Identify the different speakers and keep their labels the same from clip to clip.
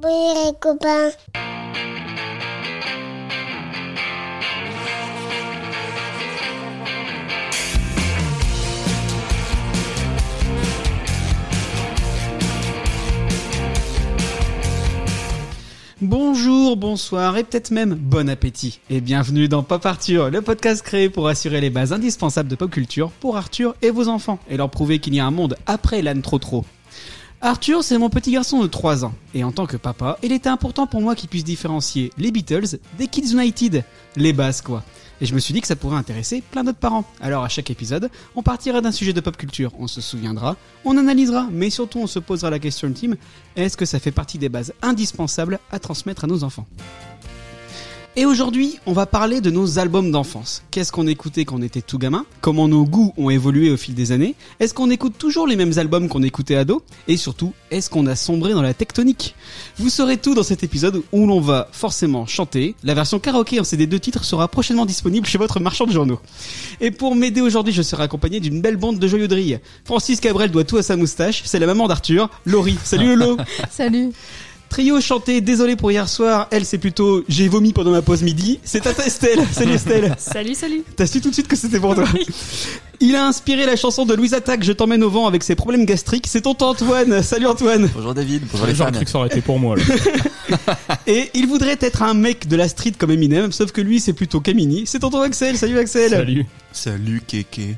Speaker 1: Oui, les copains.
Speaker 2: Bonjour, bonsoir et peut-être même bon appétit. Et bienvenue dans Pop Arthur, le podcast créé pour assurer les bases indispensables de pop culture pour Arthur et vos enfants et leur prouver qu'il y a un monde après l'âne trop trop. Arthur, c'est mon petit garçon de 3 ans et en tant que papa, il était important pour moi qu'il puisse différencier les Beatles des Kids United, les bases quoi. Et je me suis dit que ça pourrait intéresser plein d'autres parents. Alors à chaque épisode, on partira d'un sujet de pop culture, on se souviendra, on analysera, mais surtout on se posera la question ultime, est-ce que ça fait partie des bases indispensables à transmettre à nos enfants et aujourd'hui, on va parler de nos albums d'enfance. Qu'est-ce qu'on écoutait quand on était tout gamin Comment nos goûts ont évolué au fil des années Est-ce qu'on écoute toujours les mêmes albums qu'on écoutait ado Et surtout, est-ce qu'on a sombré dans la tectonique Vous saurez tout dans cet épisode où l'on va forcément chanter. La version karaoké en CD deux titres sera prochainement disponible chez votre marchand de journaux. Et pour m'aider aujourd'hui, je serai accompagné d'une belle bande de joyeux drilles. Francis Cabrel doit tout à sa moustache, c'est la maman d'Arthur, Laurie. Salut Lolo
Speaker 3: Salut.
Speaker 2: Trio chanté, désolé pour hier soir, elle c'est plutôt j'ai vomi pendant ma pause midi, c'est Tata Estelle, salut Estelle
Speaker 3: Salut, salut.
Speaker 2: T'as su tout de suite que c'était pour toi Il a inspiré la chanson de Louise Attaque, Je t'emmène au vent avec ses problèmes gastriques, c'est tonton Antoine, salut Antoine
Speaker 4: Bonjour David, bonjour
Speaker 5: Le
Speaker 4: les
Speaker 5: genre
Speaker 4: fans.
Speaker 5: de truc ça aurait été pour moi. là.
Speaker 2: Et il voudrait être un mec de la street comme Eminem, sauf que lui c'est plutôt Camini, c'est tonton Axel, salut Axel
Speaker 5: Salut.
Speaker 4: Salut Kéké.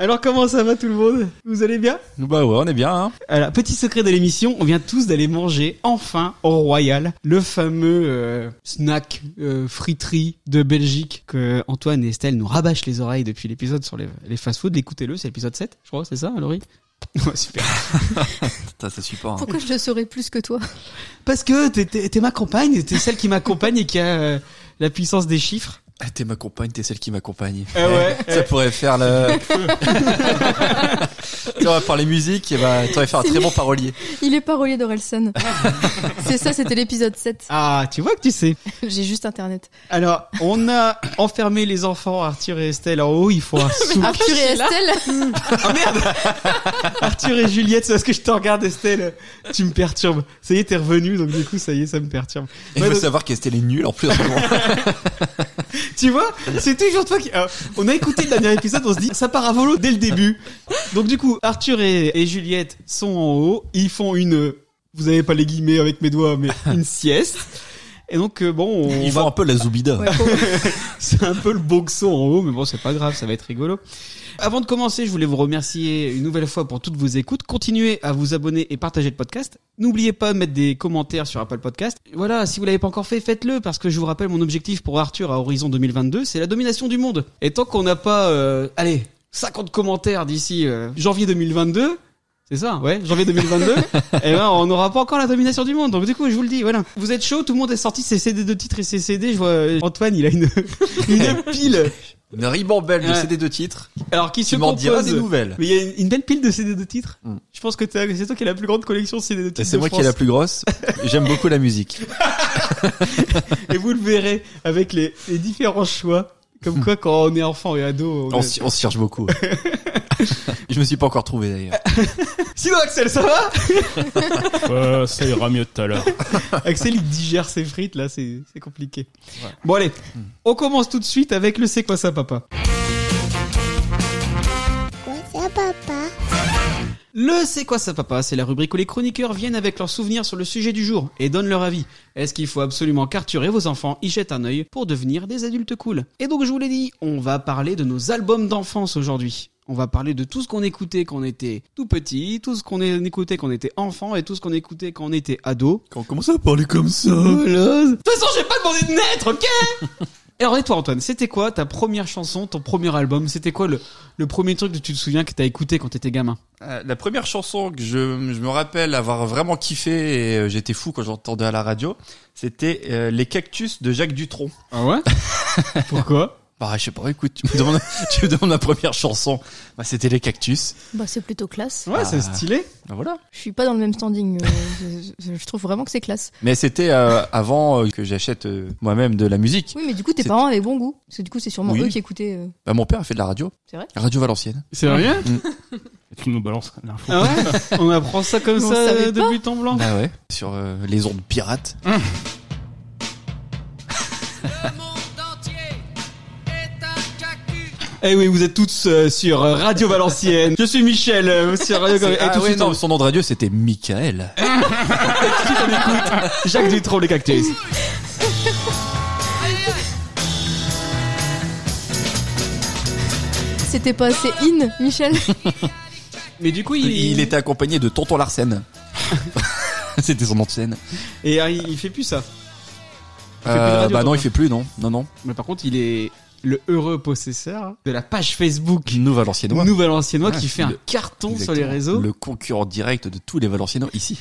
Speaker 2: Alors comment ça va tout le monde Vous allez bien
Speaker 4: Bah ouais, on est bien. Hein.
Speaker 2: Alors, petit secret de l'émission, on vient tous d'aller manger enfin au Royal le fameux euh, snack euh, friterie de Belgique que Antoine et Estelle nous rabâchent les oreilles depuis l'épisode sur les, les fast-foods. Écoutez-le, c'est l'épisode 7, je crois, c'est ça, Laurie Ouais, super.
Speaker 4: Putain, c'est super. hein.
Speaker 3: Pourquoi je le saurais plus que toi
Speaker 2: Parce que t'es- t'es t'es ma compagne, t'es celle qui m'accompagne et qui a euh, la puissance des chiffres.
Speaker 4: Ah, T'es ma compagne, t'es celle qui m'accompagne.
Speaker 2: Eh ouais,
Speaker 4: Ça pourrait faire le. tu vois, par les musiques, et bah, t'aurais fait un très bon parolier.
Speaker 3: Il est parolier d'Orelsan. C'est ça, c'était l'épisode 7.
Speaker 2: Ah, tu vois que tu sais.
Speaker 3: J'ai juste internet.
Speaker 2: Alors, on a enfermé les enfants, Arthur et Estelle en haut, il faut un sou.
Speaker 3: Arthur et Estelle
Speaker 2: Ah merde Arthur et Juliette, c'est parce que je te regarde Estelle, tu me perturbes. Ça y est, t'es revenu, donc du coup, ça y est, ça me perturbe.
Speaker 4: Il
Speaker 2: Ouais,
Speaker 4: faut
Speaker 2: donc,
Speaker 4: savoir qu'Estelle est nulle en plus. en ce moment.
Speaker 2: tu vois, c'est toujours toi qui... euh, on a écouté le dernier épisode, on se dit, ça part à volo dès le début. Donc du coup, Arthur et, et Juliette sont en haut, ils font une... euh, Vous avez pas les guillemets avec mes doigts, mais une sieste. Et donc, euh, bon, on
Speaker 4: Ils
Speaker 2: va-
Speaker 4: font un peu la Zoubida.
Speaker 3: Ouais, bon.
Speaker 2: C'est un peu le boxon en haut, mais bon, c'est pas grave, ça va être rigolo. Avant de commencer, je voulais vous remercier une nouvelle fois pour toutes vos écoutes. Continuez à vous abonner et partager le podcast. N'oubliez pas de mettre des commentaires sur Apple Podcast. Voilà, si vous l'avez pas encore fait, faites-le parce que je vous rappelle mon objectif pour Arthur à horizon 2022, c'est la domination du monde. Et tant qu'on n'a pas, euh, allez, 50 commentaires d'ici euh, janvier 2022. C'est ça, ouais, janvier 2022. eh ben, on n'aura pas encore la domination du monde. Donc du coup, je vous le dis, voilà. Vous êtes chaud, tout le monde est sorti ses CD de titres et ses CD. Je vois euh, Antoine, il a une une pile.
Speaker 4: Une ribambelle de
Speaker 2: Ouais.
Speaker 4: CD de titres.
Speaker 2: Alors qui se
Speaker 4: Tu m'en diras
Speaker 2: compose
Speaker 4: des nouvelles.
Speaker 2: Mais il y a une, une belle pile de CD de titres.
Speaker 4: Mm.
Speaker 2: Je pense que t'as- c'est toi qui as la plus grande collection de CD de titres.
Speaker 4: Et c'est
Speaker 2: de
Speaker 4: moi qui
Speaker 2: France.
Speaker 4: ai la plus grosse. J'aime beaucoup la musique.
Speaker 2: Et vous le verrez avec les, les différents choix. Comme quoi, quand on est enfant et ado, on
Speaker 4: On
Speaker 2: est-
Speaker 4: Mm. s'y on s'y cherche beaucoup. Je me suis pas encore trouvé d'ailleurs.
Speaker 2: Sinon, Axel, ça va
Speaker 5: Ouais, ça ira mieux tout à l'heure.
Speaker 2: Axel, il digère ses frites, là, c'est c'est compliqué. Bon, allez,
Speaker 4: Mm.
Speaker 2: on commence tout de suite avec le C'est quoi ça, papa
Speaker 1: Quoi ça, papa
Speaker 2: Le C'est quoi ça papa C'est la rubrique où les chroniqueurs viennent avec leurs souvenirs sur le sujet du jour et donnent leur avis. Est-ce qu'il faut absolument qu'Arthur et vos enfants y jettent un œil pour devenir des adultes cool Et donc je vous l'ai dit, on va parler de nos albums d'enfance aujourd'hui. On va parler de tout ce qu'on écoutait quand on était tout petit, tout ce qu'on écoutait quand on était enfant et tout ce qu'on écoutait quand on était ado.
Speaker 4: Quand on commence à parler comme ça.
Speaker 2: De toute façon, j'ai pas demandé de naître, ok Alors, et toi, Antoine, c'était quoi ta première chanson, ton premier album C'était quoi le, le premier truc que tu te souviens que t'as écouté quand t'étais gamin
Speaker 4: Euh, La première chanson que je, je me rappelle avoir vraiment kiffé et euh, j'étais fou quand j'entendais à la radio, c'était euh, Les Cactus de Jacques Dutronc.
Speaker 2: Ah ouais Pourquoi
Speaker 4: Bah, je sais pas, écoute, tu me demandes, tu me demandes la première chanson. Bah, c'était Les Cactus.
Speaker 3: Bah, c'est plutôt classe.
Speaker 2: Ouais, c'est stylé.
Speaker 4: Bah, voilà.
Speaker 3: Je suis pas dans le même standing. euh, je- Je je trouve vraiment que c'est classe.
Speaker 4: Mais c'était euh, avant euh, que j'achète euh, moi-même de la musique.
Speaker 3: Oui, mais du coup, tes
Speaker 4: C'est-
Speaker 3: parents avaient bon goût. Parce que du coup, c'est sûrement
Speaker 4: Oui.
Speaker 3: eux qui écoutaient. euh,
Speaker 4: Bah, mon père a fait de la radio.
Speaker 3: C'est vrai
Speaker 4: Radio Valenciennes.
Speaker 2: C'est rien
Speaker 4: Mm.
Speaker 5: Tu nous balances l'info.
Speaker 2: Ah ouais On apprend ça comme
Speaker 3: Mais on
Speaker 2: ça
Speaker 3: savait
Speaker 2: euh, de
Speaker 3: pas.
Speaker 2: but en blanc.
Speaker 4: Bah ouais. Sur euh, les ondes pirates.
Speaker 2: Ah,
Speaker 6: Le monde entier est un cactus.
Speaker 2: Eh oui, vous êtes toutes euh, sur euh, Radio Valenciennes. Je suis Michel euh, sur Radio
Speaker 4: C'est-
Speaker 2: Et
Speaker 4: ah
Speaker 2: tout de
Speaker 4: ouais,
Speaker 2: suite, hein.
Speaker 4: non,
Speaker 2: on-
Speaker 4: son nom de radio c'était Michael.
Speaker 2: Jacques Dutronc, les cactus.
Speaker 3: C'était pas assez in, Michel
Speaker 2: Mais du coup, il,
Speaker 4: Il, était accompagné de Tonton Larsen. c'était son nom de scène.
Speaker 2: Et euh, il, il fait plus ça. Il fait plus de
Speaker 4: Euh,
Speaker 2: radio,
Speaker 4: bah non,
Speaker 2: Tonton.
Speaker 4: il fait plus, non. Non, non.
Speaker 2: Mais par contre, il est le heureux possesseur de la page Facebook
Speaker 4: Nous, Valenciennois.
Speaker 2: Nous Valenciennois
Speaker 4: Ouais,
Speaker 2: qui fait un
Speaker 4: le-
Speaker 2: carton sur les
Speaker 4: Exactement.
Speaker 2: réseaux.
Speaker 4: Le concurrent direct de tous les Valenciennois ici.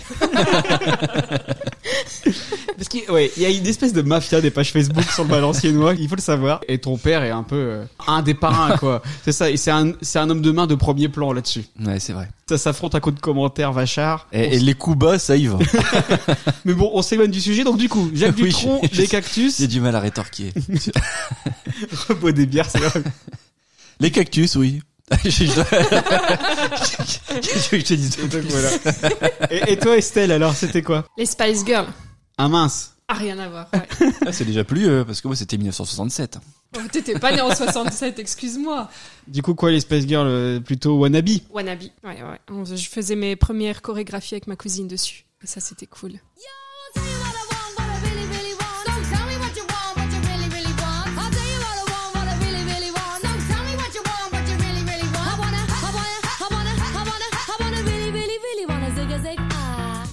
Speaker 2: Parce qu'il ouais, il y a une espèce de mafia des pages Facebook sur le Valenciennois, il faut le savoir. Et ton père est un peu euh, un des parrains, quoi. C'est ça, et c'est un, c'est un homme de main de premier plan là-dessus.
Speaker 4: Ouais, c'est vrai.
Speaker 2: Ça s'affronte à coups de commentaires vachard.
Speaker 4: Et, et les coups bas, ça y va.
Speaker 2: Mais bon, on s'éloigne du sujet, donc du coup, Jacques
Speaker 4: Oui,
Speaker 2: Dutronc,
Speaker 4: je- je-
Speaker 2: les cactus,
Speaker 4: J'ai du mal à rétorquer.
Speaker 2: bois des bières, c'est vrai.
Speaker 4: les cactus, oui. Je- je- je- je- je te dis-
Speaker 2: Donc voilà. Et, et toi, Estelle, alors, c'était quoi
Speaker 7: Les Spice Girls.
Speaker 2: Un mince.
Speaker 7: Ah, rien à voir. ouais.
Speaker 4: Ah, c'est déjà plus, euh, parce que moi c'était 1967.
Speaker 7: Oh, T'étais pas né en 67, excuse-moi.
Speaker 2: Du coup, quoi, les Space Girls, euh, plutôt wannabe
Speaker 7: Wannabe. Ouais, ouais. On- Je faisais mes premières chorégraphies avec ma cousine dessus. Et ça, c'était cool.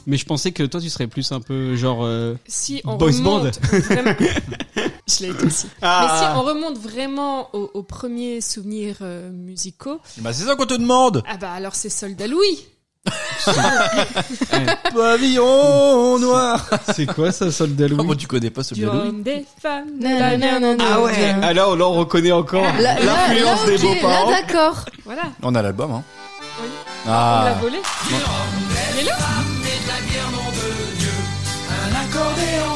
Speaker 2: Mais je pensais que toi, tu serais plus un peu genre... euh,
Speaker 7: Si on
Speaker 2: Boys
Speaker 7: remonte vraiment- Je l'ai été aussi. Mais si
Speaker 2: Ah
Speaker 7: on remonte vraiment aux, aux premiers souvenirs euh, musicaux,
Speaker 4: Bah c'est ça qu'on te demande
Speaker 7: ah bah alors c'est Soldat Louis.
Speaker 4: Pavillon noir
Speaker 2: Ah, C'est quoi ça, soldat Louis
Speaker 4: Comment Oh, tu connais pas ce
Speaker 7: Du
Speaker 4: Louis
Speaker 7: homme, des femmes, de la
Speaker 3: non,
Speaker 2: Ah ouais Alors là, on reconnaît encore
Speaker 3: Là, là,
Speaker 2: l'influence
Speaker 3: là, ok,
Speaker 2: des beaux-parents.
Speaker 3: Là, d'accord.
Speaker 7: Voilà,
Speaker 4: On a l'album, hein
Speaker 7: Oui. on l'a
Speaker 4: Ah
Speaker 7: volé.
Speaker 6: Un accordéon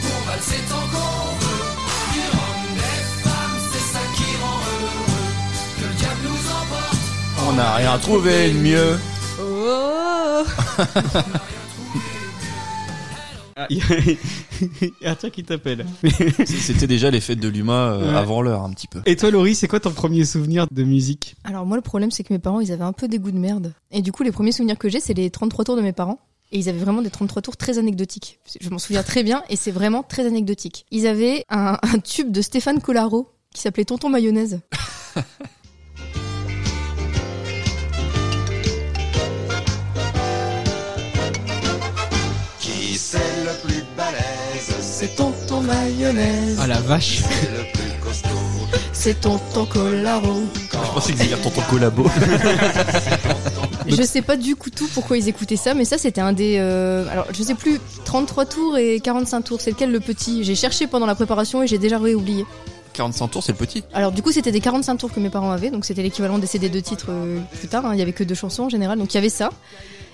Speaker 6: pour battre ses temps qu'on veut. Du rhum, des femmes, c'est ça qui rend heureux. Que le diable nous emporte.
Speaker 4: On n'a rien trouvé de mieux
Speaker 7: Oh
Speaker 2: Ah, Il y a Arthur qui t'appelle.
Speaker 4: C'était déjà les fêtes de l'UMA euh,
Speaker 2: Ouais.
Speaker 4: avant l'heure, un petit peu.
Speaker 2: Et toi, Laurie, c'est quoi ton premier souvenir de musique
Speaker 3: Alors moi, le problème, c'est que mes parents, ils avaient un peu des goûts de merde. Et du coup, les premiers souvenirs que j'ai, c'est les 33 tours de mes parents. Et ils avaient vraiment des 33 tours très anecdotiques. Je m'en souviens très bien, et c'est vraiment très anecdotique. Ils avaient un, un tube de Stéphane Collaro qui s'appelait Tonton Mayonnaise.
Speaker 6: Qui c'est le plus balèze C'est tonton mayonnaise.
Speaker 2: Ah la vache
Speaker 6: C'est le plus costaud.
Speaker 3: C'est Tonton Collaro.
Speaker 4: Je pensais que c'était tonton collabo.
Speaker 3: Je sais pas du coup tout pourquoi ils écoutaient ça, mais ça c'était un des. euh, alors je sais plus, 33 tours et 45 tours, c'est lequel le petit J'ai cherché pendant la préparation et j'ai déjà réoublié.
Speaker 4: 45 tours, c'est le petit.
Speaker 3: Alors du coup c'était des 45 tours que mes parents avaient, donc c'était l'équivalent des CD de titres euh, plus tard, hein, il y avait que deux chansons en général, donc il y avait ça.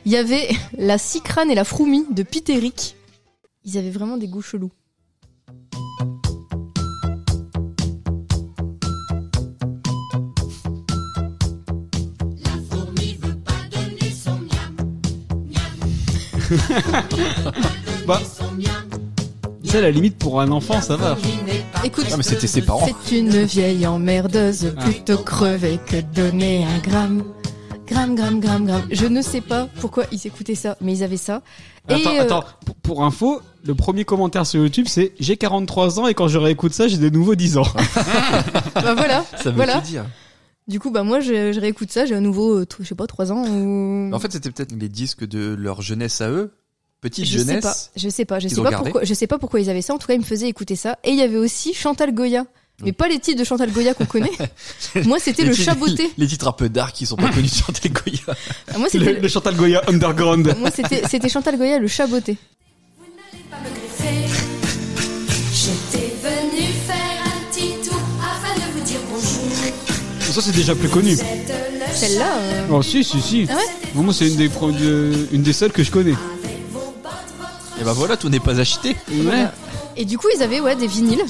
Speaker 3: Il y avait la Cicrane et la Froumie de Pitéric. Ils avaient vraiment des goûts chelous.
Speaker 2: Bah. Ça, à la limite, pour un enfant, ça va.
Speaker 3: Écoute,
Speaker 4: Ah, mais c'était ses parents.
Speaker 3: c'est une vieille emmerdeuse,
Speaker 2: Ah.
Speaker 3: plutôt crevée que donner un gramme. Gramme, gramme, gramme, gramme. Je ne sais pas pourquoi ils écoutaient ça, mais ils avaient ça.
Speaker 2: Attends,
Speaker 3: et euh,
Speaker 2: attends. Pour, pour info, le premier commentaire sur YouTube, c'est j'ai 43 ans et quand je réécoute ça, j'ai de nouveau 10 ans.
Speaker 3: Ah, bah voilà.
Speaker 4: Ça veut
Speaker 3: voilà.
Speaker 4: tout dire.
Speaker 3: Du coup, bah moi, je, je réécoute ça, j'ai à nouveau, euh, tr- je sais pas, 3 ans ou.
Speaker 4: En fait, c'était peut-être les disques de leur jeunesse à eux. Petite
Speaker 3: je sais pas,
Speaker 4: jeunesse.
Speaker 3: je sais pas, je
Speaker 4: qu'ils
Speaker 3: sais
Speaker 4: ont
Speaker 3: pas
Speaker 4: gardé.
Speaker 3: pourquoi, je sais pas pourquoi ils avaient ça. En tout cas, ils me faisaient écouter ça. Et il y avait aussi Chantal Goya, mais
Speaker 4: Oui.
Speaker 3: pas les titres de Chantal Goya qu'on connaît. moi, c'était le
Speaker 4: Les titres-
Speaker 3: chaboté.
Speaker 4: Les titres un peu dark qui sont pas connus sur tes Goya.
Speaker 3: Moi,
Speaker 2: Le,
Speaker 3: c'était
Speaker 2: le Chantal Goya Underground.
Speaker 3: moi, c'était c'était Chantal Goya, le chaboté.
Speaker 8: J'étais venu faire un petit tour afin de vous dire bonjour.
Speaker 2: Ça, c'est déjà plus connu.
Speaker 8: Vous êtes le
Speaker 3: Celle-là. euh,
Speaker 2: Oh, si, si, si.
Speaker 3: Ah ouais
Speaker 2: Bon, Moi, c'est une des, pro- de- une des seules que je connais.
Speaker 8: chat avec vos bottes, votre
Speaker 4: Et bah voilà, ben tout n'est pas acheté.
Speaker 2: Ouais.
Speaker 3: Voilà. Et du coup, ils avaient ouais, des vinyles.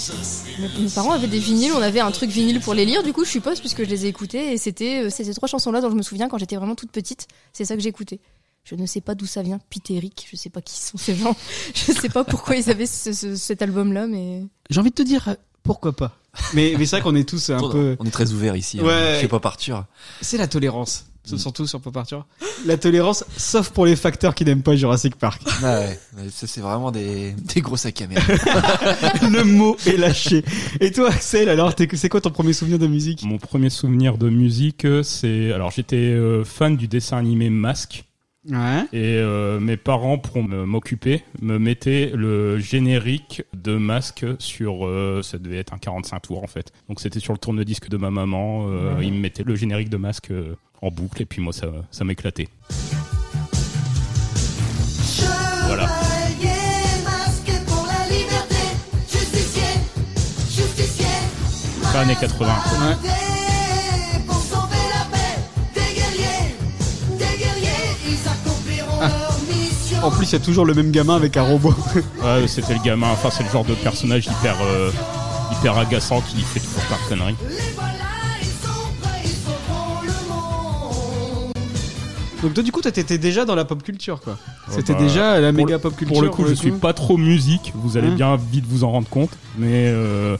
Speaker 3: Mes, mes parents avaient des vinyles, on avait un truc vinyle pour les lire, du coup, je suppose, puisque je les ai écoutés. Et c'était euh, c'est ces trois chansons-là dont je me souviens quand j'étais vraiment toute petite. C'est ça que j'écoutais. Je ne sais pas d'où ça vient, Pitéric, je sais pas qui sont ces gens, je sais pas pourquoi ils avaient ce- ce- cet album-là, mais.
Speaker 2: J'ai envie de te dire euh, pourquoi pas. Mais, mais c'est vrai qu'on est tous un peu.
Speaker 4: On est très ouvert ici.
Speaker 2: Ouais.
Speaker 4: Hein. Je sais pas partir.
Speaker 2: C'est la tolérance. Surtout sur Pop Arthur. La tolérance, sauf pour les facteurs qui n'aiment pas Jurassic Park.
Speaker 4: Ah ouais. Ça, c'est vraiment des, des gros sacs à merde.
Speaker 2: Le mot est lâché. Et toi, Axel, alors, t'es- c'est quoi ton premier souvenir de musique
Speaker 5: Mon premier souvenir de musique, euh, c'est. Alors, j'étais euh, fan du dessin animé Masque.
Speaker 2: Ouais.
Speaker 5: Et euh, mes parents, pour me- m'occuper, me mettaient le générique de Masque sur... euh, ça devait être un 45 tours, en fait. Donc c'était sur le tourne-disque de ma maman. euh, Ils me mettaient le générique de Masque euh, en boucle. Et puis moi, ça, ça m'éclatait. Voilà.
Speaker 8: masque pour la liberté, justicier, justicier.
Speaker 5: Fin années 80.
Speaker 2: Ouais.
Speaker 8: Des- Pour sauver la paix, des guerriers, des guerriers, ils accompliront leur mission.
Speaker 2: En plus, il y a toujours le même gamin avec un robot.
Speaker 5: Ouais, c'était le gamin. Enfin, c'est le genre de personnage hyper... euh, hyper agaçant qui fait toujours plein de conneries.
Speaker 8: Les voilà, ils sont prêts, ils sauveront le monde.
Speaker 2: Donc, toi, du coup, toi, t'étais déjà dans la pop culture, quoi.
Speaker 5: Ouais,
Speaker 2: C'était
Speaker 5: bah,
Speaker 2: déjà la
Speaker 5: pour
Speaker 2: méga
Speaker 5: le-
Speaker 2: pop culture.
Speaker 5: Pour le coup, je suis pas trop musique. Vous allez
Speaker 2: Hein
Speaker 5: bien vite vous en rendre compte. Mais... euh,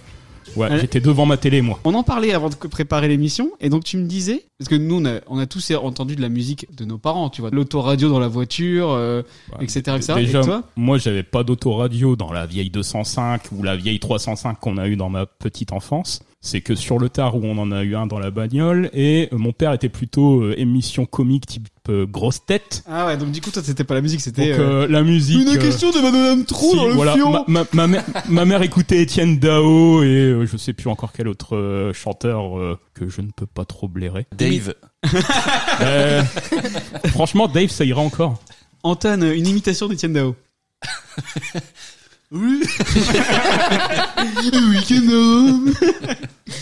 Speaker 5: ouais,
Speaker 2: Allez.
Speaker 5: j'étais devant ma télé, moi.
Speaker 2: On en parlait avant de préparer l'émission, et donc tu me disais, parce que nous, on a, on a tous entendu de la musique de nos parents, tu vois, l'autoradio dans la voiture, euh,
Speaker 5: Ouais,
Speaker 2: etc. etc.
Speaker 5: Déjà,
Speaker 2: et toi
Speaker 5: moi, j'avais pas d'autoradio dans la vieille 205 ou la vieille 305 qu'on a eu dans ma petite enfance. C'est que sur le tard où on en a eu un dans la bagnole et euh, mon père était plutôt euh, émission comique type euh, grosse tête.
Speaker 2: Ah ouais, donc du coup, toi, c'était pas la musique, c'était...
Speaker 5: Donc
Speaker 2: euh,
Speaker 5: euh, la musique. euh,
Speaker 2: de Madame Trou
Speaker 5: si, voilà, ma, ma- ma mère, ma mère écoutait Étienne Dao et euh, je sais plus encore quel autre euh, chanteur euh, que je ne peux pas trop blairer.
Speaker 4: Dave.
Speaker 5: Euh, franchement, Dave, ça ira encore.
Speaker 2: Anton, une imitation d'Étienne Dao.
Speaker 4: Oui.
Speaker 2: Eh oui,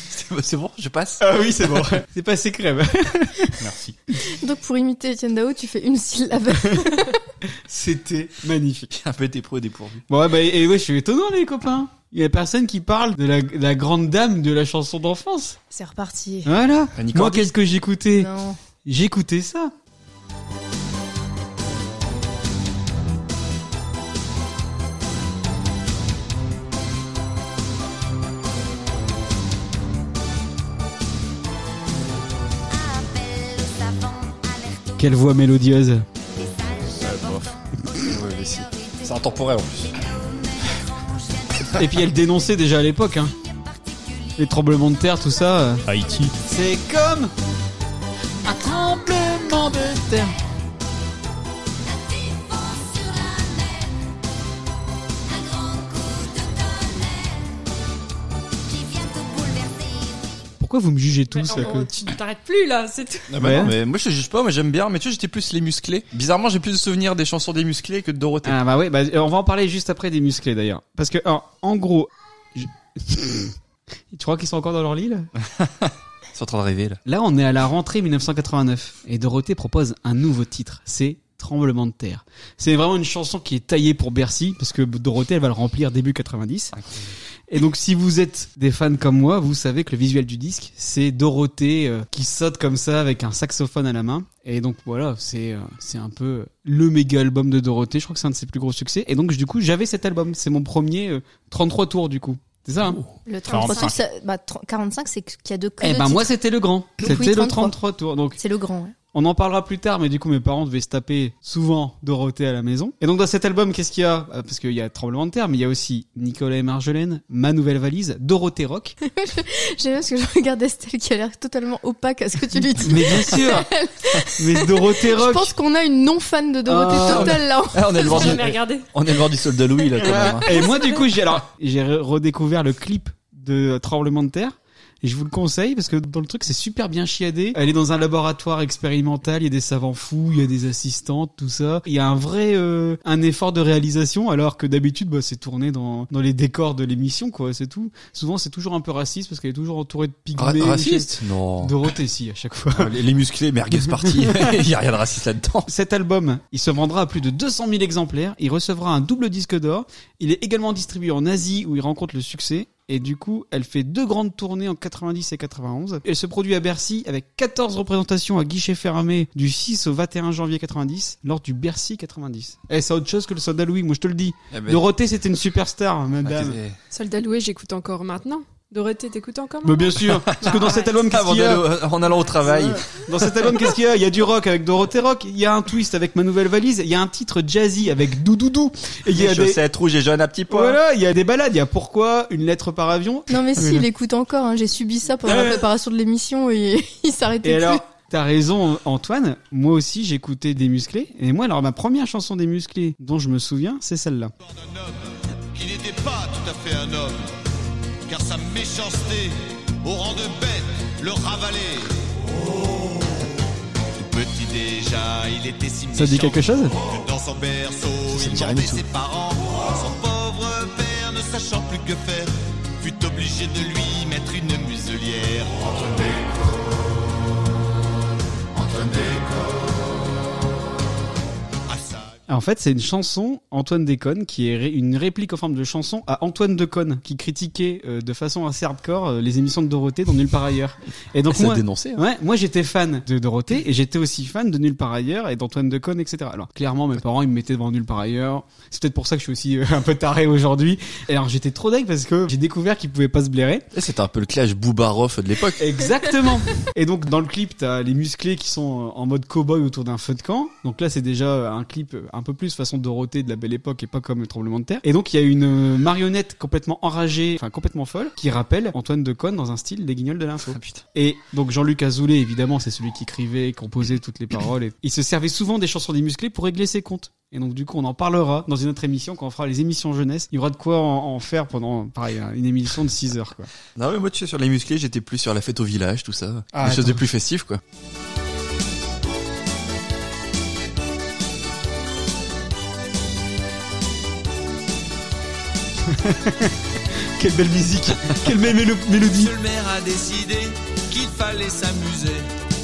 Speaker 4: C'est c'est bon, je passe.
Speaker 2: Ah oui, c'est bon. c'est pas assez crème.
Speaker 5: Merci.
Speaker 3: Donc pour imiter Etienne Dao, tu fais une syllabe.
Speaker 2: C'était magnifique.
Speaker 4: Un peu des pros et des pourvus.
Speaker 2: Bon, ouais, bah, et ouais, je suis étonnant, les copains. Il y a personne qui parle de la, la grande dame de la chanson d'enfance.
Speaker 3: C'est reparti.
Speaker 2: Voilà.
Speaker 4: Annie
Speaker 2: Moi,
Speaker 4: Cordy.
Speaker 2: qu'est-ce que j'écoutais
Speaker 3: Non.
Speaker 2: J'écoutais ça. Quelle voix mélodieuse.
Speaker 4: Ouais, mais si. C'est intemporel en plus.
Speaker 2: Et puis elle dénonçait déjà à l'époque, hein. Les tremblements de terre, tout ça. euh.
Speaker 5: Haïti.
Speaker 2: C'est comme un tremblement de terre. Pourquoi vous me jugez tous
Speaker 7: Ouais,
Speaker 2: à
Speaker 7: on-
Speaker 2: cause-
Speaker 7: oh, Tu ne t'arrêtes plus là, c'est tout.
Speaker 4: Ah bah
Speaker 2: Ouais.
Speaker 4: non, mais moi je juge pas, moi j'aime bien, mais tu vois j'étais plus les musclés. Bizarrement j'ai plus de souvenirs des chansons des musclés que de Dorothée.
Speaker 2: Ah bah oui, bah, on va en parler juste après des musclés d'ailleurs. Parce que, alors, en gros... je- tu crois qu'ils sont encore dans leur lit là
Speaker 4: C'est en train de rêver là.
Speaker 2: Là, on est à la rentrée 1989 et Dorothée propose un nouveau titre. C'est Tremblement de terre. C'est vraiment une chanson qui est taillée pour Bercy parce que Dorothée elle va le remplir début 90. Et donc si vous êtes des fans comme moi, vous savez que le visuel du disque, c'est Dorothée euh, qui saute comme ça avec un saxophone à la main. Et donc voilà, c'est euh, c'est un peu le méga album de Dorothée. Je crois que c'est un de ses plus gros succès. Et donc du coup, j'avais cet album. C'est mon premier euh, 33 tours du coup. C'est ça hein
Speaker 3: Le 33
Speaker 5: 45.
Speaker 3: tours, ça- bah, 30 45, c'est qu'il y a deux que
Speaker 2: Eh
Speaker 3: deux
Speaker 2: ben moi
Speaker 3: titres.
Speaker 2: c'était le grand.
Speaker 3: Oui,
Speaker 2: C'était le
Speaker 3: 33.
Speaker 2: 33 tours. Donc
Speaker 3: c'est le grand. hein. ouais.
Speaker 2: on en parlera plus tard, mais du coup, mes parents devaient se taper souvent Dorothée à la maison. Et donc, dans cet album, qu'est-ce qu'il y a Euh, Parce qu'il y a Tremblement de terre, mais il y a aussi Nicolas et Marjolaine, Ma Nouvelle Valise, Dorothée Rock.
Speaker 3: J'aime bien parce que je regarde Estelle qui a l'air totalement opaque à ce que tu lui dis.
Speaker 2: Mais bien sûr Mais Dorothée
Speaker 3: Je
Speaker 2: Rock
Speaker 3: pense qu'on a une non-fan de Dorothée
Speaker 2: Ah.
Speaker 3: totale là.
Speaker 4: on est le
Speaker 7: J'ai jamais regardé.
Speaker 4: on est le bord du soldat Louis là quand même.
Speaker 2: Et moi, du coup, j'ai alors j'ai re- redécouvert le clip de Tremblement de terre. Et je vous le conseille parce que dans le truc, c'est super bien chiadé. Elle est dans un laboratoire expérimental, il y a des savants fous, il y a des assistantes, tout ça. Il y a un vrai euh, un effort de réalisation alors que d'habitude, bah, c'est tourné dans, dans les décors de l'émission, quoi, c'est tout. Souvent, c'est toujours un peu raciste parce qu'elle est toujours entourée de
Speaker 4: Ra-
Speaker 2: pygmées.
Speaker 4: raciste Non. Ah,
Speaker 2: Dorothée, si, à chaque fois.
Speaker 4: Les, les musclés, merguez party. Il y a rien de raciste là-dedans.
Speaker 2: Cet album, il se vendra à plus de 200 000 exemplaires. Il recevra un double disque d'or. Il est également distribué en Asie où il rencontre le succès. Et du coup, elle fait deux grandes tournées en 90 et 91. Elle se produit à Bercy avec 14 représentations à guichet fermé du 6 au 21 janvier 90 lors du Bercy 90. Eh, c'est autre chose que le soldat Louis, moi je te le dis.
Speaker 4: Eh ben,
Speaker 2: Dorothée, c'était une superstar, madame.
Speaker 4: attendez.
Speaker 7: Soldat loué, j'écoute encore maintenant. Dorothée, t'écoutes encore
Speaker 2: Mais bien sûr, parce que dans cet album, qu'est-ce
Speaker 4: Avant
Speaker 2: qu'il y a
Speaker 4: d'aller au- en allant au travail.
Speaker 2: Dans cet album, qu'est-ce qu'il y a Il y a du rock avec Dorothée Rock, il y a un twist avec Ma Nouvelle Valise, il y a un titre jazzy avec Doudoudou, et il y
Speaker 4: Les
Speaker 2: a des...
Speaker 4: chaussettes rouges et jaunes à petits pois.
Speaker 2: Voilà, il y a des balades, il y a Pourquoi, Une lettre par avion,
Speaker 3: Non mais
Speaker 2: Oui,
Speaker 3: si, il écoute encore. hein. J'ai subi ça pendant la
Speaker 2: Ouais.
Speaker 3: préparation de l'émission et il s'arrêtait
Speaker 2: Et
Speaker 3: plus.
Speaker 2: alors, t'as raison, Antoine. Moi aussi, j'écoutais des musclés. Et moi, alors, ma première chanson des musclés dont je me souviens, c'est celle-là.
Speaker 9: d'un homme qui n'était pas tout à fait un homme, car sa méchanceté, au rang de bête, le ravalait. Tout Petit déjà, il était si
Speaker 2: Ça te dit
Speaker 9: méchant
Speaker 2: quelque chose
Speaker 9: que Dans son berceau,
Speaker 4: Ça me
Speaker 9: il
Speaker 4: dit rien
Speaker 9: mordait
Speaker 4: du tout.
Speaker 9: ses parents. Son pauvre père, ne sachant plus que faire, fut obligé de lui mettre une muselière. Ah, ça,
Speaker 2: En fait, c'est une chanson, Antoine Déconne, qui est ré- une réplique en forme de chanson à Antoine Deconne, qui critiquait euh, de façon assez hardcore euh, les émissions de Dorothée dans Nulle part ailleurs. Et donc, moi,
Speaker 4: Ça dénonçait. hein.
Speaker 2: Ouais, moi j'étais fan de Dorothée et j'étais aussi fan de Nulle part ailleurs et d'Antoine Decaune, etc. Alors clairement mes parents ils me mettaient devant Nulle part ailleurs. C'est peut-être pour ça que je suis aussi euh, un peu taré aujourd'hui. Et alors j'étais trop deg parce que j'ai découvert qu'ils pouvaient pas se blairer.
Speaker 4: Et C'était un peu le clash Boubaroff de l'époque.
Speaker 2: Exactement. et donc dans le clip t'as les musclés qui sont euh, en mode cow-boy autour d'un feu de camp. Donc là c'est déjà euh, un clip euh, un peu plus façon Dorothée de la belle époque et pas comme le tremblement de terre. Et donc il y a une euh, marionnette complètement enragée, enfin complètement folle, qui rappelle Antoine Decaune dans un style des guignols de l'info.
Speaker 4: Ah, putain.
Speaker 2: Et donc Jean-Luc Azoulay, évidemment, c'est celui qui écrivait, composait toutes les paroles. Et... Il se servait souvent des chansons des musclés pour régler ses comptes. Et donc du coup, on en parlera dans une autre émission quand on fera les émissions jeunesse. Il y aura de quoi en, en faire pendant, pareil, hein, une émission de 6 heures. Quoi.
Speaker 4: Non, mais moi, tu sais, sur les musclés, j'étais plus sur la fête au village, tout ça.
Speaker 2: Ah,
Speaker 4: Des choses
Speaker 2: attends.
Speaker 4: de plus festives, quoi.
Speaker 2: Quelle belle musique, quelle belle mélo- mélodie.
Speaker 9: Monsieur le maire a décidé qu'il fallait s'amuser.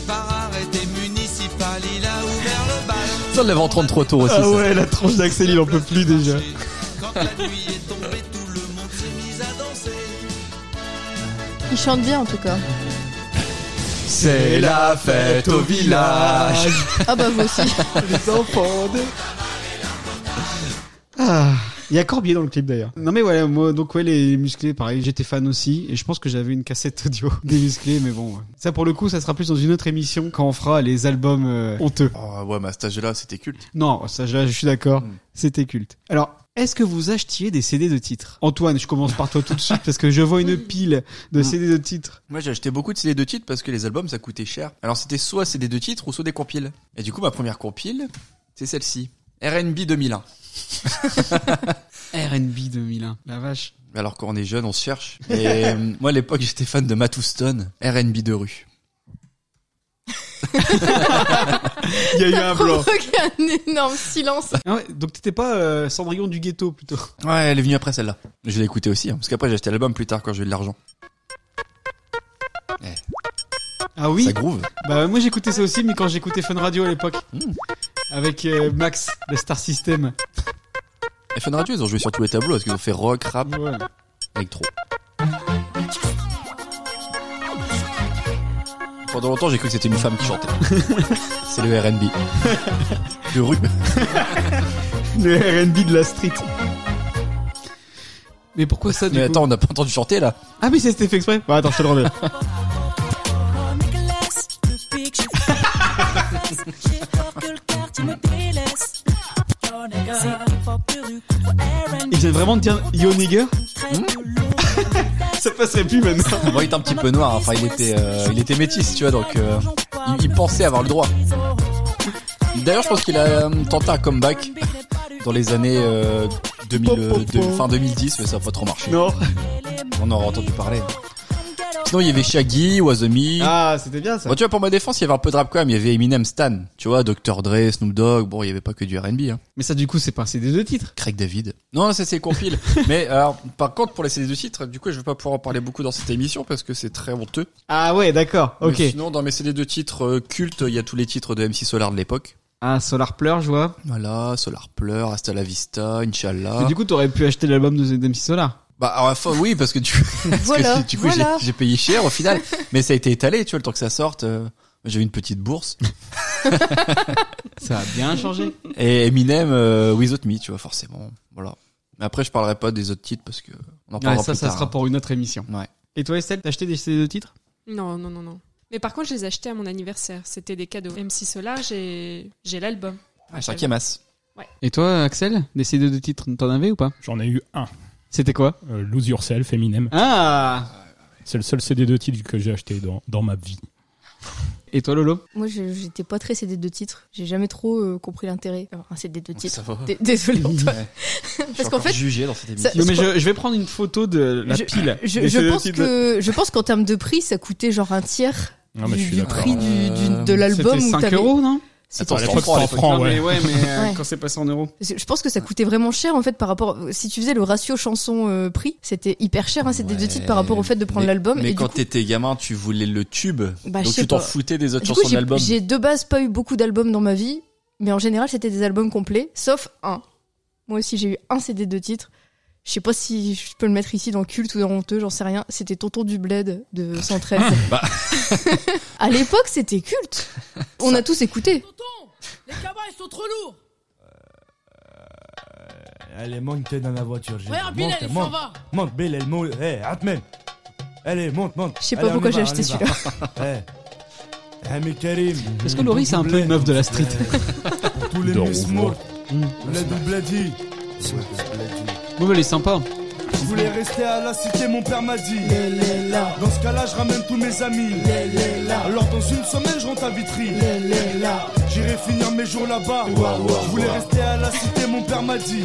Speaker 9: Par arrêté municipal, il a ouvert le bal.
Speaker 4: Ça, on l'avait en 33 tours aussi,
Speaker 2: Ah
Speaker 4: ça.
Speaker 2: ouais, la tranche d'Axel, il en peut plus déjà.
Speaker 9: Quand la nuit est tombée, tout le monde s'est mis à danser.
Speaker 3: Il chante bien en tout cas.
Speaker 4: C'est la fête au village.
Speaker 3: Ah bah vous aussi.
Speaker 2: les enfants de- Ah, il y a Corbier dans le clip d'ailleurs. Non mais voilà, moi donc ouais les musclés pareil, j'étais fan aussi et je pense que j'avais une cassette audio des musclés mais bon. ouais. Ça pour le coup, ça sera plus dans une autre émission quand on fera les albums euh, honteux.
Speaker 4: Oh, ouais, mais à cet âge-là, c'était culte.
Speaker 2: Non, ça je, je suis d'accord,
Speaker 4: Mm.
Speaker 2: c'était culte. Alors est-ce que vous achetiez des CD de titres Antoine, je commence par toi tout de suite parce que je vois une pile de
Speaker 4: Mm.
Speaker 2: CD de titres.
Speaker 4: Moi, j'ai acheté beaucoup de CD de titres parce que les albums, ça coûtait cher. Alors, c'était soit CD de titres ou soit des compiles. Et du coup, ma première compile, c'est celle-ci. R&B 2001.
Speaker 2: R&B 2001, la vache.
Speaker 4: Alors quand on est jeune, on se cherche. Et euh, moi, à l'époque, j'étais fan de Matt Houston, R&B de rue.
Speaker 2: Il y a eu un blanc.
Speaker 3: Provoqué un énorme silence.
Speaker 2: Ah ouais, donc t'étais pas euh, Cendrillon du ghetto plutôt.
Speaker 4: Ouais, elle est venue après celle-là. Je l'ai écoutée aussi, hein, parce qu'après, j'ai acheté l'album plus tard quand j'ai eu de l'argent.
Speaker 2: Ah oui.
Speaker 4: Ça groove.
Speaker 2: Bah moi j'écoutais ça aussi, mais quand j'écoutais Fun Radio à l'époque,
Speaker 4: Mm.
Speaker 2: avec euh, Max de Star System.
Speaker 4: Et Fun Radio, ils ont joué sur tous les tableaux, parce qu'ils ont fait rock, rap,
Speaker 2: Ouais.
Speaker 4: électro. Pendant longtemps, j'ai cru que c'était une femme qui chantait. C'est le R&B. De rue.
Speaker 2: Le R&B de la street. Mais pourquoi ça du
Speaker 4: Mais
Speaker 2: coup
Speaker 4: attends, on n'a pas entendu chanter là.
Speaker 2: Ah mais c'était fait exprès. Bah attends, je te le remets. Il vient vraiment de dire Yo nigger. ça passerait plus maintenant.
Speaker 4: Bon, il était un petit peu noir, hein. enfin il était, euh, il était métis, tu vois, donc euh, il, il pensait avoir le droit. D'ailleurs, je pense qu'il a euh, tenté un comeback dans les années euh, 2000, euh, de- fin 2010, mais ça n'a pas trop marché.
Speaker 2: Non.
Speaker 4: On en aurait entendu parler.
Speaker 2: Parce
Speaker 4: sinon, il y avait Shaggy, Wazumi.
Speaker 2: Ah, c'était bien ça.
Speaker 4: Bon, tu vois, pour ma défense, il y avait un peu de rap quand même. Il y avait Eminem, Stan. Tu vois, Dr. Dre, Snoop Dogg. Bon, il y avait pas que du R&B, hein.
Speaker 2: Mais ça, du coup, c'est pas un CD de titres.
Speaker 4: Craig David. Non, ça c'est compile. Mais alors, par contre, pour les CD de titres, du coup, je vais pas pouvoir en parler beaucoup dans cette émission parce que c'est très honteux.
Speaker 2: Ah ouais, d'accord.
Speaker 4: Mais
Speaker 2: Ok.
Speaker 4: sinon, dans mes CD de titres euh, cultes, il y a tous les titres de MC Solar de l'époque.
Speaker 2: Ah, Solar Pleur, je vois.
Speaker 4: Voilà, Solar pleure, Hasta la vista, Inch'Allah.
Speaker 2: Mais du coup, t'aurais pu acheter l'album de MC Solar.
Speaker 4: Bah, à la fin, oui, parce que du, parce que
Speaker 3: Voilà,
Speaker 4: du coup, j'ai-
Speaker 3: voilà.
Speaker 4: j'ai payé cher au final. Mais ça a été étalé, tu vois, le temps que ça sorte. euh, J'avais une petite bourse.
Speaker 2: Ça a bien changé.
Speaker 4: Et Eminem, euh, Without Me, tu vois, forcément. Voilà. Mais après, je parlerai pas des autres titres parce que on en
Speaker 2: Ouais,
Speaker 4: parlera
Speaker 2: ça,
Speaker 4: plus
Speaker 2: ça
Speaker 4: tard.
Speaker 2: sera pour une autre émission.
Speaker 4: Ouais.
Speaker 2: Et toi, Estelle, t'as acheté des CD de titres
Speaker 7: Non, non, non, non. Mais par contre, je les achetais à mon anniversaire. C'était des cadeaux. MC Solar, j'ai j'ai l'album.
Speaker 4: Ah, Chacun masse.
Speaker 2: Et toi, Axel, des CD de titres, t'en avais ou pas
Speaker 5: J'en ai eu un.
Speaker 2: C'était quoi
Speaker 5: Euh, Lose Yourself, Eminem.
Speaker 2: Ah
Speaker 5: C'est le seul CD de titre que j'ai acheté dans, dans ma vie.
Speaker 2: Et toi, Lolo
Speaker 3: Moi, je- j'étais pas très CD de titres. J'ai jamais trop euh, compris l'intérêt. Alors, un CD de titres.
Speaker 4: Ça va.
Speaker 3: Dé- Désolé, Antoine.
Speaker 4: Ouais. Je suis
Speaker 3: Parce qu'en
Speaker 4: encore
Speaker 3: fait,
Speaker 4: jugé dans cette émission.
Speaker 3: ça-
Speaker 2: Non,
Speaker 3: je
Speaker 2: mais
Speaker 3: crois-
Speaker 2: je, je vais prendre une photo de la
Speaker 3: Je-
Speaker 2: pile.
Speaker 3: je,
Speaker 2: des
Speaker 3: je
Speaker 2: CD de
Speaker 3: pense
Speaker 2: titres.
Speaker 3: que je pense qu'en termes de prix, ça coûtait genre un tiers
Speaker 5: Non, Ah, mais
Speaker 3: du,
Speaker 5: je suis
Speaker 3: du
Speaker 5: d'accord.
Speaker 3: prix du, du- de l'album.
Speaker 2: Euh, C'était
Speaker 3: où
Speaker 2: 5
Speaker 3: t'avais-
Speaker 2: euros, non
Speaker 3: C'était-
Speaker 4: Attends,
Speaker 5: À
Speaker 4: c'est
Speaker 5: l'époque,
Speaker 4: en francs, à
Speaker 5: c'était en
Speaker 4: l'époque.
Speaker 5: francs,
Speaker 2: Non,
Speaker 5: ouais.
Speaker 2: mais ouais, mais euh,
Speaker 3: Ouais.
Speaker 2: quand c'est passé en euros.
Speaker 3: Parce que Je pense que ça coûtait vraiment cher en fait par rapport. Si tu faisais le ratio chanson euh, prix, c'était hyper cher un CD de
Speaker 4: Ouais.
Speaker 3: titres par rapport au fait de prendre
Speaker 4: Mais-
Speaker 3: l'album.
Speaker 4: Mais
Speaker 3: et
Speaker 4: quand
Speaker 3: du coup,
Speaker 4: t'étais gamin, tu voulais le tube.
Speaker 3: Bah, je
Speaker 4: donc
Speaker 3: sais
Speaker 4: tu t'en
Speaker 3: pas.
Speaker 4: foutais des autres
Speaker 3: du coup,
Speaker 4: chansons de
Speaker 3: j'ai-
Speaker 4: l'album.
Speaker 3: j'ai de base pas eu beaucoup d'albums dans ma vie, mais en général c'était des albums complets, sauf un. Moi aussi j'ai eu un CD de titres. Je sais pas si je peux le mettre ici dans culte ou dans honteux, j'en sais rien. C'était Tonton du Bled de 113.
Speaker 4: Bah.
Speaker 3: à l'époque c'était culte. On a tous écouté.
Speaker 10: Tonton, les cabas ils sont trop lourds. Elle est montée dans la voiture. j'ai
Speaker 6: Regarde,
Speaker 10: dit,
Speaker 6: Bill,
Speaker 10: monte,
Speaker 6: elle s'en
Speaker 10: monte,
Speaker 6: va.
Speaker 10: monte, Bill, elle monte. Eh, Atmen. Allez, monte, monte.
Speaker 3: Je sais pas
Speaker 10: Allez, on
Speaker 3: pourquoi
Speaker 10: y
Speaker 3: j'ai
Speaker 10: va,
Speaker 3: acheté
Speaker 10: on y va. Eh, Ami Karim.
Speaker 2: Est-ce que Laurie, c'est un peu une meuf de la street
Speaker 10: Eh, Tous les
Speaker 5: De
Speaker 10: muscles
Speaker 5: Rouvroy.
Speaker 10: morts. Le double dit.
Speaker 2: Bon, mais elle est sympa.
Speaker 10: Je voulais rester à la cité, mon père m'a dit. Dans ce cas-là, je ramène tous mes amis. Alors dans une semaine, je rentre à Vitry. J'irai finir mes jours là-bas. Je voulais rester à la cité, mon père m'a dit.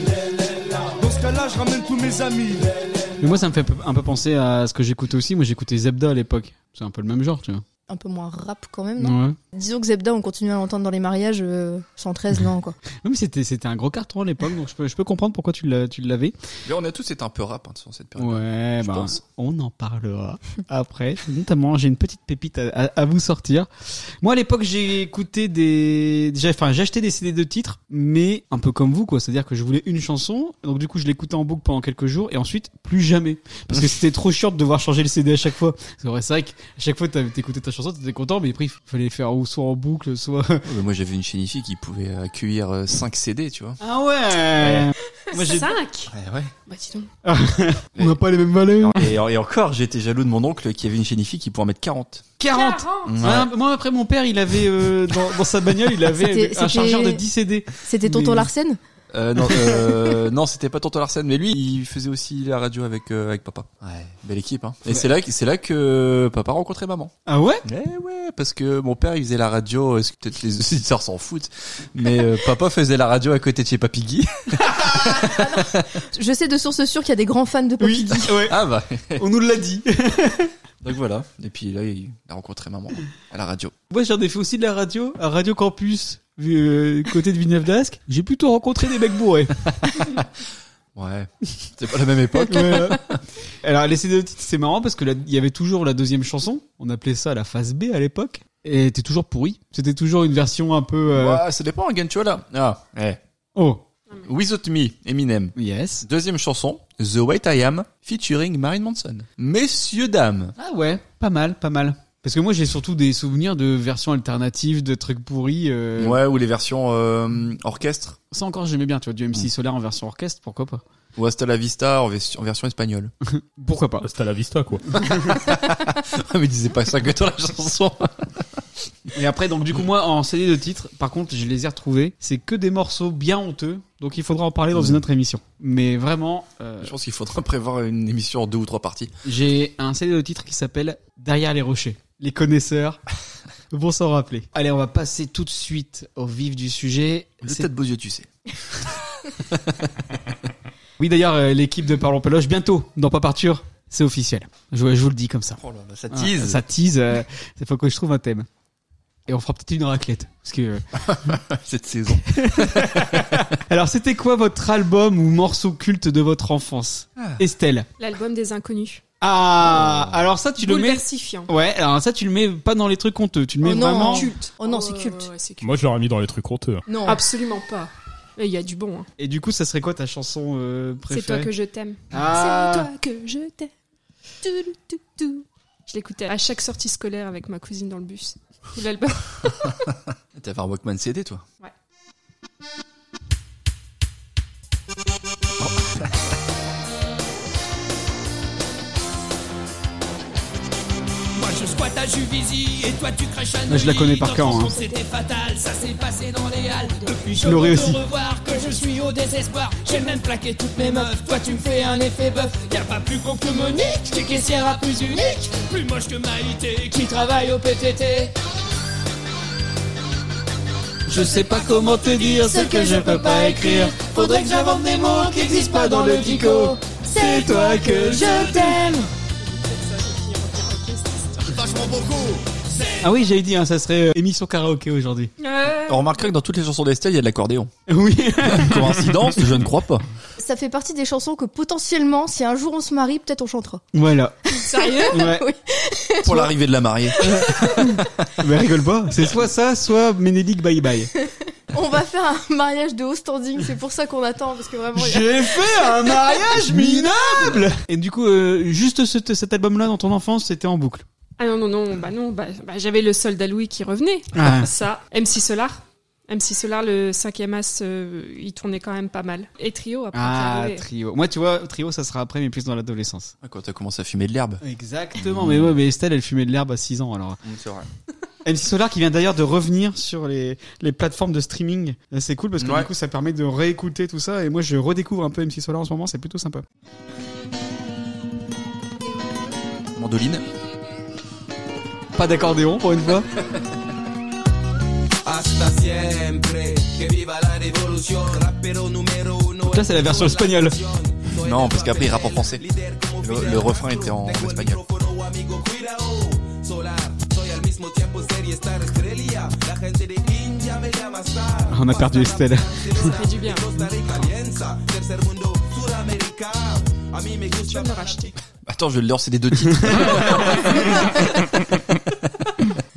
Speaker 10: Dans ce cas-là, je ramène tous mes amis.
Speaker 2: Mais moi, ça me fait un peu penser à ce que j'écoutais aussi. Moi, j'écoutais Zebda à l'époque. C'est un peu le même genre, tu vois.
Speaker 3: Un peu moins rap quand même, non
Speaker 2: Ouais.
Speaker 3: Disons que Zebda, on continue à l'entendre dans les mariages. euh, 113, non quoi.
Speaker 2: Non, mais c'était, c'était un gros carton à l'époque, donc je peux, je peux comprendre pourquoi tu, l'as- tu l'avais.
Speaker 4: Mais on a tous été un peu rap hein, dans cette période.
Speaker 2: Ouais,
Speaker 4: je
Speaker 2: bah,
Speaker 4: pense.
Speaker 2: on en parlera après. Notamment, j'ai une petite pépite à, à- à vous sortir. Moi, à l'époque, j'ai écouté des, j'ai- enfin, j'ai acheté des CD de titres, mais un peu comme vous, quoi. C'est-à-dire que je voulais une chanson, donc du coup, je l'écoutais en boucle pendant quelques jours, et ensuite, plus jamais. Parce que c'était trop chiant de devoir changer le CD à chaque fois. C'est vrai, c'est vrai qu'à chaque fois, t'avais- t'écoutais ta chanson, t'étais content, mais après, il fallait faire ou soit en boucle, soit...
Speaker 4: Ouais, mais moi j'avais une chaîne IFI qui pouvait accueillir euh, 5 CD, tu vois.
Speaker 2: Ah ouais! Moi, j'ai...
Speaker 7: 5
Speaker 4: Ouais, ouais.
Speaker 7: Bah dis donc.
Speaker 2: On n'a pas les mêmes valeurs.
Speaker 4: Et, et encore, j'étais jaloux de mon oncle qui avait une chaîne IFI qui pouvait en mettre 40.
Speaker 2: 40!
Speaker 7: 40
Speaker 4: Ouais.
Speaker 2: Ah, moi après mon père il avait euh, dans, dans sa bagnole il avait
Speaker 3: C'était-
Speaker 2: un
Speaker 3: c'était-
Speaker 2: chargeur de 10 CD.
Speaker 3: C'était Tonton
Speaker 2: Mais-
Speaker 3: Larsen
Speaker 4: Euh, non, euh, non, c'était pas Tonton Larsen, mais lui, il faisait aussi la radio avec euh, avec papa. Ouais, belle équipe. Hein. Et c'est là, que- c'est là que papa rencontrait maman.
Speaker 2: Ah ouais
Speaker 4: Eh ouais, parce que mon père il faisait la radio, est-ce que peut-être les auditeurs s'en foutent, mais euh, papa faisait la radio à côté de chez Papy Guy.
Speaker 3: Je sais de source sûre qu'il y a des grands fans de Papy Guy.
Speaker 2: ouais.
Speaker 4: Ah bah,
Speaker 2: On nous l'a dit.
Speaker 4: donc voilà. Et puis là il a rencontré maman à la radio.
Speaker 2: Moi j'en ai fait aussi de la radio à Radio Campus vu, euh, côté de Villeneuve d'Ascq. J'ai plutôt rencontré des mecs bourrés.
Speaker 4: Ouais, c'est pas la même époque.
Speaker 2: Voilà. Alors les CD de titres c'est marrant parce que là, il y avait toujours la deuxième chanson. On appelait ça la phase B à l'époque. Et était toujours pourri. C'était toujours une version un peu. euh,
Speaker 4: Ouais, ça dépend, gagne tu vois là. Ah, eh.
Speaker 2: Oh
Speaker 4: Without Me, Eminem.
Speaker 2: yes.
Speaker 4: Deuxième chanson, The Way I Am, featuring Marilyn Manson. Messieurs, dames.
Speaker 2: Ah ouais, pas mal, pas mal. Parce que moi j'ai surtout des souvenirs de versions alternatives, de trucs pourris. euh,
Speaker 4: Ouais, ou les versions euh, orchestre,
Speaker 2: Ça encore j'aimais bien, tu vois, du MC Solar en version orchestre, pourquoi pas
Speaker 4: ou Hasta la Vista en, vers- en version espagnole.
Speaker 2: Pourquoi pas
Speaker 5: Hasta la vista, quoi.
Speaker 4: Ah, Mais disais pas ça que dans la chanson.
Speaker 2: Et après, donc du coup, moi, en CD de titres, par contre, je les ai retrouvés. C'est que des morceaux bien honteux, donc il faudra en parler dans une autre émission. Mais vraiment, euh,
Speaker 4: Je pense qu'il faudra prévoir une émission en deux ou trois parties.
Speaker 2: j'ai un CD de titres qui s'appelle Derrière les rochers. Les connaisseurs vont s'en rappeler. Allez, on va passer tout de suite au vif du sujet.
Speaker 4: Le
Speaker 2: C'est-
Speaker 4: tête beaux yeux, tu sais.
Speaker 2: Oui, d'ailleurs, euh, l'équipe de Parlons Peloche, bientôt, dans Pas Parture, C'est officiel. Je, je vous le dis comme ça.
Speaker 4: Oh là là, ça tease.
Speaker 2: Ah, ça tease. euh, Il faut que je trouve un thème. Et on fera peut-être une raclette. Parce que... euh,
Speaker 4: Cette saison.
Speaker 2: Alors, c'était quoi votre album ou morceau culte de votre enfance Estelle.
Speaker 7: L'album des inconnus.
Speaker 2: Ah, alors ça, tu le mets.
Speaker 7: Bouleversifiant.
Speaker 2: Ouais, alors ça, tu le mets pas dans les trucs honteux. Tu le mets
Speaker 7: Oh non,
Speaker 2: vraiment.
Speaker 7: culte.
Speaker 3: Oh non, c'est culte.
Speaker 7: Ouais, ouais, c'est culte.
Speaker 5: Moi, je l'aurais mis dans les trucs honteux.
Speaker 3: Non.
Speaker 7: Ah. Absolument pas. Et Il y a du bon. hein.
Speaker 2: Et du coup, ça serait quoi ta chanson euh, préférée
Speaker 7: C'est toi que je t'aime.
Speaker 2: Ah.
Speaker 7: C'est toi que je t'aime. Tout, tout, tout. Je l'écoutais à chaque sortie scolaire avec ma cousine dans le bus. Tout l'album.
Speaker 4: T'avais un Walkman CD, toi
Speaker 7: Ouais.
Speaker 4: Oh.
Speaker 6: Moi je squatte à Juvisy et toi tu craches à
Speaker 2: Moi, je la
Speaker 6: Neuilly.
Speaker 2: connais par
Speaker 6: Dans
Speaker 2: cœur,
Speaker 6: ton
Speaker 2: hein.
Speaker 6: son, C'était fatal, ça s'est passé dans les halles. Depuis
Speaker 2: Je
Speaker 6: je
Speaker 2: l'aurais
Speaker 6: peux
Speaker 2: aussi.
Speaker 6: te revoir que je suis au désespoir. J'ai même plaqué toutes mes meufs. Toi tu me fais un effet bœuf. Y'a pas plus con que Monique, qui est caissière à plus unique. Plus moche que Maïté, qui travaille au PTT. Je sais pas comment te dire ce que je peux pas écrire. Faudrait que j'invente des mots qui existent pas dans le dico. C'est toi que je t'aime.
Speaker 9: Vachement beaucoup
Speaker 2: Ah oui, j'avais dit, hein, ça serait euh, émission karaoké aujourd'hui.
Speaker 7: Ah
Speaker 4: On remarquera que dans toutes les chansons d'Estelle, il y a de l'accordéon.
Speaker 2: Oui.
Speaker 4: Coïncidence Je ne crois pas.
Speaker 3: Ça fait partie des chansons que potentiellement, si un jour on se marie, peut-être on chantera.
Speaker 2: voilà.
Speaker 7: Sérieux
Speaker 2: Ouais.
Speaker 4: Pour l'arrivée de la mariée.
Speaker 2: Mais rigole pas. C'est soit ça, soit Ménélique Bye Bye.
Speaker 3: On va faire un mariage de haut standing, c'est pour ça qu'on attend, parce que vraiment, il y a-
Speaker 2: J'ai fait un mariage minable. Et du coup, euh, juste ce- cet album-là dans ton enfance, c'était en boucle.
Speaker 7: Ah non, non, non, bah non, bah, bah, j'avais le soldat Louis qui revenait.
Speaker 2: Ah.
Speaker 7: Ça, MC Solar. MC Solar, le cinquième as, euh, il tournait quand même pas mal. Et Trio, après. qui
Speaker 2: Ah,
Speaker 7: arrivait.
Speaker 2: trio. Moi, tu vois, trio, ça sera après, mais plus dans l'adolescence.
Speaker 4: Ah,
Speaker 2: Mmh.
Speaker 4: Quand t'as commencé à fumer de l'herbe.
Speaker 2: Exactement. Mais ouais, mais Estelle, elle fumait de l'herbe à 6 ans, alors.
Speaker 4: Mmh, C'est vrai.
Speaker 2: MC Solar qui vient d'ailleurs de revenir sur les, les plateformes de streaming. Là, C'est cool parce que
Speaker 4: Ouais.
Speaker 2: du coup ça permet de réécouter tout ça et moi je redécouvre un peu MC Solar en ce moment, c'est plutôt sympa.
Speaker 4: Mandoline.
Speaker 2: Pas d'accordéon pour une fois.
Speaker 6: Hasta siempre, que viva la révolution. Rapero número uno.
Speaker 2: Ça, c'est la version espagnole.
Speaker 4: Non, parce qu'après, il rappe en français. Le, le refrain était en espagnol.
Speaker 2: On a perdu Estelle.
Speaker 7: Ça fait du bien. Tu vas me racheter.
Speaker 4: Attends, je vais le lancer des deux titres.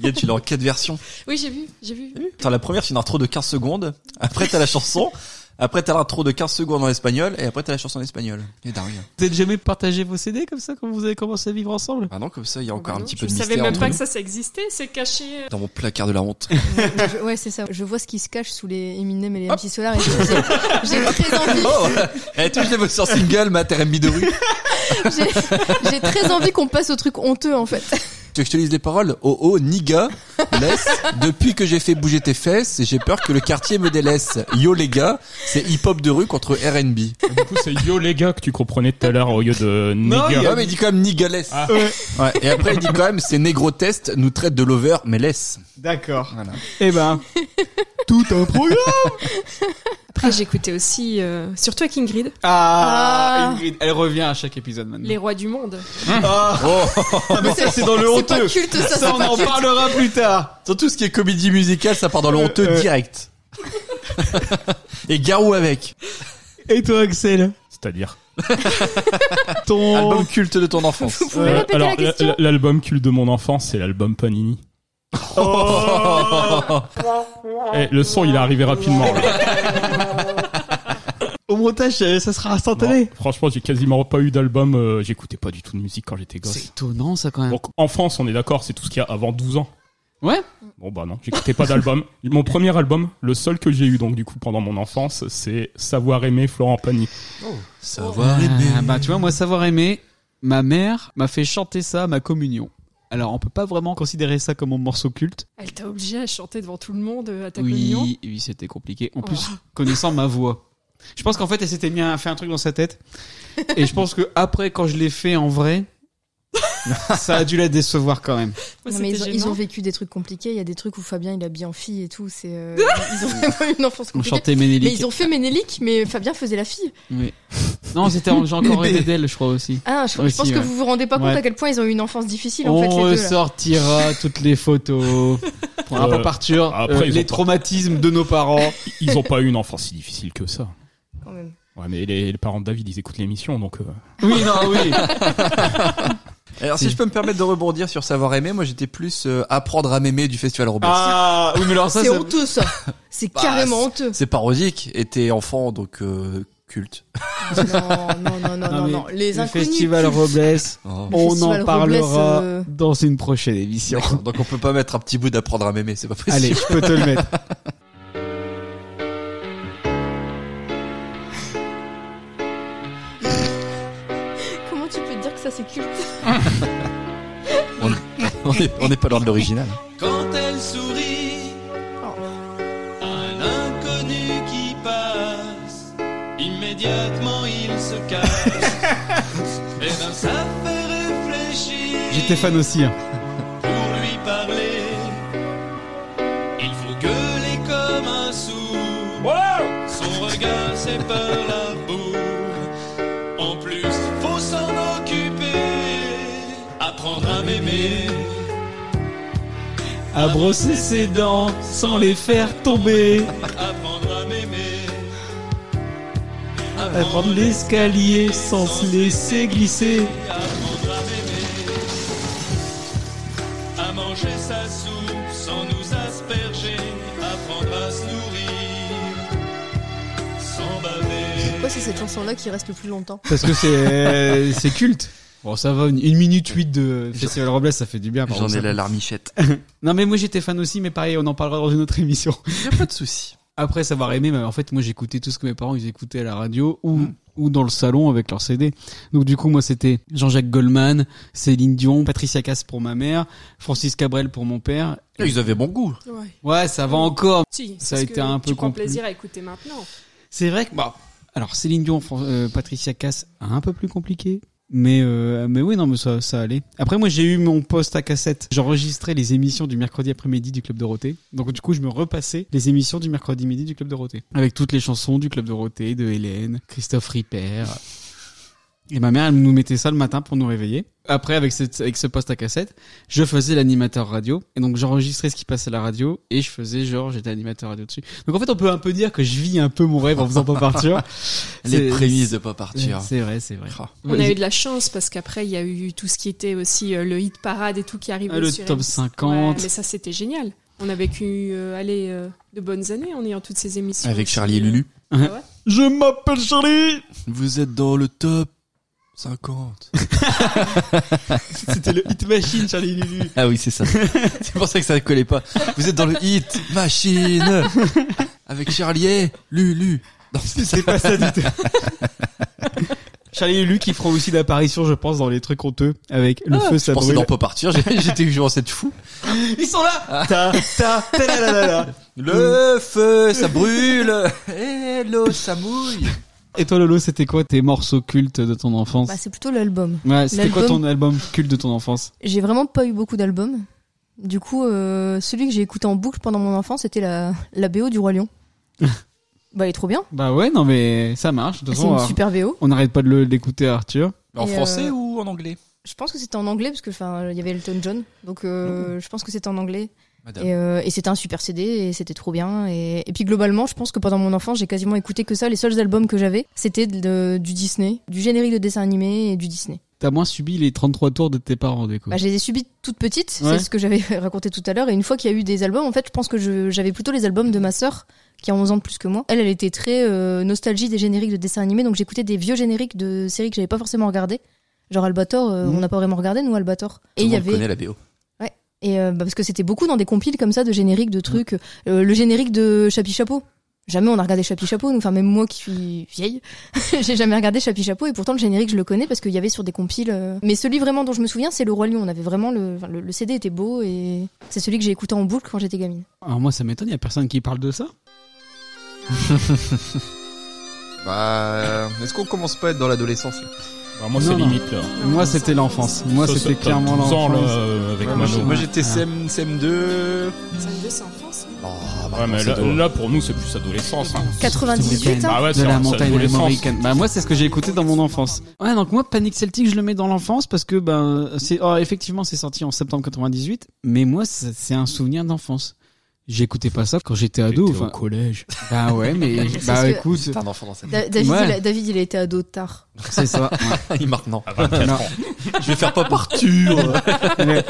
Speaker 4: Yann, tu l'as en quatre versions.
Speaker 7: Oui, j'ai vu, j'ai vu.
Speaker 4: T'as la première, c'est une intro de 15 secondes. Après, t'as la chanson. Après, t'as l'intro de 15 secondes en espagnol. Et après, t'as la chanson en espagnol. Il est dingue.
Speaker 2: Vous êtes jamais partagé vos CD comme ça quand vous avez commencé à vivre ensemble
Speaker 4: Ah non, comme ça, il y a encore
Speaker 7: Bah
Speaker 4: un
Speaker 7: non,
Speaker 4: petit peu de
Speaker 7: Je savais
Speaker 4: mystère
Speaker 7: même
Speaker 4: entre
Speaker 7: pas que
Speaker 4: nous.
Speaker 7: ça, ça existait, c'est caché.
Speaker 4: Dans mon placard de la honte.
Speaker 3: Je- ouais, c'est ça. Je vois ce qui se cache sous les Eminem et les MC Solar et j'ai j'ai très envie,
Speaker 4: Oh Elle touche les versions single, ma terre Midori.
Speaker 3: j'ai- j'ai très envie qu'on passe au truc honteux, en fait.
Speaker 4: Tu veux que je te lise les paroles Oh oh, niga, laisse. Depuis que j'ai fait bouger tes fesses, j'ai peur que le quartier me délaisse. Yo les gars, c'est hip-hop de rue contre R&B.
Speaker 5: Du coup, c'est yo les gars que tu comprenais tout à l'heure au lieu de
Speaker 2: Non, il y
Speaker 4: Ouais,
Speaker 5: nigga.
Speaker 4: mais il dit quand même niga, laisse.
Speaker 5: Ah.
Speaker 4: Ouais, et après, il dit quand même, c'est négro test, nous traite de lover, mais laisse.
Speaker 2: D'accord.
Speaker 4: Voilà.
Speaker 2: Eh ben, tout un programme.
Speaker 7: Après, j'écoutais aussi, euh, surtout avec Ingrid,
Speaker 2: Ah,
Speaker 3: Ah.
Speaker 2: Ingrid, elle revient à chaque épisode
Speaker 4: Mm.
Speaker 2: maintenant.
Speaker 7: Les Rois du Monde.
Speaker 2: Ah,
Speaker 4: Oh,
Speaker 2: ah, mais ça c'est dans le
Speaker 3: C'est pas
Speaker 2: honteux.
Speaker 3: culte, ça, c'est
Speaker 2: Ça on
Speaker 3: pas
Speaker 2: en
Speaker 3: culte.
Speaker 2: parlera plus tard.
Speaker 4: surtout ce qui est comédie musicale, ça part dans le
Speaker 2: Euh,
Speaker 4: honteux
Speaker 2: euh.
Speaker 4: direct. et Garou avec.
Speaker 2: Et toi Axel,
Speaker 5: C'est-à-dire.
Speaker 2: ton
Speaker 4: Album culte de ton enfance.
Speaker 3: Vous pouvez
Speaker 2: Euh,
Speaker 3: répéter
Speaker 5: alors,
Speaker 3: la question
Speaker 5: l- l'album culte de mon enfance, c'est l'album Panini.
Speaker 2: Oh.
Speaker 5: Eh, le son, il est arrivé rapidement. là.
Speaker 2: au montage euh, ça sera instantané.
Speaker 5: Non, franchement, j'ai quasiment pas eu d'album. euh, J'écoutais pas du tout de musique quand j'étais
Speaker 2: C'est
Speaker 5: gosse.
Speaker 2: étonnant ça quand même.
Speaker 5: Donc, en France, on est d'accord, c'est tout ce qu'il y a avant 12 ans.
Speaker 2: Hein. Ouais.
Speaker 5: Bon bah non, j'écoutais pas d'album. Mon premier album, le seul que j'ai eu donc du coup pendant mon enfance, c'est Savoir aimer Florent Pagny.
Speaker 4: Savoir
Speaker 2: Ah, bah tu vois moi savoir aimer, ma mère m'a fait chanter ça à ma communion. Alors on peut pas vraiment considérer ça comme un morceau culte.
Speaker 7: Elle t'a obligé à chanter devant tout le monde euh, à ta communion. Oh.
Speaker 2: Oui, oui c'était compliqué. En plus connaissant ma voix, je pense qu'en fait elle s'était mis à faire un truc dans sa tête. Et je pense que après quand je l'ai fait en vrai, ça a dû la décevoir quand même.
Speaker 7: Moi,
Speaker 3: Non, mais
Speaker 7: c'était
Speaker 3: ils ont, ils
Speaker 7: gênant.
Speaker 3: ont vécu des trucs compliqués. Il y a des trucs où Fabien il habille en fille et tout. C'est euh, ils ont vraiment eu une enfance
Speaker 2: On
Speaker 3: compliquée.
Speaker 2: chantait Ménélique.
Speaker 3: Mais ils ont fait Ménélique, mais Fabien faisait la fille.
Speaker 2: Oui. Non, c'était j'ai encore aidé d'elle, je crois aussi.
Speaker 3: Ah, je, je
Speaker 2: Aussi,
Speaker 3: pense que
Speaker 2: ouais.
Speaker 3: vous vous rendez pas compte
Speaker 2: Ouais. Oh,
Speaker 3: à quel point ils ont eu une enfance difficile en
Speaker 2: On
Speaker 3: fait les deux. là.
Speaker 2: ressortira toutes les photos pour un
Speaker 5: Euh,
Speaker 2: Paparture,
Speaker 5: après,
Speaker 2: euh,
Speaker 5: ils ont
Speaker 2: les
Speaker 5: pas-
Speaker 2: traumatismes de nos parents.
Speaker 5: Ils ont pas eu une enfance si difficile que ça.
Speaker 3: Quand même.
Speaker 5: Ouais, mais les, les parents de David, ils écoutent l'émission, donc. euh,
Speaker 2: Oui, non, oui.
Speaker 4: Alors si je peux me permettre de rebondir sur savoir aimer, moi j'étais plus euh, apprendre à m'aimer du festival Robert.
Speaker 2: Ah, oui, mais alors ça,
Speaker 3: C'est
Speaker 2: ça-
Speaker 3: honteux ça. C'est
Speaker 4: Bah,
Speaker 3: carrément honteux.
Speaker 4: C'est parodique et t'es enfant donc euh, culte.
Speaker 3: Non, non, non, non, non,
Speaker 2: mais
Speaker 3: non. Les
Speaker 2: le
Speaker 3: inconnus.
Speaker 2: festival
Speaker 3: tu-
Speaker 2: Robles,
Speaker 4: Oh.
Speaker 3: Le
Speaker 2: on
Speaker 3: festival
Speaker 2: en parlera
Speaker 3: Robles, euh,
Speaker 2: dans une prochaine émission.
Speaker 4: D'accord, Donc on peut pas mettre un petit bout d'apprendre à m'aimer, c'est pas possible.
Speaker 2: Allez, je peux te le mettre.
Speaker 3: Comment tu peux te dire que ça c'est culte
Speaker 4: on, est, on est pas loin de l'original. hein.
Speaker 9: Quand elle sourit, un inconnu qui passe, immédiatement il se cache. Et ben ça fait réfléchir.
Speaker 2: J'étais fan aussi. hein.
Speaker 9: Pour lui parler, il faut gueuler comme un sourd. Son regard sépare la bourre. En plus, faut s'en occuper, apprendre à m'aimer.
Speaker 2: À brosser ses dents sans les faire tomber.
Speaker 9: Apprendre à m'aimer.
Speaker 2: À prendre l'escalier sans se laisser glisser.
Speaker 9: Apprendre à m'aimer. À manger sa soupe sans nous asperger. Apprendre à se nourrir. Sans baver.
Speaker 3: Pourquoi c'est cette chanson là qui reste le plus longtemps
Speaker 2: Parce que c'est c'est culte. Bon, ça va, une, une minute huit de Festival Robles, ça fait du bien. par
Speaker 4: J'en
Speaker 2: contre,
Speaker 4: ai
Speaker 2: ça.
Speaker 4: la larmichette.
Speaker 2: Non, mais moi j'étais fan aussi, mais pareil, on en parlera dans une autre émission.
Speaker 4: Y a pas de souci.
Speaker 2: Après savoir aimer, mais en fait, moi j'écoutais tout ce que mes parents ils écoutaient à la radio ou ou dans le salon avec leur CD. Donc du coup, moi c'était Jean-Jacques Goldman, Céline Dion, Patricia Cass pour ma mère, Francis Cabrel pour mon père.
Speaker 4: Ils avaient bon goût.
Speaker 7: Ouais.
Speaker 2: Ouais, ça va encore.
Speaker 7: Si,
Speaker 2: Ça a
Speaker 7: parce
Speaker 2: été
Speaker 7: que
Speaker 2: un peu
Speaker 7: Tu prends
Speaker 2: compli-
Speaker 7: plaisir à écouter maintenant.
Speaker 2: C'est vrai que bah alors Céline Dion, Fran- euh, Patricia Cass, un peu plus compliqué. Mais euh, mais oui non mais ça ça allait. Après moi j'ai eu mon poste à cassette. J'enregistrais les émissions du mercredi après-midi du club Dorothée. Donc du coup je me repassais les émissions du mercredi midi du club Dorothée avec toutes les chansons du club Dorothée de Hélène, Christophe Ripper. Et ma mère elle nous mettait ça le matin pour nous réveiller. Après avec cette avec ce poste à cassette, je faisais l'animateur radio et donc j'enregistrais ce qui passait à la radio et je faisais genre j'étais animateur radio dessus. Donc en fait on peut un peu dire que je vis un peu mon rêve en faisant pas partir.
Speaker 4: Les prémices de pas partir.
Speaker 2: C'est vrai, c'est vrai.
Speaker 4: Ah.
Speaker 7: On a eu de la chance parce qu'après il y a eu tout ce qui était aussi euh, le hit parade et tout qui arrivait
Speaker 2: Ah, le
Speaker 7: sur
Speaker 2: top
Speaker 7: M6.
Speaker 2: 50.
Speaker 7: Ouais, mais ça c'était génial. On a vécu euh, allez, euh, de bonnes années en ayant toutes ces émissions.
Speaker 4: Avec
Speaker 7: aussi.
Speaker 4: Charlie et Lulu.
Speaker 2: Je m'appelle Charlie
Speaker 4: Vous êtes dans le top 50.
Speaker 2: C'était le hit machine, Charlie Lulu.
Speaker 4: Ah oui, c'est ça. c'est pour ça que ça ne collait pas. Vous êtes dans le hit machine avec Charlie et Lulu. Non, c'est ça.
Speaker 2: C'est pas ça du tout. Charlie Lulu qui fera aussi l'apparition, je pense, dans les trucs honteux avec le feu,
Speaker 4: Je
Speaker 2: ça
Speaker 4: pensais
Speaker 2: brûle.
Speaker 4: d'en pas partir. J'ai- J'étais je pensais de fou. Ah.
Speaker 2: Ils sont là Ta, ta, ta, la, la, la, la.
Speaker 4: Le feu, ça brûle. Et l'eau, ça mouille.
Speaker 2: Et toi, Lolo, c'était quoi tes morceaux cultes de ton enfance
Speaker 3: Bah c'est plutôt l'album.
Speaker 2: Ouais, c'était quoi
Speaker 3: l'album-
Speaker 2: ton album culte de ton enfance
Speaker 3: J'ai vraiment pas eu beaucoup d'albums. Du coup, euh, celui que j'ai écouté en boucle pendant mon enfance, c'était la, la BO du Roi Lion. bah, elle est trop bien.
Speaker 2: Bah ouais, non mais ça marche. De toute
Speaker 3: Ah, C'est
Speaker 2: façon,
Speaker 3: une
Speaker 2: euh,
Speaker 3: super BO.
Speaker 2: on n'arrête pas de le- l'écouter, Arthur.
Speaker 4: En
Speaker 3: Et,
Speaker 4: français
Speaker 3: euh,
Speaker 4: ou en anglais
Speaker 3: Je pense que c'était en anglais parce que enfin il y avait Elton John, donc euh, je pense que c'était en anglais.
Speaker 4: Madame.
Speaker 3: Et, euh, et c'était un super CD et c'était trop bien. Et, et puis globalement, je pense que pendant mon enfance, j'ai quasiment écouté que ça. Les seuls albums que j'avais, c'était de- du Disney, du générique de dessin animé et du Disney.
Speaker 2: T'as moins subi les 33 tours de tes parents,
Speaker 4: Mm.
Speaker 2: du coup.
Speaker 3: Bah, je les ai subis toutes petites,
Speaker 2: Ouais.
Speaker 3: c'est ce que j'avais raconté tout à l'heure. Et une fois qu'il y a eu des albums, en fait, je pense que je- j'avais plutôt les albums de ma sœur, qui a 11 ans de plus que moi. Elle, elle était très euh, nostalgie des génériques de dessins animés, donc j'écoutais des vieux génériques de séries que j'avais pas forcément regardées. Genre Albator, euh,
Speaker 2: Mhm.
Speaker 3: on n'a pas vraiment regardé, nous, Albator.
Speaker 4: Mm. Tout
Speaker 3: et il
Speaker 4: le
Speaker 3: y
Speaker 4: monde
Speaker 3: avait
Speaker 4: connaît la BO.
Speaker 3: et euh, bah, parce que c'était beaucoup dans des compiles comme ça de génériques de trucs. Euh, le générique de Chapi Chapeau. Jamais on a regardé Chapi Chapeau. nous. Enfin même moi qui suis vieille, j'ai jamais regardé Chapi Chapeau et pourtant le générique je le connais parce qu'il y avait sur des compiles. euh. Mais celui vraiment dont je me souviens c'est le Roi Lion. On avait vraiment le, enfin, le, le CD était beau et c'est celui que j'ai écouté en boucle quand j'étais gamine.
Speaker 2: Alors moi, ça m'étonne, y a personne qui parle de ça.
Speaker 4: Bah, euh, est-ce qu'on commence pas à être dans l'adolescence là
Speaker 5: bah, moi,
Speaker 2: Non,
Speaker 5: c'est
Speaker 2: non.
Speaker 5: limite là.
Speaker 2: Moi, c'était l'enfance. Moi,
Speaker 5: Ça,
Speaker 2: c'était
Speaker 5: ça,
Speaker 2: clairement
Speaker 5: 12 ans, là,
Speaker 2: l'enfance.
Speaker 5: euh, avec
Speaker 4: Moi,
Speaker 5: Mano.
Speaker 4: j'ai- moi, j'étais CM, CM2.
Speaker 7: Ça me fait, c'est enfance.
Speaker 4: Oh,
Speaker 5: Ouais, mais là, là, pour nous, c'est plus adolescence. hein.
Speaker 3: 98, hein.
Speaker 5: Ah ouais,
Speaker 2: de
Speaker 5: c'est-
Speaker 2: la
Speaker 5: c'est
Speaker 2: montagne
Speaker 5: adolescence.
Speaker 2: américaine. Bah moi c'est ce que j'ai écouté dans mon enfance. Ouais donc moi Panic Celtic je le mets dans l'enfance parce que ben c'est oh, effectivement c'est sorti en septembre 98 mais moi c'est c'est un souvenir d'enfance. J'écoutais pas ça quand j'étais ado.
Speaker 5: T'étais au
Speaker 2: collège. Bah ouais mais
Speaker 3: Parce
Speaker 2: bah
Speaker 3: que-
Speaker 2: écoute
Speaker 4: T'es un enfant dans sa vie.
Speaker 3: Da- David,
Speaker 2: Ouais.
Speaker 3: il a, David, il a été ado tard.
Speaker 2: c'est ça. ouais.
Speaker 4: Il marque non.
Speaker 5: À 24
Speaker 2: Non.
Speaker 5: ans.
Speaker 4: Je vais faire euh. pas Arthur.
Speaker 2: Mais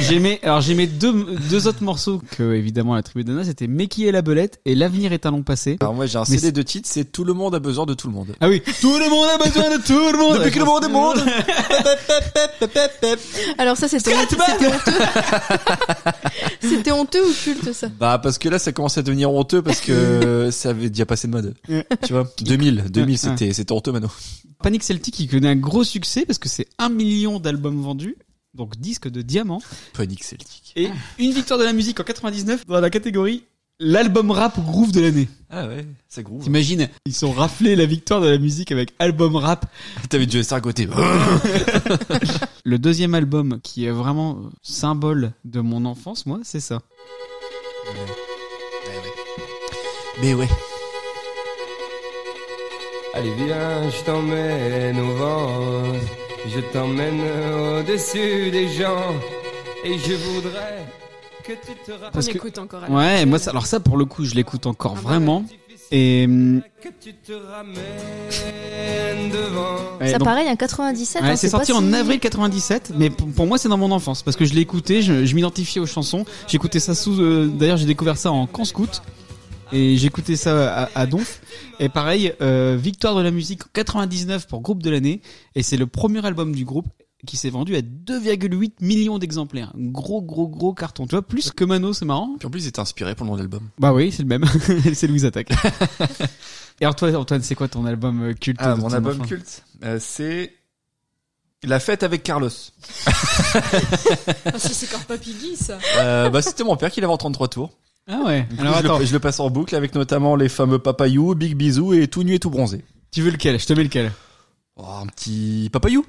Speaker 2: J'aimais alors j'aimais deux deux autres morceaux que évidemment la tribu d'Anna c'était Meki et la belette et l'avenir est un long passé.
Speaker 4: Alors moi j'ai un
Speaker 2: Mais
Speaker 4: CD de titres, c'est Tout le monde a besoin de tout le monde.
Speaker 2: Ah oui, tout le monde a besoin de tout le monde.
Speaker 4: Depuis que le monde est monde.
Speaker 3: Alors ça, c'était honteux. C'était honteux. C'était honteux ou culte, ça
Speaker 4: Bah parce que là ça commence à devenir honteux parce que ça avait déjà passé de mode. tu vois 2000, 2000 c'était c'était honteux maintenant.
Speaker 2: Panic Celtic, il connaît un gros succès parce que c'est un million d'albums vendus, donc disque de diamant,
Speaker 4: Panic Celtic.
Speaker 2: et une victoire de la musique en 99 dans la catégorie l'album rap ou groove de l'année.
Speaker 4: Ah ouais, ça groove.
Speaker 2: T'imagines, ils sont raflés la victoire de la musique avec album rap.
Speaker 4: T'avais déjà ça à côté.
Speaker 2: Le deuxième album qui est vraiment euh, symbole de mon enfance, moi, c'est ça.
Speaker 4: Mais ouais.
Speaker 11: Allez viens, je t'emmène au vent, je t'emmène au-dessus des gens, et je voudrais que tu te rappelles
Speaker 2: Parce
Speaker 7: On
Speaker 2: que-
Speaker 7: écoute encore. à la
Speaker 2: Ouais, et
Speaker 7: Michel.
Speaker 2: moi, ça- alors ça, pour le coup, je l'écoute encore vraiment. Et hum,
Speaker 11: que tu te ramènes devant.
Speaker 2: ouais,
Speaker 3: ça,
Speaker 2: donc-
Speaker 3: pareil, en 97.
Speaker 2: Ouais,
Speaker 3: hein,
Speaker 2: c'est sorti
Speaker 3: pas
Speaker 2: en
Speaker 3: si-
Speaker 2: avril 97, mais pour, pour moi c'est dans mon enfance parce que je l'écoutais, je, je m'identifiais aux chansons. J'écoutais ça sous, euh, d'ailleurs j'ai découvert ça en camp scout et j'écoutais ça à, à Donf. Et pareil, euh, victoire de la musique en 99 pour groupe de l'année et c'est le premier album du groupe qui s'est vendu à 2,8 millions d'exemplaires. Gros gros gros carton. Tu vois plus que Mano, c'est marrant.
Speaker 4: Puis en plus il était inspiré pour le nom de l'album.
Speaker 2: Bah oui, c'est le même. c'est Louise Attaque. et alors toi Antoine, c'est quoi ton album euh, culte
Speaker 4: Ah
Speaker 2: de
Speaker 4: mon
Speaker 2: ton
Speaker 4: album
Speaker 2: enfance
Speaker 4: culte, euh, c'est La fête avec Carlos.
Speaker 7: Ah, si, c'est Corpa Piggy, ça.
Speaker 4: Euh, bah c'était mon père qui l'avait en 33 tours.
Speaker 2: Ah ouais.
Speaker 4: Du coup,
Speaker 2: Alors
Speaker 4: je,
Speaker 2: attends,
Speaker 4: Le, je le passe en boucle avec notamment les fameux papayou, big bisou et tout nu et tout bronzé.
Speaker 2: tu veux lequel Je te mets lequel
Speaker 4: Oh, un petit papayou.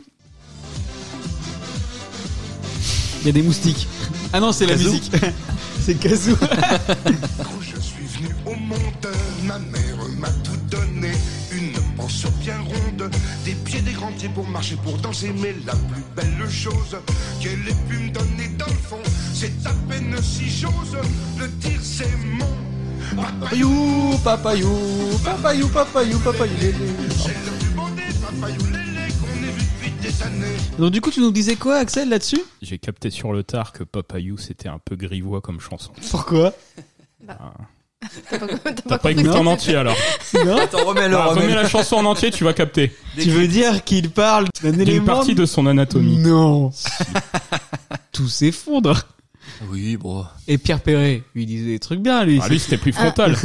Speaker 2: Il y a des moustiques. Ah non, c'est la
Speaker 4: Kazoo.
Speaker 2: musique. c'est Kazoo.
Speaker 12: Quand je suis venu au monde, ma mère m'a tout donné. Une pension bien ronde, des pieds, des grands pieds pour marcher, pour danser. Mais la plus belle chose qu'elle ait pu me donner dans le fond, c'est à peine si j'ose le dire, c'est mon papayou.
Speaker 4: Papayou, papayou, papayou, papayou, papayou.
Speaker 12: C'est le plus beau des papayou lélé qu'on ait vu depuis des années.
Speaker 2: Donc du coup, tu nous disais quoi, Axel, là-dessus
Speaker 5: J'ai capté sur le tard que Papayou c'était un peu grivois comme chanson.
Speaker 2: Pourquoi
Speaker 3: T'as pas- t'as pas
Speaker 5: T'as pas
Speaker 3: compris.
Speaker 5: écouté en entier alors
Speaker 2: Non
Speaker 4: Attends, remets-le,
Speaker 5: Bah,
Speaker 4: remets-le.
Speaker 5: Remets la chanson en entier, tu vas capter.
Speaker 2: Tu veux dire qu'il parle d'un
Speaker 5: D'une
Speaker 2: élément
Speaker 5: partie de son anatomie.
Speaker 2: Non. Tout s'effondre.
Speaker 4: Oui, bon.
Speaker 2: Et Pierre Perret, lui il disait des trucs bien, lui.
Speaker 5: Ah, lui c'était plus frontal.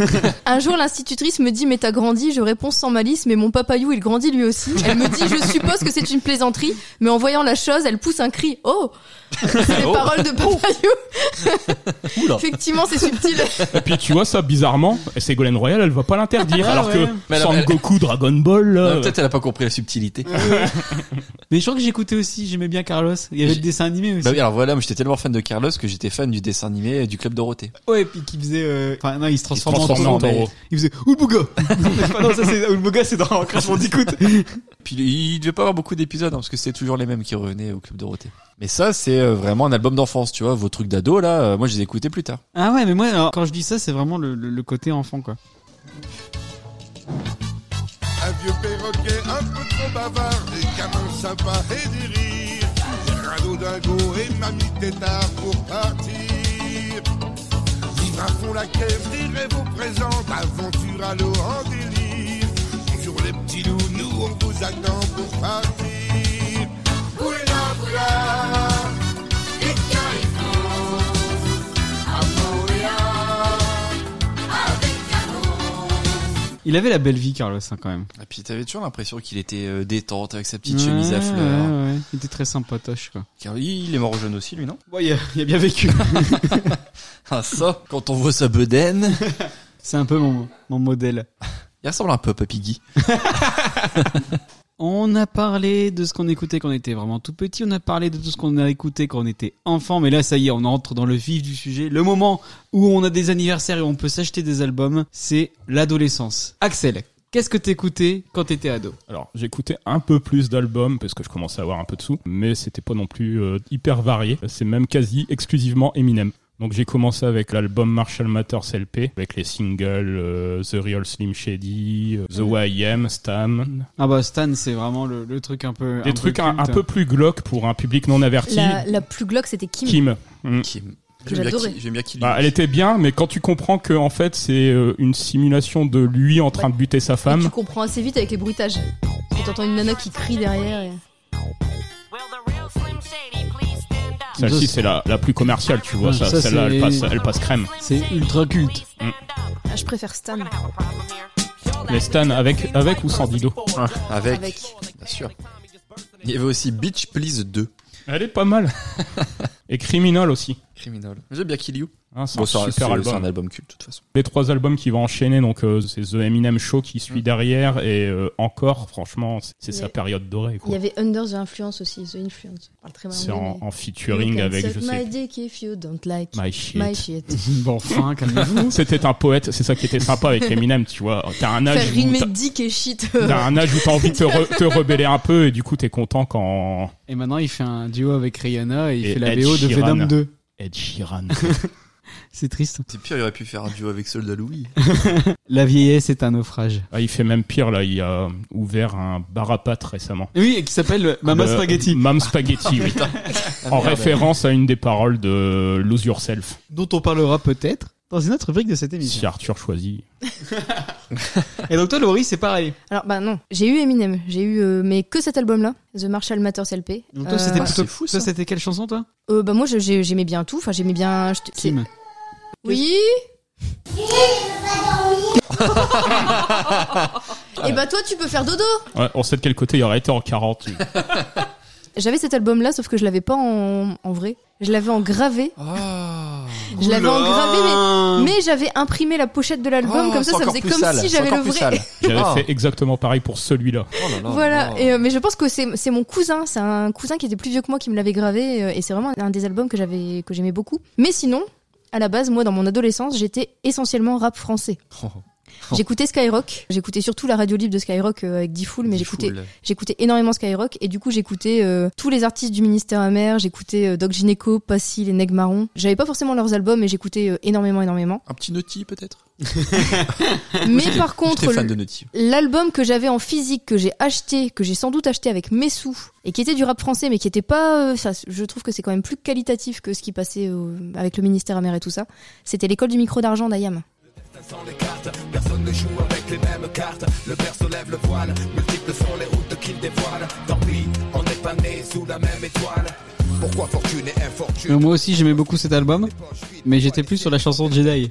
Speaker 3: Un jour, l'institutrice me dit, mais t'as grandi, je réponds sans malice, mais mon papayou, il grandit lui aussi. Elle me dit, je suppose que c'est une plaisanterie, mais en voyant la chose, elle pousse un cri, oh! C'est les
Speaker 4: Oh.
Speaker 3: paroles de papayou.
Speaker 4: Oula.
Speaker 3: Effectivement, c'est subtil.
Speaker 5: Et puis tu vois ça bizarrement, Ségolène Royal elle va pas l'interdire
Speaker 2: Ah,
Speaker 5: alors
Speaker 2: ouais.
Speaker 5: que
Speaker 4: Mais alors,
Speaker 5: Son
Speaker 4: elle-
Speaker 5: Goku Dragon Ball.
Speaker 4: Non,
Speaker 5: euh,
Speaker 4: Peut-être elle a pas compris la subtilité.
Speaker 2: Mais je crois que j'écoutais aussi, j'aimais bien Carlos. Il y avait le dessin animé aussi.
Speaker 4: Bah oui, alors voilà, moi, j'étais tellement fan de Carlos que j'étais fan du dessin animé euh, du Club Dorothée.
Speaker 2: Ouais, et puis qui faisait... euh, Enfin non, il se
Speaker 5: il se
Speaker 2: transformait,
Speaker 5: transforme en taureau.
Speaker 2: Il faisait Oulbouga Enfin, Non, ça c'est... Oulbouga, c'est dans Crash Bandicoot.
Speaker 4: Puis il devait pas avoir beaucoup d'épisodes hein, parce que c'était toujours les mêmes qui revenaient au Club Dorothée. Mais ça, c'est euh, vraiment un album d'enfance, tu vois. Vos trucs d'ado, là, euh, moi, je les ai écoutés plus tard.
Speaker 2: ah ouais, mais moi, alors, quand je dis ça, c'est vraiment le, le- le côté enfant, quoi.
Speaker 12: Un vieux perroquet un peu trop bavard, des gamins sympas et des rires. Rado dingo et mamie tétard pour partir. Vivre à fond la crève des rêves au présent, aventure à l'eau en délire. Bonjour les petits loups, nous on vous attend pour partir. Oula, oula, et carico, à avec Carlos.
Speaker 2: Il avait la belle vie, Carlos, hein, quand même.
Speaker 4: Et puis t'avais toujours l'impression qu'il était euh, détente avec sa petite
Speaker 2: Ouais,
Speaker 4: chemise à fleurs.
Speaker 2: ouais, ouais. Il était très sympatoche, quoi.
Speaker 4: Car il est mort jeune aussi, lui, non
Speaker 2: Bon, il a, il a bien vécu.
Speaker 4: Ah ça Quand on voit sa bedaine,
Speaker 2: C'est un peu mon, mon modèle.
Speaker 4: il ressemble un peu à Papy Guy.
Speaker 2: On a parlé de ce qu'on écoutait quand on était vraiment tout petit, on a parlé de tout ce qu'on a écouté quand on était enfant, mais là ça y est, on entre dans le vif du sujet. Le moment où on a des anniversaires et on peut s'acheter des albums, c'est l'adolescence. Axel, qu'est-ce que t'écoutais quand t'étais ado
Speaker 5: Alors, j'écoutais un peu plus d'albums parce que je commençais à avoir un peu de sous, mais c'était pas non plus euh, hyper varié. C'est même quasi exclusivement Eminem. Donc j'ai commencé avec l'album Marshall Matters LP, avec les singles euh, The Real Slim Shady, euh, The YM, Stam,
Speaker 2: Ah bah Stan, c'est vraiment le, le truc un peu...
Speaker 5: des trucs un, un
Speaker 2: culte.
Speaker 5: peu plus glauques pour un public non averti.
Speaker 3: La, la plus glauque, c'était Kim.
Speaker 5: Kim. Mm.
Speaker 3: Que j'adorais.
Speaker 5: Bah, elle était bien, mais quand tu comprends que en fait c'est euh, une simulation de lui en train de buter sa
Speaker 3: Et
Speaker 5: femme,
Speaker 3: tu comprends assez vite avec les bruitages. Quand t'entends une nana qui crie derrière. et-
Speaker 5: celle-ci c'est la, la plus commerciale, tu vois.
Speaker 2: Ah,
Speaker 5: ça,
Speaker 2: ça,
Speaker 5: celle-là,
Speaker 2: c'est-
Speaker 5: elle passe, elle passe crème. Mm.
Speaker 2: C'est ultra culte.
Speaker 3: Ah, je préfère Stan.
Speaker 5: Mais Stan, avec, avec ou sans Dido
Speaker 4: avec. Bien sûr. Il y avait aussi Beach Please 2.
Speaker 5: Elle est pas mal. Et Criminal aussi.
Speaker 4: Criminal. J'aime bien Kill You.
Speaker 5: Hein, c'est
Speaker 4: Bon,
Speaker 5: un
Speaker 4: c'est un-
Speaker 5: super
Speaker 4: c'est-
Speaker 5: album.
Speaker 4: c'est un album culte, de toute façon.
Speaker 5: Les trois albums qui vont enchaîner, donc euh, c'est The Eminem Show qui
Speaker 4: Mm.
Speaker 5: suit derrière et euh, encore, franchement, c'est- c'est
Speaker 3: Il y
Speaker 5: sa
Speaker 3: a-
Speaker 5: période dorée. quoi.
Speaker 3: Il y avait Under the Influence aussi, The Influence. Je parle très mal
Speaker 5: C'est
Speaker 3: anglais,
Speaker 5: en,
Speaker 3: mais-
Speaker 5: en featuring
Speaker 3: You can
Speaker 5: avec,
Speaker 3: suck
Speaker 5: je
Speaker 3: my
Speaker 5: sais.
Speaker 3: dick if you don't like
Speaker 5: My shit.
Speaker 3: my shit.
Speaker 2: bon, enfin, calmez-vous.
Speaker 5: C'était un poète, c'est ça qui était sympa avec Eminem, tu vois. T'as un âge
Speaker 3: Faire
Speaker 5: où
Speaker 3: rimer
Speaker 5: t'as-
Speaker 3: dick et shit.
Speaker 5: t'as un âge où t'as envie de te, re- te rebeller un peu et du coup t'es content quand.
Speaker 2: Et maintenant il fait un duo avec Rihanna et il
Speaker 5: Et
Speaker 2: fait la
Speaker 5: Ed
Speaker 2: BO de
Speaker 5: Sheeran.
Speaker 2: Venom 2.
Speaker 5: Ed Sheeran.
Speaker 2: C'est triste.
Speaker 4: C'est pire, il aurait pu faire un duo avec Soldat Louis.
Speaker 2: La vieillesse est un naufrage.
Speaker 5: Ah, il fait même pire là, il a ouvert un bar à pâtes récemment.
Speaker 2: Oui, et qui s'appelle
Speaker 4: Ah
Speaker 2: Mama
Speaker 4: bah,
Speaker 5: Euh,
Speaker 4: mm.
Speaker 2: Spaghetti.
Speaker 5: Mam Spaghetti, oui. en
Speaker 4: merde.
Speaker 5: référence à une des paroles de Lose Yourself,
Speaker 2: dont on parlera peut-être dans une autre rubrique de cette émission.
Speaker 5: si Arthur choisit.
Speaker 2: Et donc toi, Laurie, c'est pareil.
Speaker 3: Alors bah non, j'ai eu Eminem, j'ai eu euh, mais que cet album-là, The Marshall Matters LP.
Speaker 2: Donc toi,
Speaker 3: Euh,
Speaker 2: c'était
Speaker 4: Ah,
Speaker 2: plutôt
Speaker 4: c'est fou,
Speaker 2: toi,
Speaker 4: ça.
Speaker 2: c'était quelle chanson, toi
Speaker 3: euh, bah moi je- j'ai- j'aimais bien tout, enfin j'aimais bien. je- c'est-
Speaker 2: Kim.
Speaker 3: Oui. Et bah toi tu peux faire dodo.
Speaker 5: Ouais, on sait de quel côté il aurait été en 40.
Speaker 3: J'avais cet album-là, sauf que je l'avais pas en, en vrai. Je l'avais en gravé.
Speaker 4: Ah.
Speaker 3: Je l'avais en gravé, mais, mais j'avais imprimé la pochette de l'album,
Speaker 4: Oh,
Speaker 3: Ah, comme ça, ça
Speaker 4: c'est encore
Speaker 3: faisait
Speaker 4: plus
Speaker 3: comme
Speaker 4: sale,
Speaker 3: si
Speaker 4: c'est
Speaker 3: j'avais le
Speaker 4: encore plus
Speaker 3: vrai.
Speaker 4: sale.
Speaker 5: J'avais
Speaker 2: Oh.
Speaker 4: Ah.
Speaker 5: fait exactement pareil pour celui-là.
Speaker 4: Oh là là,
Speaker 3: voilà,
Speaker 4: non.
Speaker 3: et, euh, mais je pense que c'est c'est mon cousin, c'est un cousin qui était plus vieux que moi qui me l'avait gravé, euh, et c'est vraiment un des albums que j'avais que j'aimais beaucoup. Mais sinon, à la base, moi, dans mon adolescence, j'étais essentiellement rap français.
Speaker 4: Oh.
Speaker 3: J'écoutais Skyrock, j'écoutais surtout la radio libre de Skyrock euh, avec Diffoul, mais j'écoutais
Speaker 4: Cool.
Speaker 3: J'écoutais énormément Skyrock et du coup j'écoutais euh, tous les artistes du ministère amer, j'écoutais euh, Doc Gineco, Passy, les Neg Marron. J'avais pas forcément leurs albums mais j'écoutais euh, énormément énormément.
Speaker 4: Un petit Nutty, peut-être
Speaker 3: Mais par contre
Speaker 4: J'étais fan
Speaker 3: le-
Speaker 4: de Nutty.
Speaker 3: l'album que j'avais en physique que j'ai acheté, que j'ai sans doute acheté avec mes sous et qui était du rap français mais qui était pas euh, ça, je trouve que c'est quand même plus qualitatif que ce qui passait euh, avec le ministère amer et tout ça. C'était l'école du micro d'argent d'Ayam.
Speaker 13: Sans les cartes, personne ne joue avec les mêmes cartes. Le père se lève le voile, multiples sont les routes qu'il dévoile. Tant pis, on n'est pas né sous la même étoile. Pourquoi fortune et infortune
Speaker 2: Euh, Moi aussi, j'aimais beaucoup cet album, mais j'étais plus sur la chanson Jedi.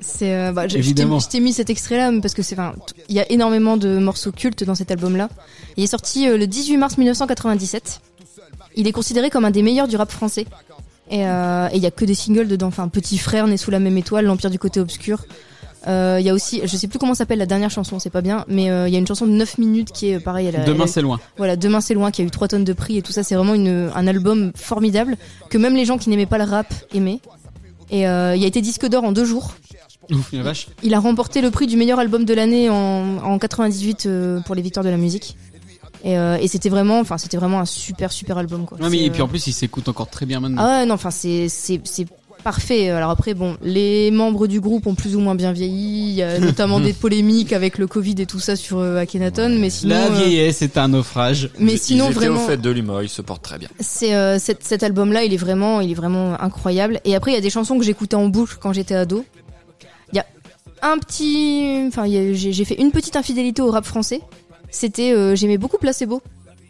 Speaker 3: C'est euh, bah, je, je t'ai-
Speaker 2: Évidemment.
Speaker 3: je t'ai mis cet extrait là parce que c'est enfin, t- il y a énormément de morceaux cultes dans cet album là. Il est sorti euh, le 18 mars 1997. Il est considéré comme un des meilleurs du rap français. Et euh, et il y a que des singles dedans. Enfin, Petit Frère, Né sous la même étoile, L'Empire du côté obscur. Euh, Il y a aussi, je sais plus comment s'appelle la dernière chanson, c'est pas bien, mais euh, il y a une chanson de 9 minutes qui est euh, pareil. Elle a- elle
Speaker 2: Demain,
Speaker 3: a-
Speaker 2: c'est loin.
Speaker 3: voilà, Demain c'est loin, qui a eu 3 tonnes de prix et tout ça, c'est vraiment une, un album formidable que même les gens qui n'aimaient pas le rap aimaient. Et euh, il a été disque d'or en deux jours.
Speaker 2: Ouf, la vache.
Speaker 3: Il a remporté le prix du meilleur album de l'année en, en 98 euh, pour les victoires de la musique. Et, euh, et c'était vraiment, enfin, c'était vraiment un super super album quoi.
Speaker 2: Ouais, mais
Speaker 3: C'est,
Speaker 2: et puis en
Speaker 3: euh,
Speaker 2: plus, il s'écoute encore très bien maintenant.
Speaker 3: ah ouais, non, enfin c'est c'est c'est parfait. Alors après bon, les membres du groupe ont plus ou moins bien vieilli. Il y a notamment des polémiques avec le Covid et tout ça sur euh, Akhenaton, mais sinon.
Speaker 2: la
Speaker 3: euh,
Speaker 2: vieillesse est un naufrage.
Speaker 3: Mais
Speaker 4: Ils-
Speaker 3: sinon,
Speaker 4: ils étaient
Speaker 3: vraiment-
Speaker 4: au fait de l'humour, ils se portent très bien.
Speaker 3: c'est euh, cet, cet album là il est vraiment il est vraiment incroyable et après il y a des chansons que j'écoutais en boucle quand j'étais ado il y a un petit enfin il y a- j'ai j'ai fait une petite infidélité au rap français c'était euh, j'aimais beaucoup placebo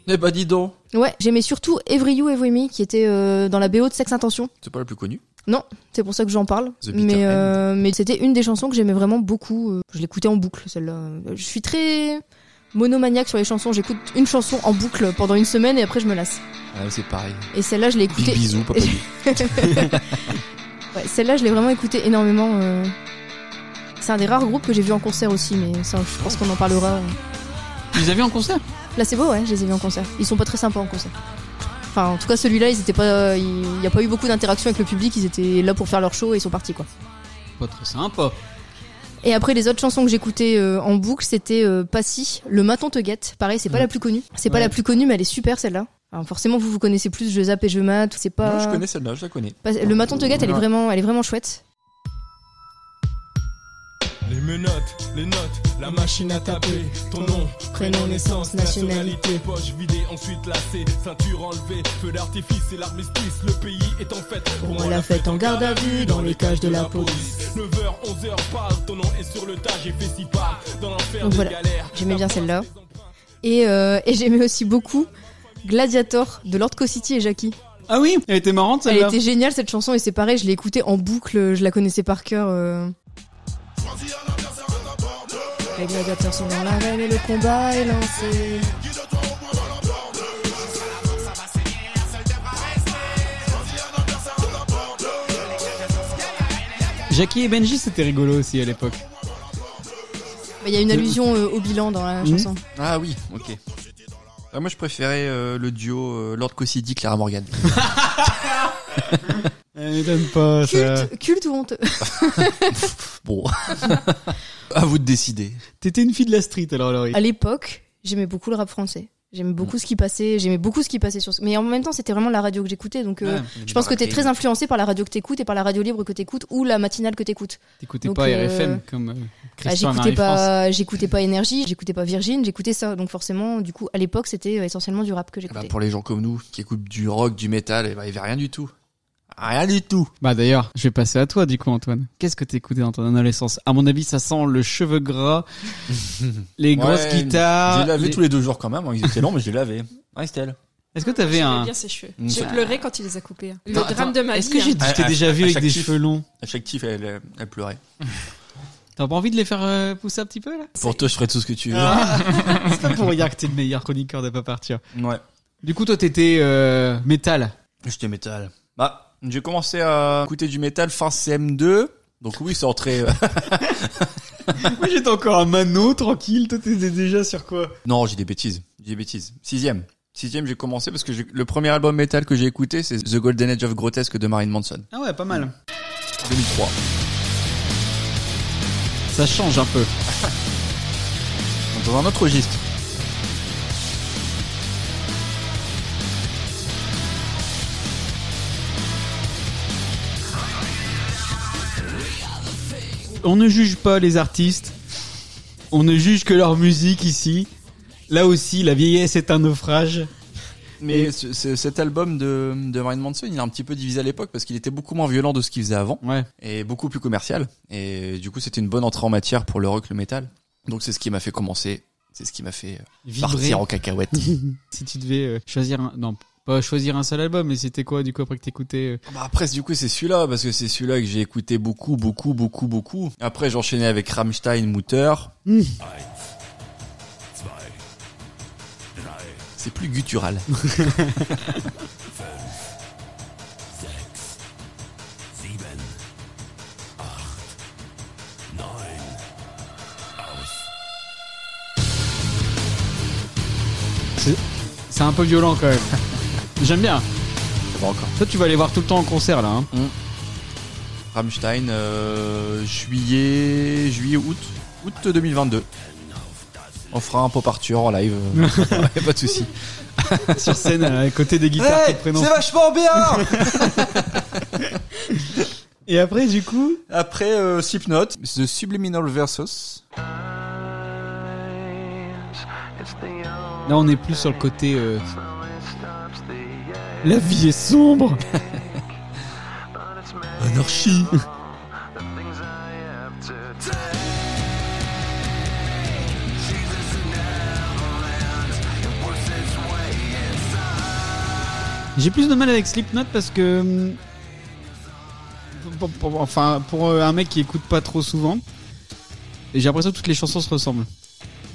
Speaker 4: Eh bah, dis donc,
Speaker 3: ouais j'aimais surtout Every You Every Me qui était euh, dans la BO de Sex Intention
Speaker 4: c'est pas le plus connu.
Speaker 3: non c'est pour ça que j'en parle
Speaker 4: The Bitter
Speaker 3: mais euh, mais c'était une des chansons que j'aimais vraiment beaucoup euh, je l'écoutais en boucle celle-là je suis très monomaniaque sur les chansons j'écoute une chanson en boucle pendant une semaine et après je me lasse
Speaker 4: Ah, c'est pareil.
Speaker 3: et celle-là je l'ai
Speaker 4: Big
Speaker 3: écoutée
Speaker 4: bisous, papa. Dieu.
Speaker 3: Ouais, celle-là, je l'ai vraiment écoutée énormément. euh. C'est un des rares groupes que j'ai vu en concert aussi, mais ça, je pense qu'on en parlera. euh.
Speaker 2: Tu les as vus en concert
Speaker 3: Placebo, ouais, je les ai vus en concert. Ils sont pas très sympas en concert. Enfin, en tout cas, celui-là, ils étaient pas. Il n'y a pas eu beaucoup d'interaction avec le public. Ils étaient là pour faire leur show et ils sont partis, quoi.
Speaker 2: Pas très sympa.
Speaker 3: Et après, les autres chansons que j'écoutais euh, en boucle, c'était euh, Passy, Le Maton te guette. Pareil, c'est pas
Speaker 2: Ouais.
Speaker 3: la plus connue. C'est pas
Speaker 2: Ouais.
Speaker 3: la plus connue, mais elle est super celle-là. Alors forcément, vous vous connaissez plus Je zappe et je mate. C'est pas.
Speaker 4: Non, je connais celle-là, je la connais.
Speaker 3: Pas- Le Maton te guette, elle est vraiment, elle est vraiment chouette.
Speaker 14: Les menottes, les notes, la machine à taper. Ton nom, prénom, naissance, nationalité. Poche vidée, ensuite lacée, ceinture enlevée. Feu d'artifice et l'armistice. Le pays est en fête. Pour moi, la fête en garde à vue dans les cages de la police. 9h, 11h, parle. Ton nom est sur le tas. J'ai fait six pas dans l'enfer
Speaker 3: Donc
Speaker 14: des
Speaker 3: voilà,
Speaker 14: galères.
Speaker 3: j'aimais bien celle-là. Et, euh, et j'aimais aussi beaucoup Gladiator de Lord City et Jackie.
Speaker 2: Ah oui, elle était marrante
Speaker 3: Elle
Speaker 2: celle-là.
Speaker 3: était géniale cette chanson et c'est pareil, je l'ai écoutée en boucle, euh, je la connaissais par cœur. euh.
Speaker 15: Les gladiateurs sont dans l'arène et le combat est lancé.
Speaker 2: Jackie et Benji, c'était rigolo aussi à l'époque.
Speaker 3: Bah, Il y a une allusion euh, au bilan dans
Speaker 15: Mmh.
Speaker 3: la chanson.
Speaker 4: Ah oui, ok. Ah, moi je préférais euh, le duo euh, Lord Cossidi Clara Morgan.
Speaker 2: Elle donne pas ça.
Speaker 15: euh,
Speaker 3: Culte, culte ou honteux
Speaker 4: bon. à vous de décider.
Speaker 2: T'étais une fille de la street alors, Laurie.
Speaker 3: À l'époque, j'aimais beaucoup le rap français. J'aimais
Speaker 15: Mmh.
Speaker 3: beaucoup ce qui passait, j'aimais beaucoup ce qui passait sur ce. Mais en même temps, c'était vraiment la radio que j'écoutais, donc euh,
Speaker 2: Ouais,
Speaker 3: je pense que t'es
Speaker 2: Barclay.
Speaker 3: très influencé par la radio que t'écoutes et par la radio libre que t'écoutes ou la matinale que t'écoutes.
Speaker 2: T'écoutais
Speaker 3: Donc,
Speaker 2: pas
Speaker 3: euh,
Speaker 2: RFM comme euh,
Speaker 3: Bah,
Speaker 2: Christian
Speaker 3: j'écoutais
Speaker 2: France.
Speaker 3: pas, j'écoutais pas Énergie, j'écoutais pas Virgin, j'écoutais ça. Donc forcément, du coup, à l'époque, c'était euh, essentiellement du rap que
Speaker 4: Bah,
Speaker 3: j'écoutais.
Speaker 4: pour les gens comme nous qui écoutent du rock, du métal, eh ben, il y avait rien du tout. Rien du tout.
Speaker 2: Bah d'ailleurs, je vais passer à toi du coup Antoine. Qu'est-ce que t'écoutais dans ton adolescence À mon avis, ça sent le cheveu gras, les grosses
Speaker 4: Ouais,
Speaker 2: guitares.
Speaker 4: Je Ah, les lavais
Speaker 2: les-
Speaker 4: tous les deux jours quand même. hein. Ils étaient longs, mais je les lavais. Ah, Estelle.
Speaker 2: Est-ce que t'avais
Speaker 7: J'aimais
Speaker 2: un
Speaker 7: bien ses cheveux.
Speaker 4: Mm.
Speaker 7: J'ai
Speaker 4: Ah.
Speaker 7: pleuré quand il les a coupés. hein. Le
Speaker 4: Attends,
Speaker 7: drame de ma vie.
Speaker 2: est-ce que j'ai
Speaker 7: hein.
Speaker 2: dit- t'ai
Speaker 4: À-
Speaker 2: déjà
Speaker 4: à-
Speaker 2: vu
Speaker 4: à
Speaker 2: avec
Speaker 4: chaque
Speaker 2: des
Speaker 4: tif-
Speaker 2: cheveux longs
Speaker 4: À chaque tif, elle, elle pleurait.
Speaker 2: T'as pas envie de les faire euh, pousser un petit peu là
Speaker 4: Pour toi, je ferais tout ce que tu veux.
Speaker 2: Ah. C'est pas pour dire que t'es le meilleur chroniqueur de pas partir.
Speaker 4: Ouais.
Speaker 2: Du coup, toi t'étais euh, métal.
Speaker 4: J'étais métal. Bah, j'ai commencé à écouter du métal fin CM2. Donc oui, c'est entré. euh,
Speaker 2: Moi j'étais encore à Mano, tranquille. Toi t'étais déjà sur quoi
Speaker 4: non, j'ai des bêtises. J'ai des bêtises. Sixième. Sixième, j'ai commencé parce que j'ai- le premier album métal que j'ai écouté, c'est The Golden Age of Grotesque de Marilyn Manson,
Speaker 2: Ah ouais, pas mal.
Speaker 4: 2003.
Speaker 2: Ça change un peu.
Speaker 4: Dans un autre registre.
Speaker 2: On ne juge pas les artistes. On ne juge que leur musique ici. Là aussi, la vieillesse est un naufrage.
Speaker 4: Mais ce- ce- cet album de, de Marilyn Manson, il a un petit peu divisé à l'époque parce qu'il était beaucoup moins violent de ce qu'il faisait avant et beaucoup plus commercial. Et du coup, c'était une bonne entrée en matière pour le rock, le métal. Donc c'est ce qui m'a fait commencer, c'est ce qui m'a fait euh,
Speaker 2: Vibrer.
Speaker 4: partir en cacahuète.
Speaker 2: si tu devais euh, choisir un. Non, pas choisir un seul album, mais c'était quoi du coup après que t'écoutais euh,
Speaker 4: Bah après, du coup, c'est celui-là parce que c'est celui-là que j'ai écouté beaucoup, beaucoup, beaucoup, beaucoup. Après, j'enchaînais avec Rammstein, Mutter.
Speaker 2: euh,
Speaker 4: C'est plus guttural.
Speaker 2: C'est c'est un peu violent quand même. J'aime bien.
Speaker 4: Ça va encore.
Speaker 2: Toi, tu vas aller voir tout le temps en concert là. hein.
Speaker 4: Rammstein, euh, juillet, juillet, août, août 2022. On fera un pop Arthur en live. euh, y a pas de souci.
Speaker 2: Sur scène, à côté des guitares,
Speaker 4: Hey,
Speaker 2: ton prénom.
Speaker 4: c'est vachement bien
Speaker 2: Et après, du coup
Speaker 4: Après euh, Slipknot, The Subliminal Versus.
Speaker 2: Là, on est plus sur le côté. euh, La vie est sombre
Speaker 4: Anarchie
Speaker 2: J'ai plus de mal avec Slipknot parce que. hum, pour- pour- enfin, pour euh, un mec qui écoute pas trop souvent, j'ai l'impression que toutes les chansons se ressemblent.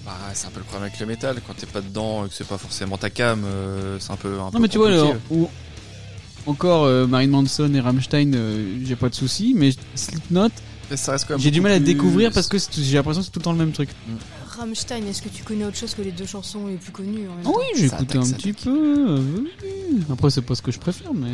Speaker 4: Bah, c'est un peu le problème avec le métal. Quand t'es pas dedans, et que c'est pas forcément ta cam, euh, c'est un peu. Un
Speaker 2: Non,
Speaker 4: peu
Speaker 2: mais tu vois,
Speaker 4: compliqué.
Speaker 2: alors, ou- encore euh, Marilyn Manson et Rammstein, euh, j'ai pas de soucis, mais Slipknot,
Speaker 4: Mais ça reste quand même
Speaker 2: j'ai du
Speaker 4: beaucoup
Speaker 2: mal à
Speaker 4: plus-
Speaker 2: découvrir parce que c'est- j'ai l'impression que c'est tout le temps le même truc.
Speaker 3: Rammstein, est-ce que tu connais autre chose que les deux chansons les plus connues en même
Speaker 2: Ah oui,
Speaker 3: temps
Speaker 2: j'ai écouté un petit peu. euh, oui. Après, c'est pas ce que je préfère, mais.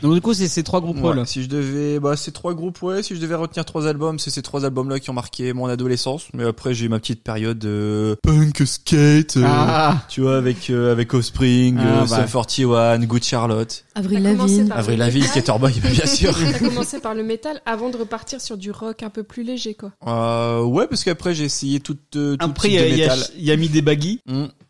Speaker 2: Donc, du coup, c'est ces trois groupes-là.
Speaker 4: Ouais, Si je devais, bah, ces trois groupes, ouais. Si je devais retenir trois albums, c'est ces trois albums-là qui ont marqué mon adolescence. Mais après, j'ai eu ma petite période euh, punk skate, euh,
Speaker 2: Ah.
Speaker 4: tu vois, avec euh, avec Offspring,
Speaker 2: Ah,
Speaker 4: euh,
Speaker 2: bah.
Speaker 4: Sum 41, Good Charlotte,
Speaker 3: Avril
Speaker 7: T'as commencé
Speaker 3: Lavigne.
Speaker 7: par-
Speaker 4: Avril Lavigne, Skaterboy, bah, bien sûr.
Speaker 7: T'as commencé par le métal avant de repartir sur du rock un peu plus léger, quoi.
Speaker 4: Euh, ouais, parce qu'après j'ai essayé tout, euh, tout
Speaker 2: Après, il y
Speaker 4: type
Speaker 2: a-
Speaker 4: de
Speaker 2: il y, a-
Speaker 4: métal.
Speaker 2: il y a mis des baggy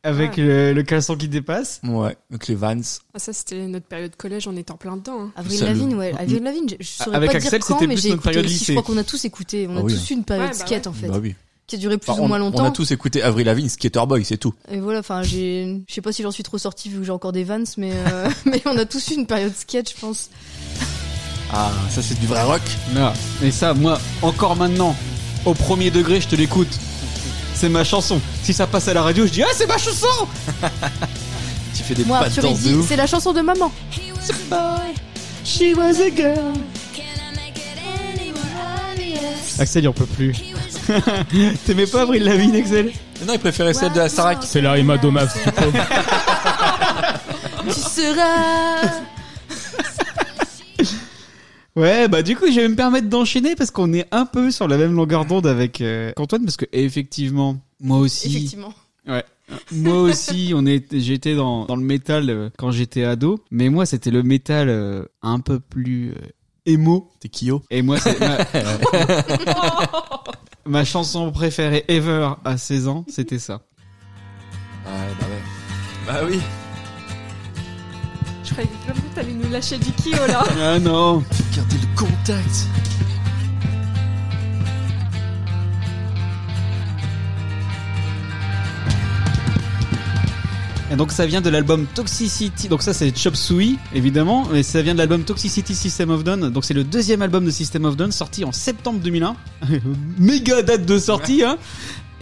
Speaker 2: avec
Speaker 7: Ouais.
Speaker 2: le, le caleçon qui dépasse.
Speaker 4: Ouais, avec les Vans.
Speaker 7: Ah, ça, c'était notre période collège, on était en plein dedans. hein.
Speaker 3: Avril
Speaker 4: Salut. Mm.
Speaker 3: Lavigne, ouais. Avril Lavigne, je, je saurais
Speaker 2: Avec
Speaker 3: pas
Speaker 2: Axel,
Speaker 3: dire quand,
Speaker 2: c'était
Speaker 3: mais
Speaker 2: plus
Speaker 3: j'ai
Speaker 2: notre
Speaker 3: écouté
Speaker 2: période
Speaker 3: aussi.
Speaker 2: lycée.
Speaker 3: Je crois qu'on a tous écouté. On
Speaker 4: Ah
Speaker 3: a
Speaker 4: oui.
Speaker 3: tous eu une période
Speaker 7: Ouais, bah
Speaker 3: skate, en fait.
Speaker 4: Bah oui.
Speaker 3: Qui a duré plus
Speaker 4: Enfin,
Speaker 3: ou
Speaker 4: on,
Speaker 3: moins
Speaker 4: on a
Speaker 3: longtemps.
Speaker 4: tous écouté Avril Lavigne, Skaterboy, c'est tout.
Speaker 3: Et voilà, enfin, j'ai, je sais pas si j'en suis trop sortie vu que j'ai encore des vans, mais euh, mais on a tous eu une période skate, je pense.
Speaker 4: Ah, ça c'est du vrai rock.
Speaker 2: Non, mais ça, moi, encore maintenant, au premier degré, je te l'écoute. C'est ma chanson. Si ça passe à la radio, je dis Ah, c'est ma chanson
Speaker 4: Tu fais des
Speaker 3: Moi,
Speaker 4: pas de
Speaker 3: Arthur, il
Speaker 4: danse de
Speaker 3: dit,
Speaker 4: ouf.
Speaker 3: c'est la chanson de maman.
Speaker 2: She was a girl. Axel, il en peut plus. T'aimais pas Avril Lavigne, Axel
Speaker 4: Non, il préférait celle de la Sarac.
Speaker 5: C'est la Emma Domas.
Speaker 3: tu seras.
Speaker 2: Ouais, bah du coup, je vais me permettre d'enchaîner parce qu'on est un peu sur la même longueur d'onde avec euh, Antoine parce que effectivement, moi aussi.
Speaker 3: Effectivement.
Speaker 2: Ouais. moi aussi, on est, j'étais dans, dans le métal euh, quand j'étais ado, mais moi c'était le métal euh, un peu plus euh, émo.
Speaker 4: T'es Kyo.
Speaker 2: Et moi, c'est ma... ma chanson préférée ever à 16 ans, c'était ça.
Speaker 4: Ouais, bah ouais. Bah oui.
Speaker 7: Je croyais vraiment que t'allais nous lâcher du kio, là.
Speaker 2: Ah non.
Speaker 4: Gardez le contact.
Speaker 2: Et donc ça vient de l'album Toxicity. Donc ça c'est Chop Suey évidemment, mais ça vient de l'album Toxicity System of Down. Donc c'est le deuxième album de System of Down sorti en septembre 2001. Méga date de sortie hein.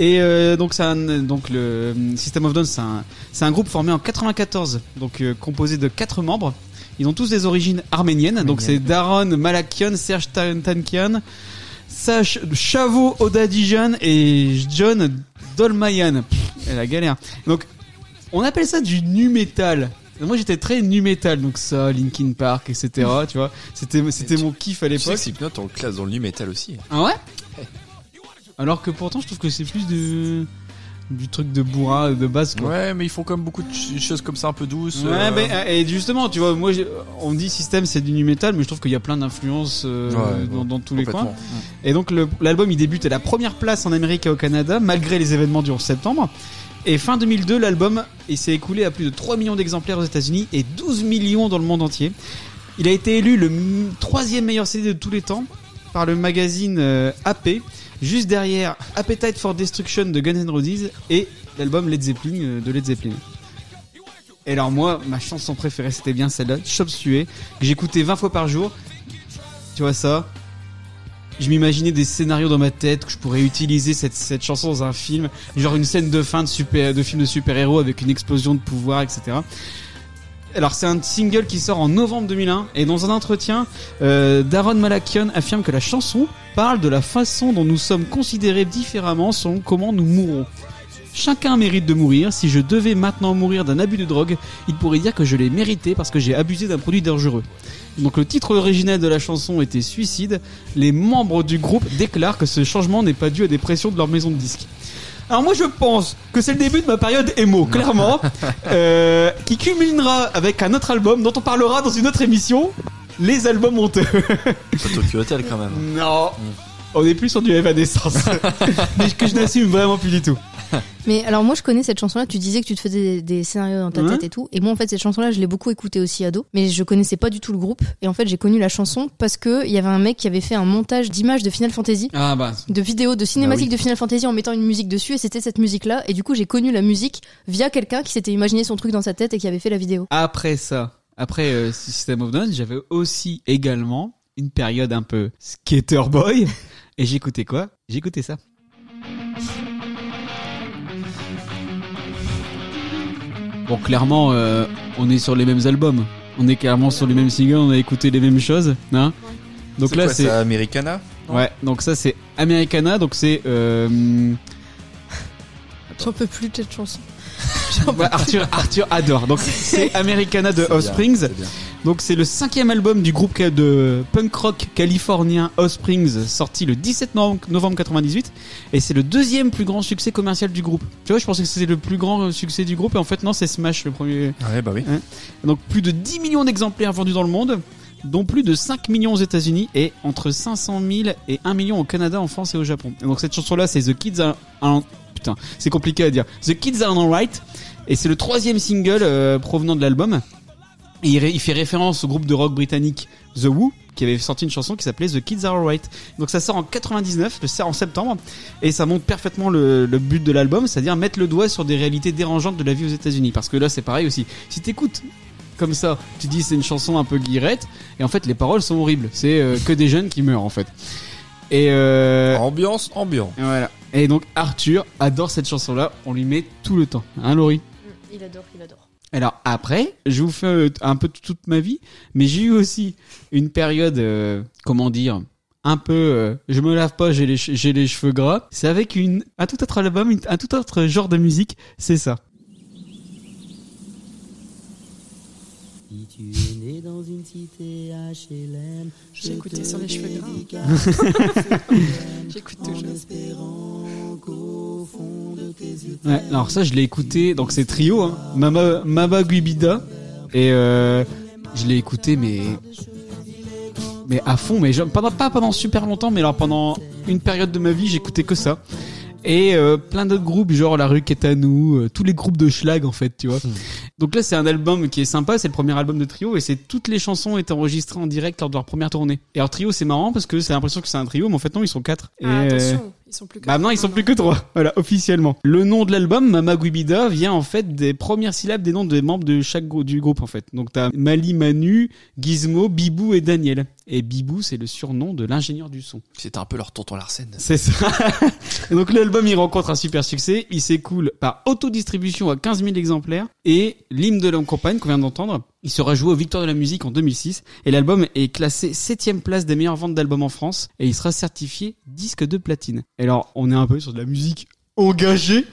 Speaker 2: Et euh, donc c'est un- donc le euh, System of Down c'est un c'est un groupe formé en 94. Donc euh, composé de quatre membres. Ils ont tous des origines arméniennes. Donc c'est Daron Malakian, Serge Tan- Tankian, Sach Chavo Odadijan et John Dolmayan. Pff, la galère. Donc on appelle ça du nu metal. Moi j'étais très nu metal, donc ça, Linkin Park, etc. tu vois, c'était c'était mon kiff à
Speaker 4: Tu sais
Speaker 2: l'époque.
Speaker 4: que Slipknot, on le classe dans le nu metal aussi.
Speaker 2: Ah ouais Alors que pourtant je trouve que c'est plus de du truc de bourrin de base quoi.
Speaker 4: Ouais, mais ils font quand même beaucoup de ch- choses comme ça un peu douces.
Speaker 2: Ouais,
Speaker 4: euh,
Speaker 2: ben, euh, et justement, tu vois, moi, j'ai- on dit système, c'est du nu metal, mais je trouve qu'il y a plein d'influences euh,
Speaker 4: Ouais,
Speaker 2: dans,
Speaker 4: ouais,
Speaker 2: dans tous les coins.
Speaker 4: complètement.
Speaker 2: Et donc, le- l'album, il débute à la première place en Amérique et au Canada, malgré les événements du 11 septembre. Et fin 2002, l'album il s'est écoulé à plus de 3 millions d'exemplaires aux États-Unis et 12 millions dans le monde entier. Il a été élu le m- troisième meilleur CD de tous les temps par le magazine euh, AP, juste derrière Appetite for Destruction de Guns N' Roses et l'album Led Zeppelin euh, de Led Zeppelin. Et alors moi, ma chanson préférée, c'était bien celle-là, Chop Suey, que j'écoutais 20 fois par jour. Tu vois ça Je m'imaginais des scénarios dans ma tête que je pourrais utiliser cette, cette chanson dans un film, genre une scène de fin de, super, de film de super-héros avec une explosion de pouvoir, etc. Alors c'est un single qui sort en novembre 2001 et dans un entretien, euh, Darren Malakian affirme que la chanson parle de la façon dont nous sommes considérés différemment selon comment nous mourons. Chacun mérite de mourir. Si je devais maintenant mourir d'un abus de drogue, il pourrait dire que je l'ai mérité parce que j'ai abusé d'un produit dangereux. Donc le titre original de la chanson était Suicide. Les membres du groupe déclarent que ce changement n'est pas dû à des pressions de leur maison de disques. Alors moi je pense que c'est le début de ma période emo, clairement, euh, qui culminera avec un autre album dont on parlera dans une autre émission, les albums honteux.
Speaker 4: Pas Tokyo Hotel quand même. Mm.
Speaker 2: non, on est plus sur du Evanescence, mais que je n'assume vraiment plus du tout.
Speaker 3: Mais alors moi je connais cette chanson-là, tu disais que tu te faisais des, des scénarios dans ta
Speaker 2: Ouais.
Speaker 3: tête et tout. Et moi en fait cette chanson-là je l'ai beaucoup écoutée aussi ado, mais je connaissais pas du tout le groupe. Et en fait j'ai connu la chanson parce que il y avait un mec qui avait fait un montage d'images de Final Fantasy.
Speaker 2: Ah bah.
Speaker 3: De vidéos, de cinématiques
Speaker 2: Bah oui.
Speaker 3: de Final Fantasy en mettant une musique dessus et c'était cette musique-là. Et du coup j'ai connu la musique via quelqu'un qui s'était imaginé son truc dans sa tête et qui avait fait la vidéo.
Speaker 2: Après ça, après euh, System of Down, j'avais aussi également une période un peu skater boy. Et j'écoutais quoi J'écoutais ça. Bon, clairement, euh, on est sur les mêmes albums. On est clairement sur les mêmes singles, on a écouté les mêmes choses. Hein Donc là,
Speaker 4: quoi,
Speaker 2: c'est.
Speaker 4: ça, Americana
Speaker 2: Ouais, donc ça c'est Americana, donc c'est. euh,
Speaker 3: J'en peux plus de cette chanson.
Speaker 2: bah, Arthur, Arthur adore. Donc c'est Americana de Offsprings. Donc c'est le cinquième album du groupe ca- de punk rock californien Offsprings, sorti le 17 novembre, novembre 98, et c'est le deuxième plus grand succès commercial du groupe. Tu vois, je pensais que c'était le plus grand euh, succès du groupe, et en fait non, c'est Smash le premier.
Speaker 4: Ouais, bah oui.
Speaker 2: Hein. Donc plus de 10 millions d'exemplaires vendus dans le monde, dont plus de 5 millions aux États-Unis et entre 500 000 et 1 million au Canada, en France et au Japon. Et donc cette chanson-là, c'est The Kids Are. Are- Putain, c'est compliqué à dire. The Kids Are Alright, et c'est le troisième single euh, provenant de l'album. Et il, ré- il fait référence au groupe de rock britannique The Who qui avait sorti une chanson qui s'appelait The Kids Are Alright. Donc ça sort en 99, le sort en septembre, et ça montre parfaitement le, le but de l'album, c'est-à-dire mettre le doigt sur des réalités dérangeantes de la vie aux États-Unis. Parce que là, c'est pareil aussi. Si t'écoutes comme ça, tu dis c'est une chanson un peu guirette, et en fait les paroles sont horribles. C'est euh, que des jeunes qui meurent en fait. Et
Speaker 4: ambiance, ambiance.
Speaker 2: Voilà. Et donc Arthur adore cette chanson-là. On lui met tout le temps. Hein, Laurie.
Speaker 3: Il adore, il adore.
Speaker 2: Alors après, je vous fais euh, un peu toute ma vie, mais j'ai eu aussi une période, euh, comment dire, un peu, euh, je me lave pas, j'ai les, che- j'ai les cheveux gras. C'est avec une, un tout autre album, une- un tout autre genre de musique, c'est ça.
Speaker 16: Si tu es né dans une cité HLM,
Speaker 7: J'ai écouté sur les cheveux gras. J'écoute toujours.
Speaker 2: Ouais, alors ça, je l'ai écouté, donc c'est trio, hein. Mama, Mama Guibida. Et euh, je l'ai écouté, mais. Mais à fond, mais genre, pendant, pas pendant super longtemps, mais alors pendant une période de ma vie, j'écoutais que ça. Et euh, plein d'autres groupes, genre La Rue qui est à nous, euh, tous les groupes de schlag en fait, tu vois. Donc là, c'est un album qui est sympa, c'est le premier album de Trio, et c'est toutes les chansons étaient enregistrées en direct lors de leur première tournée. Et alors Trio, c'est marrant parce que c'est l'impression que c'est un trio, mais en fait non, ils sont quatre. Et,
Speaker 7: Ah, attention,
Speaker 2: euh,
Speaker 7: ils sont plus que
Speaker 2: bah non, ils sont plus que trois. Voilà, officiellement. Le nom de l'album, Mama Guibida, vient en fait des premières syllabes des noms des membres de chaque grou- du groupe en fait. Donc t'as Mali, Manu, Gizmo, Bibou et Daniel. Et Bibou, c'est le surnom de l'ingénieur du son.
Speaker 4: C'était un peu leur tonton Larsen.
Speaker 2: C'est ça. Et donc l'album, il rencontre un super succès. Il s'écoule par autodistribution à 15 000 exemplaires. Et l'hymne de la campagne qu'on vient d'entendre, il sera joué aux Victoires de la musique en 2006. Et l'album est classé 7 place des meilleures ventes d'albums en France. Et il sera certifié disque de platine. Et alors, on est un peu sur de la musique engagée.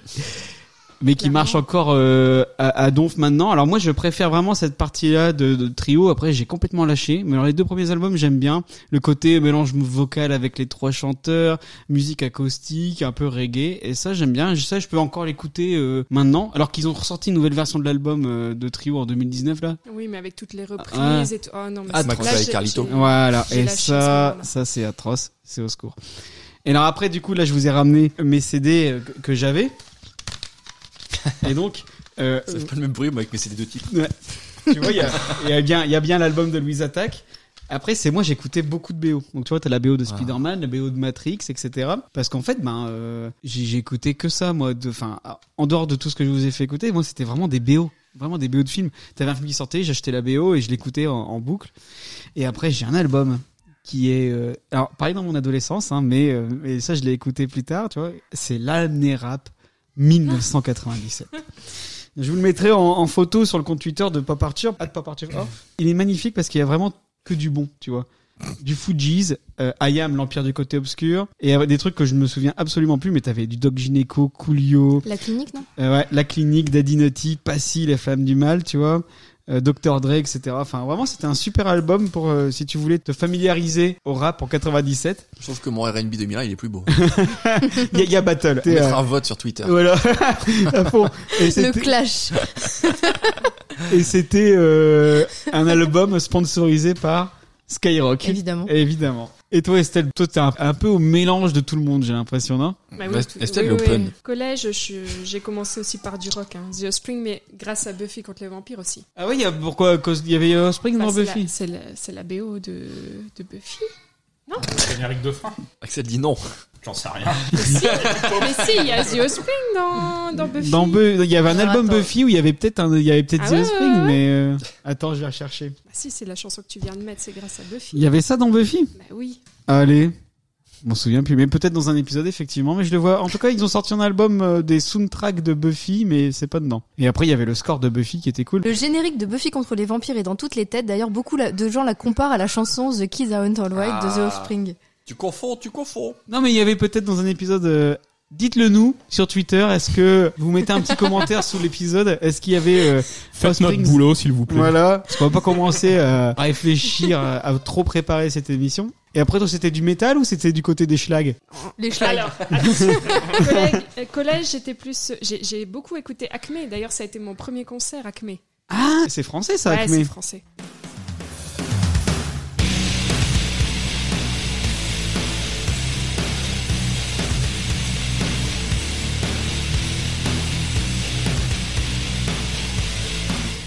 Speaker 2: Mais qui marche encore euh, à, à donf maintenant. Alors moi, je préfère vraiment cette partie-là de, de trio. Après, j'ai complètement lâché. Mais alors les deux premiers albums, j'aime bien le côté mélange vocal avec les trois chanteurs, musique acoustique, un peu reggae. Et ça, j'aime bien. Ça, je peux encore l'écouter euh, maintenant. Alors qu'ils ont ressorti une nouvelle version de l'album euh, de trio en 2019 là.
Speaker 7: Oui, mais avec toutes les reprises
Speaker 2: Ouais.
Speaker 7: et tout. Oh non, mais
Speaker 2: Atroce.
Speaker 7: là, j'ai- j'ai-
Speaker 2: Voilà,
Speaker 7: j'ai
Speaker 2: et
Speaker 7: lâché
Speaker 2: ça, ça c'est atroce, c'est au secours. Et alors après, du coup, là, je vous ai ramené mes CD euh, que- que j'avais. Et donc, euh,
Speaker 4: Ça fait pas le même bruit, moi, avec mes CD de type.
Speaker 2: Ouais. tu vois, il y a, il y a bien, il y a bien l'album de Louise Attack. Après, c'est moi, j'écoutais beaucoup de BO. Donc, tu vois, t'as la BO de Spider-Man, la BO de Matrix, etc. Parce qu'en fait, ben, euh, j'ai j'ai écouté que ça, moi. de- Enfin, en dehors de tout ce que je vous ai fait écouter, moi, c'était vraiment des BO. Vraiment des BO de films. T'avais un film qui sortait, j'achetais la BO et je l'écoutais en, en boucle. Et après, j'ai un album qui est. euh, alors, pareil dans mon adolescence, hein, mais, euh, mais ça, je l'ai écouté plus tard, tu vois. C'est l'année rap 1997. Je vous le mettrai en, en photo sur le compte Twitter de Pop Arthur, at Pop Arthur Off. Il est magnifique parce qu'il y a vraiment que du bon, tu vois. Du Fujis, euh, I Am, l'Empire du Côté Obscur, et euh, des trucs que je me souviens absolument plus, mais t'avais du Doc Gineco, Coolio,
Speaker 3: La clinique, non
Speaker 2: euh, ouais, La Clinique, Daddy Naughty, Passy, Les Flammes du Mal, tu vois, euh, Dr. Dre, etc. Enfin, vraiment, c'était un super album pour, euh, si tu voulais te familiariser au rap en 97.
Speaker 4: Je trouve que mon RB 2001, il est plus beau.
Speaker 2: Yaga Battle. Euh,
Speaker 4: On mettra un vote sur Twitter.
Speaker 2: Voilà, à fond. Et
Speaker 3: Le
Speaker 2: c'était-
Speaker 3: clash.
Speaker 2: Et c'était euh, un album sponsorisé par Skyrock.
Speaker 3: Évidemment.
Speaker 2: Évidemment. Et toi, Estelle, toi, t'es un, un peu au mélange de tout le monde, j'ai l'impression, non
Speaker 7: Bah oui, tout- oui, oui, oui. Collège, je- j'ai commencé aussi par du rock, hein. The Spring, mais grâce à Buffy contre les vampires aussi.
Speaker 2: Ah oui, il y a pourquoi cause- Il y avait euh, Spring
Speaker 7: Bah,
Speaker 2: dans
Speaker 7: c'est
Speaker 2: Buffy.
Speaker 7: la- C'est la, c'est la BO de, de Buffy. Non
Speaker 5: Générique de fin.
Speaker 4: Axel dit non.
Speaker 5: J'en sais rien.
Speaker 7: Eh, Mais si, il y a The Spring dans, dans Buffy.
Speaker 2: Dans Bu- il y avait un
Speaker 7: Alors,
Speaker 2: album
Speaker 7: attends.
Speaker 2: Buffy où il y avait peut-être un, il y avait peut-être
Speaker 7: Ah
Speaker 2: The
Speaker 7: ouais, ouais,
Speaker 2: Spring,
Speaker 7: ouais.
Speaker 2: mais euh, attends, je vais rechercher.
Speaker 7: Bah si, c'est la chanson que tu viens de mettre, c'est grâce à Buffy.
Speaker 2: Il y avait ça dans Buffy
Speaker 7: Bah oui.
Speaker 2: Allez. Je m'en souviens plus, mais peut-être dans un épisode effectivement, mais je le vois. En tout cas, ils ont sorti un album euh, des soundtracks de Buffy, mais c'est pas dedans. Et après, il y avait le score de Buffy qui était cool.
Speaker 3: Le générique de Buffy contre les vampires est dans toutes les têtes. D'ailleurs, beaucoup la- de gens la comparent à la chanson The Kids Are Hunt All White de The
Speaker 2: Ah.
Speaker 3: Offspring.
Speaker 4: Tu confonds, tu confonds.
Speaker 2: Non, mais il y avait peut-être dans un épisode. euh, Dites-le nous sur Twitter. Est-ce que vous mettez un petit commentaire sous l'épisode Est-ce qu'il y avait euh,
Speaker 5: Faites
Speaker 2: Offsprings
Speaker 5: notre boulot, s'il vous plaît.
Speaker 2: Voilà. Parce qu'on va pas commencer euh, à réfléchir, à, à trop préparer cette émission. Et après, toi, c'était du métal ou c'était du côté des schlags
Speaker 3: Les schlags.
Speaker 7: Alors, attention. Collègue- euh, collège, j'étais plus. J'ai j'ai beaucoup écouté Acme. D'ailleurs, ça a été mon premier concert, Acme.
Speaker 2: Ah C'est français, ça,
Speaker 7: Ouais,
Speaker 2: Acme.
Speaker 7: c'est français.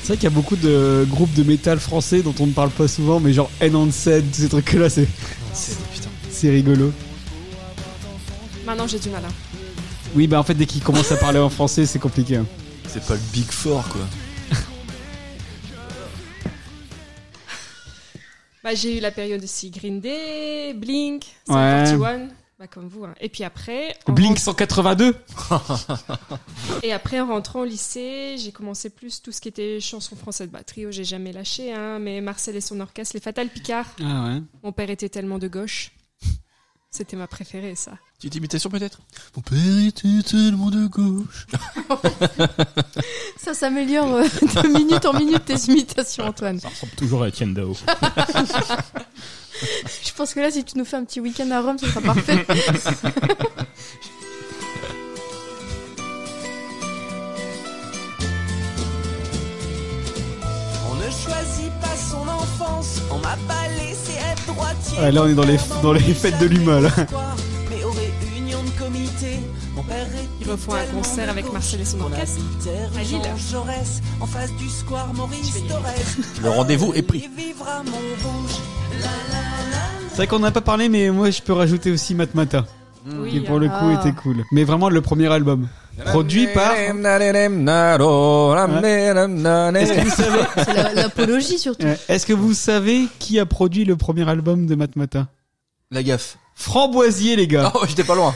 Speaker 2: C'est vrai qu'il y a beaucoup de groupes de métal français dont on ne parle pas souvent, mais genre N-Ansed, tous ces trucs-là, c'est. C'est rigolo.
Speaker 7: Maintenant, j'ai du mal. hein.
Speaker 2: Oui, bah en fait, dès qu'ils commencent à parler en français, c'est compliqué. hein.
Speaker 4: C'est pas le Big Four, quoi.
Speaker 7: Bah, j'ai eu la période aussi Green Day, Blink,
Speaker 2: Ouais.
Speaker 7: 41. Bah, comme vous. hein. Et puis après. en
Speaker 2: Blink
Speaker 7: rentrant-
Speaker 2: 182
Speaker 7: Et après, en rentrant au lycée, j'ai commencé plus tout ce qui était chansons françaises. Bah, trio, j'ai jamais lâché, hein, mais Marcel et son orchestre, les Fatal Picard.
Speaker 2: Ah ouais.
Speaker 7: Mon père était tellement de gauche. C'était ma préférée, ça.
Speaker 4: Petite imitation, peut-être Mon père était tellement de gauche.
Speaker 3: Ça s'améliore euh, de minute en minute tes imitations, Antoine.
Speaker 5: Ça ressemble toujours à Etienne Dao.
Speaker 3: Je pense que là, si tu nous fais un petit week-end à Rome, ce sera parfait.
Speaker 8: On ne choisit pas son enfance, on m'a pas laissé être droitier.
Speaker 2: Ah, Là, on est dans les, dans les fêtes de l'humain, là.
Speaker 8: Mais aux réunions de comité, mon père
Speaker 7: Ils refont un concert avec Marcel et son orchestre.
Speaker 8: est
Speaker 7: À Lille.
Speaker 8: Jean Jaurès, en face du square Maurice Torres.
Speaker 4: Le rendez-vous est pris.
Speaker 8: Et vivre à Montrouge.
Speaker 2: C'est vrai qu'on n'a pas parlé, mais moi, je peux rajouter aussi Matmata.
Speaker 5: Mmh.
Speaker 8: Oui,
Speaker 2: qui
Speaker 7: hein.
Speaker 2: pour le coup
Speaker 8: ah.
Speaker 2: était cool. Mais vraiment, le premier album. Produit par. Est-ce que vous savez
Speaker 3: C'est la- l'apologie, surtout.
Speaker 2: Euh, Est-ce que vous savez qui a produit le premier album de Matmata
Speaker 4: La gaffe.
Speaker 2: Framboisier, les gars.
Speaker 4: Oh, j'étais pas loin.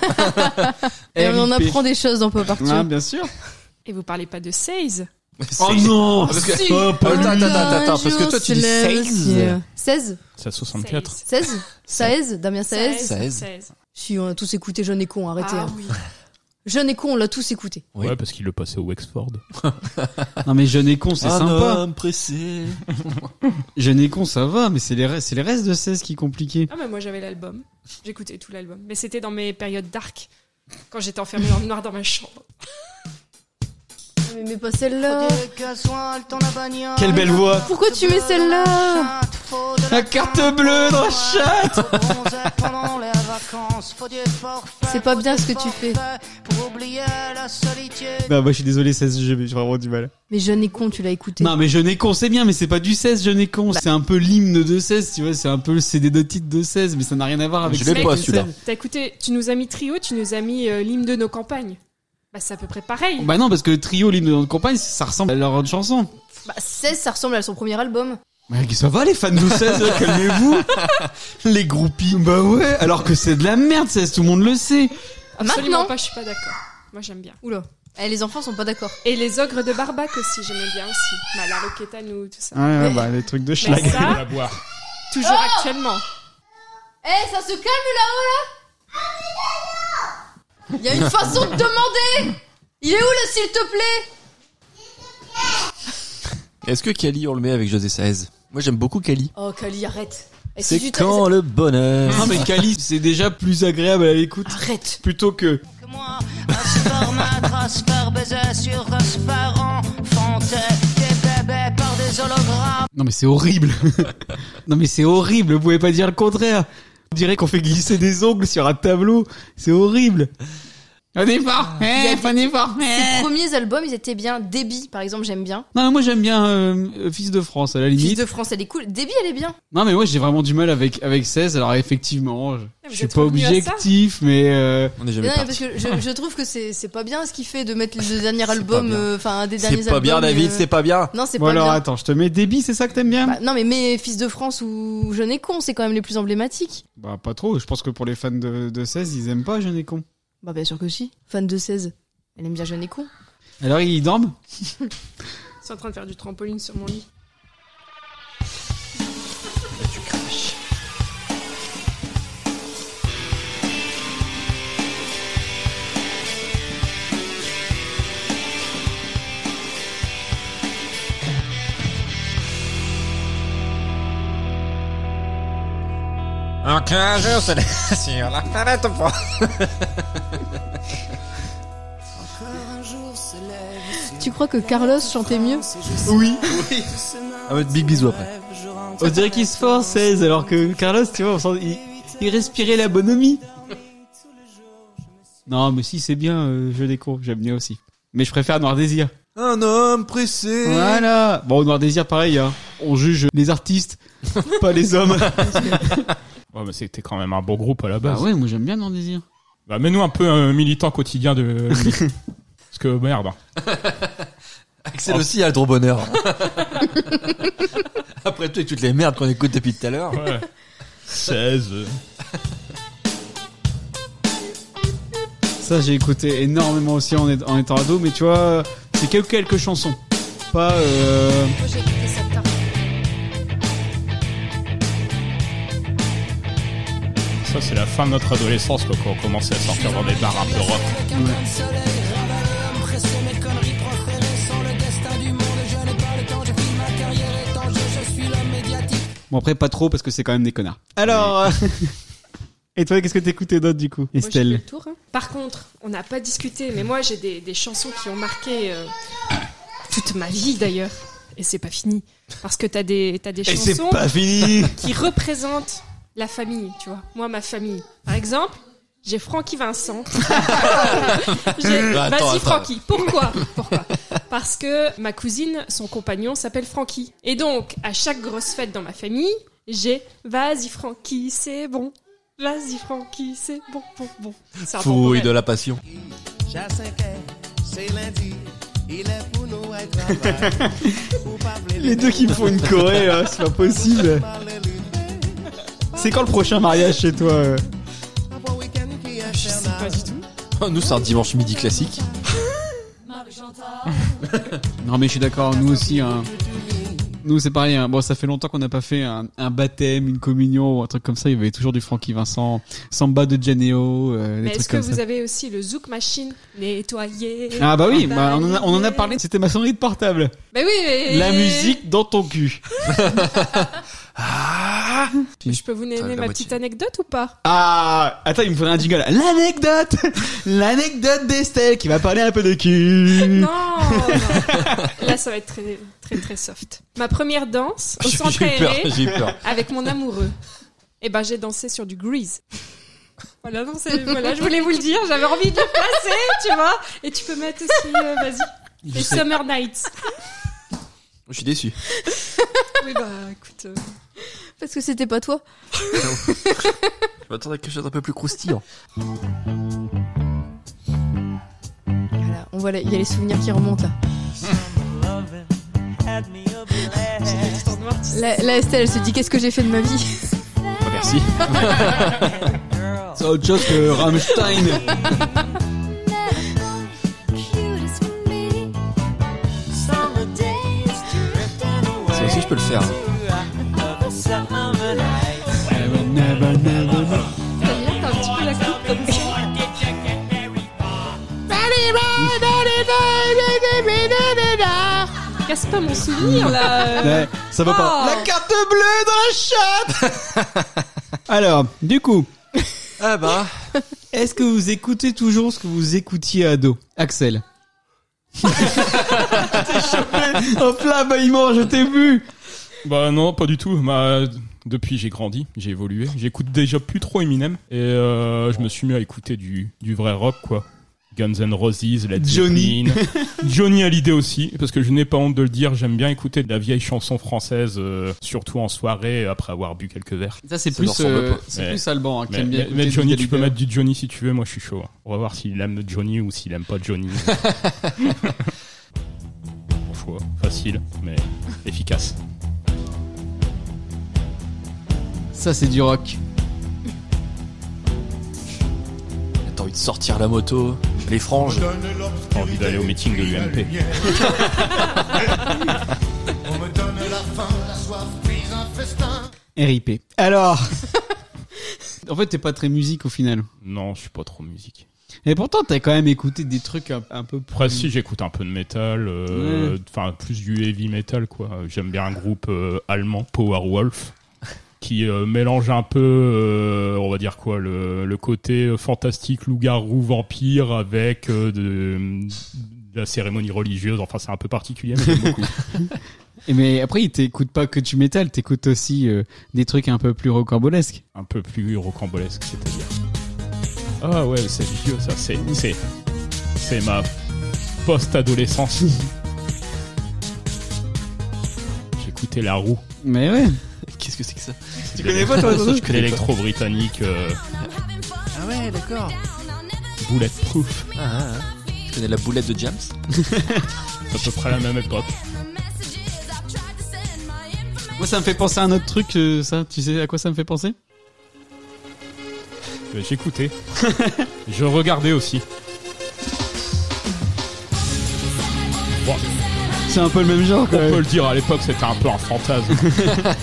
Speaker 3: Et on
Speaker 2: RIP.
Speaker 3: apprend des choses dans Pop Arthur.
Speaker 2: Ah, bien sûr.
Speaker 7: Et vous parlez pas de Seize
Speaker 2: Oh non
Speaker 4: Parce que-
Speaker 2: Si.
Speaker 4: Oh, attends, attends, attends, attends, parce que toi, tu dis
Speaker 3: seize.
Speaker 4: 16.
Speaker 3: 16
Speaker 5: C'est à 64.
Speaker 3: 16 16 Damien 16
Speaker 5: Seize.
Speaker 3: Si, on a tous écouté Jeune et Con, arrêtez.
Speaker 7: Ah
Speaker 3: hein. Jeune et Con, on l'a tous écouté.
Speaker 5: Ouais, parce qu'il le passait au Wexford.
Speaker 2: Non mais Jeune et Con, c'est
Speaker 4: Un
Speaker 2: sympa.
Speaker 4: homme pressé.
Speaker 2: Jeune et Con, ça va, mais c'est les, restes- c'est les restes de 16 qui est compliqué.
Speaker 7: Ah, mais moi j'avais l'album. J'écoutais tout l'album. Mais c'était dans mes périodes dark, quand j'étais enfermée dans le noir dans ma chambre.
Speaker 3: Mais, mais pas celle-là.
Speaker 2: Quelle belle voix.
Speaker 3: Pourquoi tu mets celle-là
Speaker 2: La carte bleue dans la chatte
Speaker 3: C'est pas bien ce que tu fais.
Speaker 2: Non, bah je suis désolé, 16, j'ai j'ai vraiment du mal.
Speaker 3: Mais Jeune et Con, tu l'as écouté.
Speaker 2: Non mais Jeune et Con, c'est bien, mais c'est pas du 16, Jeune et Con. C'est un peu l'hymne de 16, tu vois, c'est un peu le CD de titre de 16, mais ça n'a rien à voir avec
Speaker 4: Je
Speaker 2: ce
Speaker 4: l'ai
Speaker 2: qui
Speaker 4: pas,
Speaker 2: est
Speaker 4: celui-là.
Speaker 2: 16.
Speaker 7: T'as écouté, Bah, tu nous as mis Trio, tu nous as mis euh, l'hymne de nos campagnes. Bah, c'est à peu près pareil.
Speaker 2: Bah non, parce que le trio, l'hymne de notre campagne, ça ressemble à leur autre chanson.
Speaker 3: Bah, 16, ça ressemble à son premier album.
Speaker 2: Mais ça va les fans de 16, là, calmez-vous Les groupies Bah ouais, alors que c'est de la merde 16, tout le monde le sait
Speaker 7: Absolument
Speaker 3: Maintenant
Speaker 7: pas, je suis pas d'accord. Moi j'aime bien.
Speaker 3: Oula. Eh, les enfants sont pas d'accord.
Speaker 7: Et les ogres de Barbac aussi, j'aimais bien aussi. Bah, la Roquetane ou tout ça.
Speaker 2: Ouais, ouais, bah les trucs de schlag.
Speaker 7: ça- On va
Speaker 5: boire.
Speaker 7: Toujours actuellement.
Speaker 3: Eh, ça se calme là-haut là Il y a une façon de demander Il est où là, s'il te plaît
Speaker 4: Est-ce que Kali, on le met avec José Saez Moi, j'aime beaucoup Kali.
Speaker 3: Oh, Kali, arrête. Eh, si
Speaker 4: C'est
Speaker 3: tu te-
Speaker 4: quand le bonheur
Speaker 2: Non mais Cali, c'est déjà plus agréable à l'écoute.
Speaker 3: Arrête
Speaker 2: Plutôt que...
Speaker 8: Par matras, par baiser sur os, par enfanté. Des bébés par des hologrammes.
Speaker 2: Non mais c'est horrible Non mais c'est horrible, vous pouvez pas dire le contraire On dirait qu'on fait glisser des ongles sur un tableau, c'est horrible Un effort
Speaker 3: Ah.
Speaker 2: Eh, pas un effort
Speaker 3: Ses premiers albums, ils étaient bien. Débit, par exemple, j'aime bien.
Speaker 2: Eh. Non mais moi j'aime bien euh, euh, Fils de France à la
Speaker 3: Fils
Speaker 2: limite.
Speaker 3: de France, elle est cool. Débit, elle est bien.
Speaker 2: Non mais moi j'ai vraiment du mal avec avec 16 alors effectivement je, je suis
Speaker 3: êtes
Speaker 2: pas
Speaker 3: revenu à ça
Speaker 2: objectif mais euh, on est
Speaker 3: Mais non, parce que je, je trouve que c'est c'est pas bien ce qu'il fait de mettre les deux derniers albums,
Speaker 2: bien.
Speaker 3: euh, enfin, un des derniers
Speaker 4: C'est
Speaker 3: albums.
Speaker 4: pas bien, David,
Speaker 3: euh,
Speaker 4: c'est pas bien.
Speaker 3: Non, c'est
Speaker 2: Bon
Speaker 3: pas
Speaker 2: alors
Speaker 3: bien.
Speaker 2: attends, je te mets débit, c'est ça que t'aimes bien
Speaker 3: Bah, non, mais mes Fils de France ou Jeune et Con, c'est quand même les plus emblématiques.
Speaker 2: Bah pas trop, je pense que pour les fans de, de 16, ils aiment pas Jeune et Con.
Speaker 3: Bah, bien sûr que si. Fan de 16. Elle aime bien Jeune et Con.
Speaker 2: Alors ils dorment
Speaker 7: Ils sont en train de faire du trampoline sur mon lit.
Speaker 17: Donc un jour, c'est sur la planète au point.
Speaker 3: Tu crois que Carlos chantait mieux
Speaker 2: Oui. Un mode big bisou après. On dirait qu'il se forçait, alors que Carlos, tu vois, on sent- il, il respirait la bonhomie. Non, mais si, c'est bien, euh, je découvre, j'aime bien aussi. Mais je préfère Noir Désir.
Speaker 4: Un homme pressé.
Speaker 3: Euh.
Speaker 2: Voilà. Bon, Noir Désir, pareil, hein. on juge les artistes, pas les hommes.
Speaker 5: Ouais, mais c'était quand même un beau groupe à la base.
Speaker 2: Ah ouais, moi j'aime bien Noir Désir.
Speaker 5: Bah, mets-nous un peu un militant quotidien de. Parce que merde.
Speaker 4: Axel aussi a le trop bonheur. Après tout, et toutes les merdes qu'on écoute depuis tout à l'heure.
Speaker 5: Ouais. 16.
Speaker 2: Ça, j'ai écouté énormément aussi en, est- en étant ado, mais tu vois, c'est que- quelques chansons. Pas. Euh...
Speaker 5: Ça, c'est la fin de notre adolescence, quoi, quand on commençait à sortir dans des bars un peu rock.
Speaker 2: Bon, après, pas trop, parce que c'est quand même des connards. Alors. euh, Et toi, qu'est-ce que t'écoutais d'autre du coup,
Speaker 7: Moi, j'ai fait
Speaker 2: Estelle
Speaker 7: le tour, hein. Par contre, on n'a pas discuté, mais moi j'ai des, des chansons qui ont marqué euh, toute ma vie d'ailleurs. Et c'est pas fini. Parce que t'as des, t'as des
Speaker 2: Et c'est
Speaker 7: chansons
Speaker 2: pas fini.
Speaker 7: qui représentent la famille, tu vois. Moi, ma famille. Par exemple, j'ai Francky Vincent. J'ai-
Speaker 8: Attends,
Speaker 7: Vas-y,
Speaker 8: attends.
Speaker 7: Francky. Pourquoi Pourquoi Parce que ma cousine, son compagnon s'appelle Francky. Et donc, à chaque grosse fête dans ma famille, j'ai Vas-y, Francky, c'est bon. Vas-y, Francky, c'est bon, bon, bon. C'est un bon
Speaker 4: Fouille
Speaker 7: moment.
Speaker 4: de la passion.
Speaker 8: c'est lundi. Il est pour nous à travail. Faut pas blairer.
Speaker 2: Les deux qui me font une Corée, là, c'est pas possible. C'est quand le prochain mariage chez toi euh
Speaker 7: Je sais pas du tout.
Speaker 4: Oh, Nous, c'est un dimanche midi classique.
Speaker 2: Non mais je suis d'accord, nous aussi. hein. Nous c'est pareil. hein. Bon, ça fait longtemps qu'on n'a pas fait un, un baptême, une communion ou un truc comme ça. Il y avait toujours du Francky Vincent, Samba de Janeo, euh, des
Speaker 7: Mais
Speaker 2: trucs
Speaker 7: est-ce que
Speaker 2: comme
Speaker 7: vous
Speaker 2: ça.
Speaker 7: avez aussi le Zouk Machine nettoyé
Speaker 2: Ah bah oui, bah, on, en a, on en a parlé. C'était ma sonnerie de portable.
Speaker 7: Bah oui, mais-
Speaker 2: La musique dans ton cul.
Speaker 7: Je peux vous donner ma petite anecdote ou pas
Speaker 2: Ah, attends, il me faudrait un jingle. L'anecdote, l'anecdote d'Estelle qui va parler un peu de cul.
Speaker 7: Non, non. Là, ça va être très, très, très soft. Ma première danse au
Speaker 2: J'ai-
Speaker 7: centre
Speaker 2: j'ai eu peur,
Speaker 7: aéré
Speaker 2: j'ai eu peur.
Speaker 7: avec mon amoureux. Et ben, j'ai dansé sur du grease. Voilà, non, c'est- voilà, je voulais vous le dire, j'avais envie de le passer, tu vois. Et tu peux mettre aussi, euh, vas-y,
Speaker 4: Je
Speaker 7: les
Speaker 4: sais.
Speaker 7: Summer Nights.
Speaker 4: Je suis déçu.
Speaker 7: Oui, bah, écoute. euh,
Speaker 3: Parce que c'était pas toi.
Speaker 4: Je m'attendais à quelque chose d'un peu plus croustillant.
Speaker 3: Voilà, on voit les- il y a les souvenirs qui remontent là. Là, là, Estelle, elle se dit qu'est-ce que j'ai fait de ma vie
Speaker 4: merci.
Speaker 2: C'est autre chose que Rammstein.
Speaker 4: Ça aussi, je peux le faire.
Speaker 7: Là, t'as un petit peu la coupe comme ça. Casse pas mon souvenir, là. euh.
Speaker 2: Ouais, ça va pas.
Speaker 7: La
Speaker 2: carte bleue dans la chatte Alors, du coup.
Speaker 4: Ah bah.
Speaker 2: Est-ce que vous écoutez toujours ce que vous écoutiez ado Axel. Hop là, bah il mange, je t'ai vu
Speaker 5: Bah non, pas du tout. Ma- depuis, j'ai grandi, j'ai évolué. J'écoute déjà plus trop Eminem. Et euh, je me suis mis à écouter du, du vrai rock, quoi. Guns N' Roses, Led
Speaker 2: Johnny.
Speaker 5: Zeppelin. Johnny Hallyday aussi, parce que je n'ai pas honte de le dire, j'aime bien écouter de la vieille chanson française, euh, surtout en soirée, après avoir bu quelques verres.
Speaker 2: Ça, c'est plus,
Speaker 5: leur ressemble
Speaker 2: euh,
Speaker 5: pas.
Speaker 2: c'est
Speaker 5: Mais-
Speaker 2: plus Alban, hein, qui
Speaker 5: mais,
Speaker 2: aime bien
Speaker 5: mais- mais
Speaker 2: écouter du
Speaker 5: Johnny, tu
Speaker 2: Gallagher.
Speaker 5: peux mettre du Johnny si tu veux, moi je suis chaud. On va voir s'il aime Johnny ou s'il aime pas Johnny. bon choix, facile, mais efficace.
Speaker 2: Ça, c'est du rock.
Speaker 4: T'as envie de sortir la moto, les franges.
Speaker 5: T'as envie d'aller au meeting de l'UMP.
Speaker 8: On me donne la faim, la soif, puis un festin.
Speaker 2: RIP. Alors. en fait, t'es pas très musique au final.
Speaker 5: Non, je suis pas trop musique.
Speaker 2: Et pourtant, t'as quand même écouté des trucs un, un peu plus.
Speaker 5: Après, si j'écoute un peu de métal, euh,
Speaker 2: Ouais.
Speaker 5: enfin plus du heavy metal quoi. J'aime bien un groupe euh, allemand, Powerwolf. qui euh, mélange un peu, euh, on va dire quoi, le, le côté euh, fantastique loup-garou vampire avec euh, de, de la cérémonie religieuse. Enfin, c'est un peu particulier, mais j'aime beaucoup.
Speaker 2: Et mais après, il t'écoute pas que du métal, t'écoutes aussi euh, des trucs un peu plus rocambolesques.
Speaker 5: un peu plus rocambolesque, c'est-à-dire. Ah ouais, c'est vieux ça, c'est c'est c'est ma post-adolescence. J'écoutais la roue.
Speaker 2: Mais ouais.
Speaker 4: Qu'est-ce que c'est que ça
Speaker 2: Tu connais pas, toi, Dodo
Speaker 5: Je connais l'électro britannique euh,
Speaker 4: Ah ouais, d'accord.
Speaker 5: Bulletproof.
Speaker 4: Ah, ah, ah. Je connais la boulette de James.
Speaker 5: C'est à peu près la même époque.
Speaker 2: Moi, ça me fait penser à un autre truc, euh, ça. Tu sais à quoi ça me fait penser
Speaker 5: Euh, J'écoutais. Je regardais aussi. Bon,
Speaker 2: C'est un peu le même genre,
Speaker 5: on
Speaker 2: quoi.
Speaker 5: peut le dire, à l'époque c'était un peu un fantasme.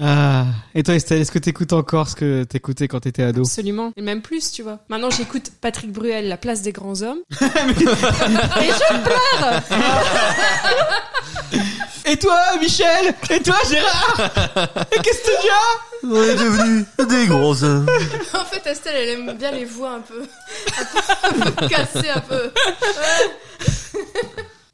Speaker 2: Ah. Et toi, Estelle, est-ce que t'écoutes encore ce que t'écoutais quand t'étais ado
Speaker 7: Absolument. Et même plus, tu vois. Maintenant, j'écoute Patrick Bruel, La place des grands hommes. Et je pleure
Speaker 2: Et toi, Michel Et toi, Gérard Et qu'est-ce que tu as
Speaker 18: On est devenus des gros hommes.
Speaker 15: en fait, Estelle, elle aime bien les voix un peu, un peu, un peu cassées, un peu.
Speaker 7: Moi,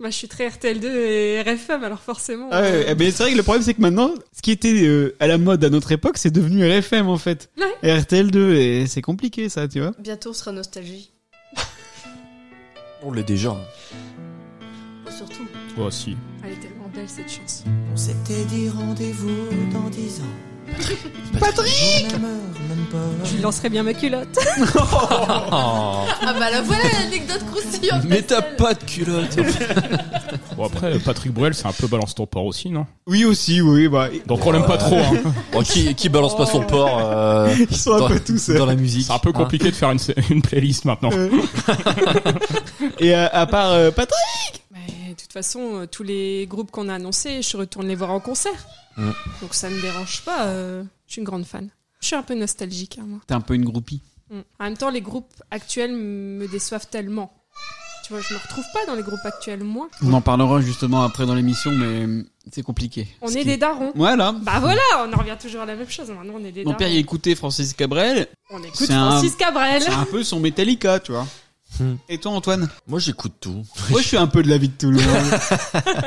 Speaker 7: Bah, je suis très RTL2 et RFM, alors forcément.
Speaker 2: Ah ouais, eh ben, c'est vrai que le problème c'est que maintenant, ce qui était euh, à la mode à notre époque, c'est devenu RFM en fait. RTL2 et c'est compliqué ça, tu vois.
Speaker 15: Bientôt, on sera nostalgie.
Speaker 4: On l'est déjà. hein.
Speaker 15: Oh, surtout.
Speaker 5: Moi aussi.
Speaker 7: Elle est tellement belle, cette chanson.
Speaker 16: On s'était dit rendez-vous dans 10 ans.
Speaker 7: Patrick
Speaker 16: On meurt même pas.
Speaker 7: Je lui lancerai bien ma culotte.
Speaker 15: Ah bah là, voilà l'anecdote croustillante.
Speaker 4: Mais t'as pas de culotte.
Speaker 5: Bon après, Patrick Bruel, c'est un peu balance ton port aussi, non
Speaker 2: Oui aussi, oui. Bah,
Speaker 5: Donc on l'aime pas trop. Hein.
Speaker 4: Bon, Oh, qui, qui balance pas son porc euh,
Speaker 2: Ils sont un
Speaker 4: dans,
Speaker 2: peu tous, euh.
Speaker 4: dans la musique
Speaker 5: C'est un peu compliqué de faire une, une playlist maintenant.
Speaker 2: Euh. et euh, à part euh, Patrick
Speaker 7: Mais de toute façon, euh, tous les groupes qu'on a annoncés, je retourne les voir en concert.
Speaker 4: Mm.
Speaker 7: Donc ça me dérange pas. euh, je suis une grande fan. Je suis un peu nostalgique, hein, moi.
Speaker 2: T'es un peu une groupie.
Speaker 7: Mm. En même temps, les groupes actuels me déçoivent tellement. Tu vois, je me retrouve pas dans les groupes actuels, moi.
Speaker 2: On en parlera justement après dans l'émission, mais hum, c'est compliqué.
Speaker 7: On
Speaker 2: Ce
Speaker 7: est
Speaker 2: qui-
Speaker 7: des darons.
Speaker 2: Voilà.
Speaker 7: Bah voilà, on en revient toujours à la même chose. Maintenant, on est des
Speaker 2: Mon
Speaker 7: darons.
Speaker 2: père il écoutait Francis Cabrel.
Speaker 7: On écoute
Speaker 2: C'est un-
Speaker 7: Francis Cabrel.
Speaker 2: C'est un peu son Metallica, tu vois.
Speaker 4: Hmm.
Speaker 2: Et toi, Antoine
Speaker 4: Moi j'écoute tout.
Speaker 2: Moi, je suis un peu de la vie de tout le monde.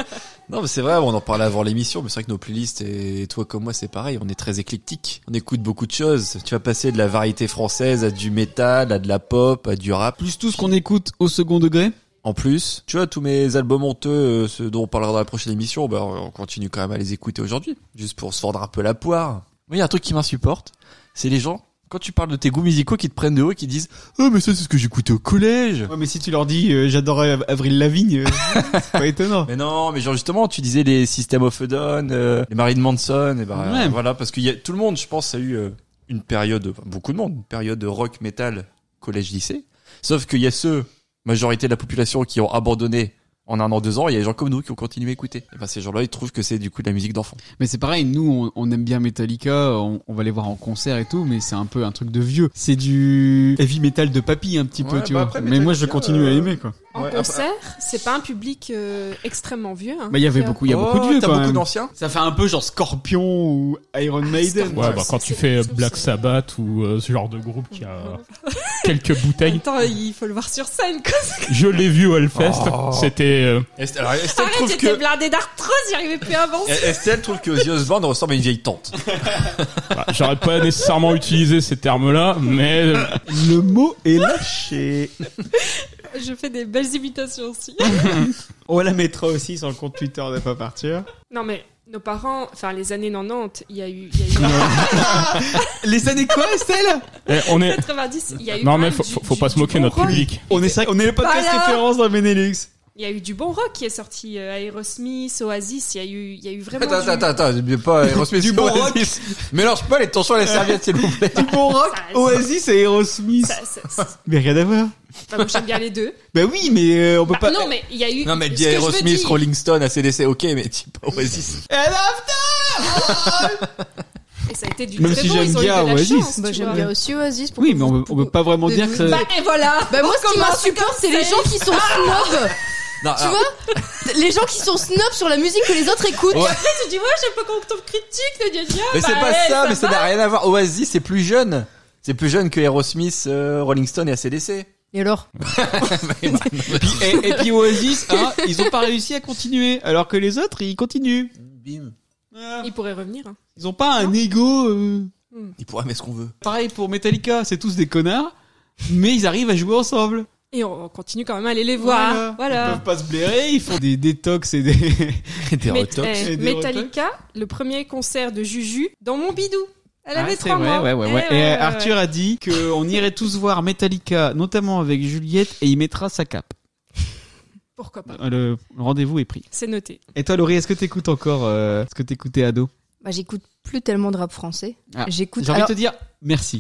Speaker 4: Non mais c'est vrai, on en parlait avant l'émission, mais c'est vrai que nos playlists et toi comme moi c'est pareil, on est très éclectique. On écoute beaucoup de choses. Tu vas passer de la variété française à du métal, à de la pop, à du rap.
Speaker 2: Plus tout ce qu'on écoute au second degré.
Speaker 4: En plus, tu vois, tous mes albums honteux, euh, ceux dont on parlera dans la prochaine émission, bah, on continue quand même à les écouter aujourd'hui, juste pour se vendre un peu la poire. Moi, il y a un truc qui m'insupporte, c'est les gens, quand tu parles de tes goûts musicaux, qui te prennent de haut et qui disent « Oh, mais ça, c'est ce que j'écoutais au collège
Speaker 2: Ouais, mais si tu leur dis euh, j'adorais Av- Avril Lavigne, euh, c'est pas étonnant. !»
Speaker 4: Mais non, mais genre justement, tu disais les System of a Down, euh, les Marilyn Manson, et bah,
Speaker 2: Ouais.
Speaker 4: euh, voilà, parce que y a, tout le monde, je pense, a eu euh, une période, enfin, beaucoup de monde, une période de rock, métal, collège-lycée. Sauf qu'il y a ceux, majorité de la population, qui ont abandonné en un an, deux ans, et il y a des gens comme nous qui ont continué à écouter. Et ben ces gens-là, ils trouvent que c'est du coup de la musique d'enfant.
Speaker 2: Mais c'est pareil, nous on, on aime bien Metallica, on, on va les voir en concert et tout, mais c'est un peu un truc de vieux. C'est du heavy metal de papy un petit peu,
Speaker 4: Ouais,
Speaker 2: tu
Speaker 4: bah
Speaker 2: vois.
Speaker 4: après,
Speaker 2: mais moi je
Speaker 4: Metallica,
Speaker 2: continue à
Speaker 4: euh,
Speaker 2: aimer quoi.
Speaker 7: En
Speaker 4: Ouais, après-
Speaker 7: concert, c'est pas un public euh, extrêmement vieux. hein.
Speaker 2: Bah il y avait beaucoup, il y a
Speaker 4: Oh,
Speaker 2: beaucoup de vieux
Speaker 4: t'as
Speaker 2: quand
Speaker 4: beaucoup Ah,
Speaker 2: même.
Speaker 4: d'anciens
Speaker 2: Ça fait un peu genre Scorpion ou Iron Maiden.
Speaker 5: Ouais, bah quand tu fais euh, Black Sabbath ou euh, ce genre de groupe qui a quelques
Speaker 7: En
Speaker 5: bouteilles.
Speaker 7: même temps, il faut le voir sur scène. quoi.
Speaker 5: Je l'ai vu au Hellfest.
Speaker 4: Oh.
Speaker 5: C'était euh,
Speaker 4: Est- alors, Estelle
Speaker 7: Arrête,
Speaker 4: trouve
Speaker 7: j'étais
Speaker 4: que
Speaker 7: blindé d'arthrose, j'y arrivais plus à avancer.
Speaker 4: Estelle trouve que Ozzy Osbourne ressemble à une vieille tante.
Speaker 5: bah, j'aurais pas nécessairement utilisé ces termes-là, mais euh,
Speaker 4: bah.
Speaker 2: Le mot est lâché.
Speaker 7: Je fais des belles imitations aussi.
Speaker 2: on la mettra aussi sur le compte Twitter de pas partir.
Speaker 7: non mais nos parents, enfin les années 90, il y a eu, il y a eu
Speaker 2: Les années quoi Estelle
Speaker 5: eh, on est.
Speaker 7: 90, il y a eu.
Speaker 5: Non
Speaker 7: quand
Speaker 5: mais
Speaker 7: même
Speaker 5: faut,
Speaker 7: du-
Speaker 5: faut- faut
Speaker 7: du-
Speaker 5: pas se
Speaker 7: du
Speaker 5: moquer
Speaker 7: bon
Speaker 5: notre
Speaker 7: rock.
Speaker 5: public.
Speaker 2: On est ça- on est le podcast
Speaker 7: Voilà.
Speaker 2: référence dans Benelux.
Speaker 7: Il y a eu du bon rock qui est sorti, euh, Aerosmith, Oasis, il y a eu, il y a eu vraiment.
Speaker 4: Attends,
Speaker 7: du...
Speaker 4: attends, attends, attends, j'ai bien pas Aerosmith.
Speaker 2: Du bon rock.
Speaker 4: Oasis. Mélange pas les tensions à la serviette, s'il vous plaît.
Speaker 2: Du bon rock,
Speaker 7: Ça-
Speaker 2: Oasis et Aerosmith.
Speaker 7: Ça- ça- ça-
Speaker 2: Mais rien à voir.
Speaker 7: bah, moi, j'aime bien les deux.
Speaker 2: Bah oui, mais euh, on peut
Speaker 7: Bah,
Speaker 2: pas.
Speaker 7: non mais il y a eu.
Speaker 4: Non, mais
Speaker 7: ce
Speaker 4: dis
Speaker 7: que je veux
Speaker 4: Aerosmith,
Speaker 7: dire-
Speaker 4: Rolling Stone, ACDC, ok, mais dis pas Oasis.
Speaker 2: Elle a-
Speaker 7: Et ça a été du
Speaker 2: Même
Speaker 7: très
Speaker 2: si
Speaker 7: bon,
Speaker 2: j'aime
Speaker 7: ils ont eu
Speaker 2: bien
Speaker 7: de la
Speaker 2: Oasis.
Speaker 7: chance,
Speaker 3: Bah,
Speaker 7: tu
Speaker 3: j'aime
Speaker 7: vois.
Speaker 3: bien aussi Oasis. pour-
Speaker 2: Oui, mais on peut, on peut pas vraiment
Speaker 3: De
Speaker 2: dire que.
Speaker 3: nous.
Speaker 7: Bah et voilà.
Speaker 15: Bah moi, ce qui
Speaker 7: Comment Ah
Speaker 15: m'insupporte, c'est les gens qui sont snobs.
Speaker 4: Non,
Speaker 3: tu
Speaker 2: Ah.
Speaker 4: alors-
Speaker 3: vois Les gens qui sont snobs sur la musique que les autres écoutent.
Speaker 4: Ouais.
Speaker 3: Et
Speaker 7: Après, tu dis, ouais, j'aime pas quand on critique, de gna gna.
Speaker 4: Mais c'est
Speaker 7: Bah,
Speaker 4: pas
Speaker 7: ouais,
Speaker 4: ça, mais ça
Speaker 7: va.
Speaker 4: n'a rien à voir. Oasis, c'est plus jeune. C'est plus jeune que Aerosmith, euh, Rolling Stone et ACDC.
Speaker 3: Et alors
Speaker 2: Et, et puis Oasis, hein, ils ont pas réussi à continuer, alors que les autres, ils continuent. Ah,
Speaker 7: Il pourrait revenir. hein.
Speaker 2: Ils ont pas un ego. euh,
Speaker 4: Ils pourraient mettre ce qu'on veut.
Speaker 2: Pareil pour Metallica, c'est tous des connards, mais ils arrivent à jouer ensemble.
Speaker 7: Et on on continue quand même à aller les voir.
Speaker 2: Ils
Speaker 7: Voilà.
Speaker 2: peuvent pas se blairer, ils font des détox et des. et des
Speaker 7: Met- eh, Metallica, le premier concert de Juju dans mon bidou. Elle
Speaker 2: Ah,
Speaker 7: avait
Speaker 2: c'est
Speaker 7: trois
Speaker 2: vrai,
Speaker 7: mois.
Speaker 2: ouais, ouais,
Speaker 7: Eh
Speaker 2: ouais. Et,
Speaker 7: ouais, ouais,
Speaker 2: Arthur a dit qu'on irait tous voir Metallica, notamment avec Juliette, et il mettra sa cape. Euh,
Speaker 7: Pourquoi pas
Speaker 2: Le le rendez-vous est pris.
Speaker 7: C'est noté.
Speaker 2: Et toi, Laurie, est-ce que t'écoutes encore euh, ce que t'écoutais ado
Speaker 3: Bah, j'écoute plus tellement de rap français.
Speaker 2: Ah,
Speaker 3: j'écoute.
Speaker 2: J'ai envie
Speaker 3: alors,
Speaker 2: de te dire merci.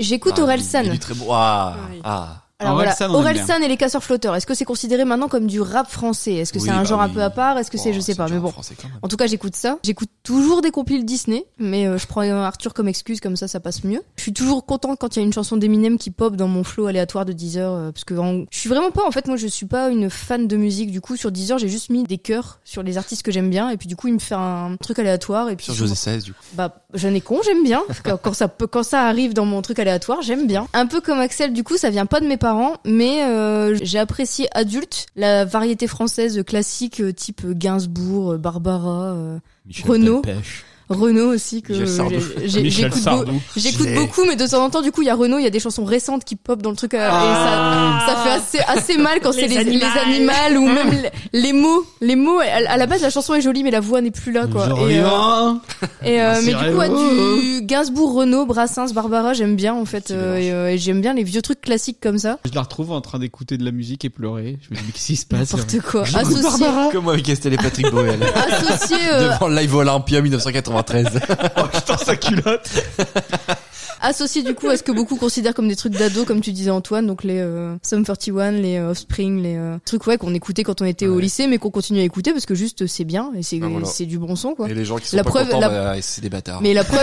Speaker 3: J'écoute Orelsan.
Speaker 4: Ah, Il est très beau. Ah, ah.
Speaker 3: Alors voilà, Orelsan et les casseurs flotteurs, est-ce que c'est considéré maintenant comme du rap français Est-ce que
Speaker 4: Oui,
Speaker 3: c'est un
Speaker 4: bah
Speaker 3: genre un
Speaker 4: oui.
Speaker 3: peu à part Est-ce que c'est, je
Speaker 4: Oh,
Speaker 3: sais pas, mais bon. En tout cas, j'écoute ça. J'écoute toujours des compiles Disney, mais euh, je prends euh, Arthur comme excuse, comme ça, ça passe mieux. Je suis toujours contente quand il y a une chanson d'Eminem qui pop dans mon flow aléatoire de Deezer, euh, parce que en- je suis vraiment pas, en fait, moi, je suis pas une fan de musique. Du coup, sur Deezer, j'ai juste mis des cœurs sur les artistes que j'aime bien, et puis du coup, il me fait un truc aléatoire, et puis
Speaker 4: Sur José Saez, du coup.
Speaker 3: bah, j'en ai con, j'aime bien. Quand, quand ça, peut- quand ça arrive dans mon truc aléatoire, j'aime bien. Un peu comme Axel, du coup, ça vient pas de mes parents, mais euh, j'ai apprécié adulte la variété française classique, euh, type Gainsbourg, euh, Barbara, euh,
Speaker 5: Michel
Speaker 3: Renaud.
Speaker 5: Delpech.
Speaker 3: Renaud aussi que
Speaker 5: Michel Sardou.
Speaker 3: j'ai- j'ai-
Speaker 5: Michel
Speaker 3: j'écoute
Speaker 5: Sardou.
Speaker 3: beau- j'écoute
Speaker 5: J'ai-
Speaker 3: beaucoup mais de temps en temps du coup il y a Renaud il y a des chansons récentes qui pop dans le truc euh,
Speaker 7: Ah.
Speaker 3: et ça, ça fait assez, assez mal quand
Speaker 7: Les
Speaker 3: c'est les, les
Speaker 7: animaux.
Speaker 3: animaux ou même les, les mots les mots à, à la base la chanson est jolie mais la voix n'est plus là quoi
Speaker 2: Genre,
Speaker 3: Et, euh,
Speaker 2: rien.
Speaker 3: et euh,
Speaker 2: C'est
Speaker 3: mais du coup, ouais,
Speaker 4: Oh,
Speaker 2: rigolo.
Speaker 3: du Gainsbourg, Renaud, Brassens, Barbara, j'aime bien en fait, euh, et, euh, et j'aime bien les vieux trucs classiques comme ça.
Speaker 2: Je la retrouve en train d'écouter de la musique et pleurer. Je me dis, mais qu'est-ce qui se passe
Speaker 3: N'importe quoi.
Speaker 2: Je-
Speaker 3: Associé,
Speaker 4: Comme moi avec Estelle et Patrick Boel.
Speaker 3: associé, euh,
Speaker 4: Devant le live Olympia 1993.
Speaker 3: associé du coup à ce que beaucoup considèrent comme des trucs d'ado, comme tu disais Antoine, donc les euh, Sum 41, les euh, Offspring, les euh, trucs ouais qu'on écoutait quand on était au lycée, mais qu'on continue à écouter parce que juste c'est bien et c'est
Speaker 4: Ah, voilà.
Speaker 3: c'est du bon son quoi.
Speaker 4: Et les gens qui sont
Speaker 3: La
Speaker 4: pas
Speaker 3: preuve-
Speaker 4: contents,
Speaker 3: la-
Speaker 4: bah, c'est des bâtards.
Speaker 3: Mais la preuve,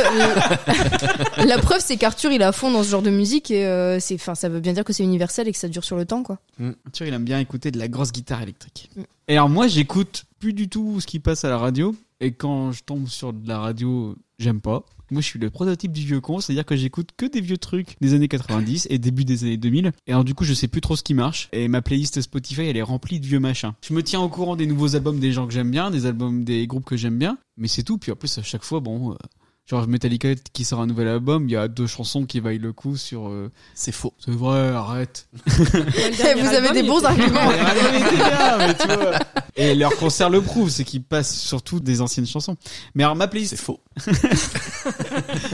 Speaker 3: la preuve, c'est qu'Arthur il est à fond dans ce genre de musique et euh, c'est, enfin, ça veut bien dire que c'est universel et que ça dure sur le temps quoi.
Speaker 2: Arthur, il aime bien écouter de la grosse guitare électrique.
Speaker 4: Mm.
Speaker 2: Et alors moi, j'écoute plus du tout ce qui passe à la radio. Et quand je tombe sur de la radio, j'aime pas. Moi, je suis le prototype du vieux con, c'est-à-dire que j'écoute que des vieux trucs des années 90 et début des années 2000. Et alors du coup, je sais plus trop ce qui marche. Et ma playlist Spotify, elle est remplie de vieux machins. Je me tiens au courant des nouveaux albums des gens que j'aime bien, des albums des groupes que j'aime bien. Mais c'est tout. Puis en plus, à chaque fois, bon. euh, Genre Metallica qui sort un nouvel album, il y a deux chansons qui vaillent le coup sur. euh,
Speaker 4: C'est faux.
Speaker 2: C'est vrai, arrête.
Speaker 7: Eh,
Speaker 3: Vous avez des bons arguments.
Speaker 2: Et leur concert le prouve, c'est qu'ils passent surtout des anciennes chansons. Mais alors ma playlist... C'est
Speaker 4: faux.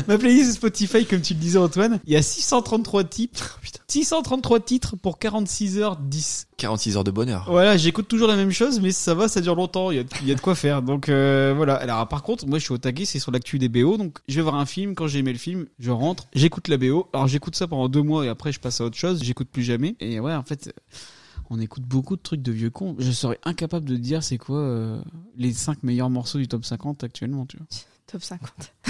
Speaker 2: ma playlist Spotify, comme tu le disais Antoine, il y a 633
Speaker 4: Oh,
Speaker 2: titres. 633 titres pour 46 h 10.
Speaker 4: 46 heures de bonheur.
Speaker 2: Voilà, j'écoute toujours la même chose, mais ça va, ça dure longtemps. Il y a, il y a de quoi faire. Donc euh, voilà. Alors par contre, moi je suis au taquet, c'est sur l'actu des BO. Donc je vais voir un film. Quand j'ai aimé le film, je rentre, j'écoute la BO. Alors j'écoute ça pendant deux mois et après je passe à autre chose. J'écoute plus jamais. Et ouais, en fait, on écoute beaucoup de trucs de vieux cons. Je serais incapable de dire c'est quoi euh, les cinq meilleurs morceaux du top 50 actuellement, tu vois.
Speaker 3: Top 50.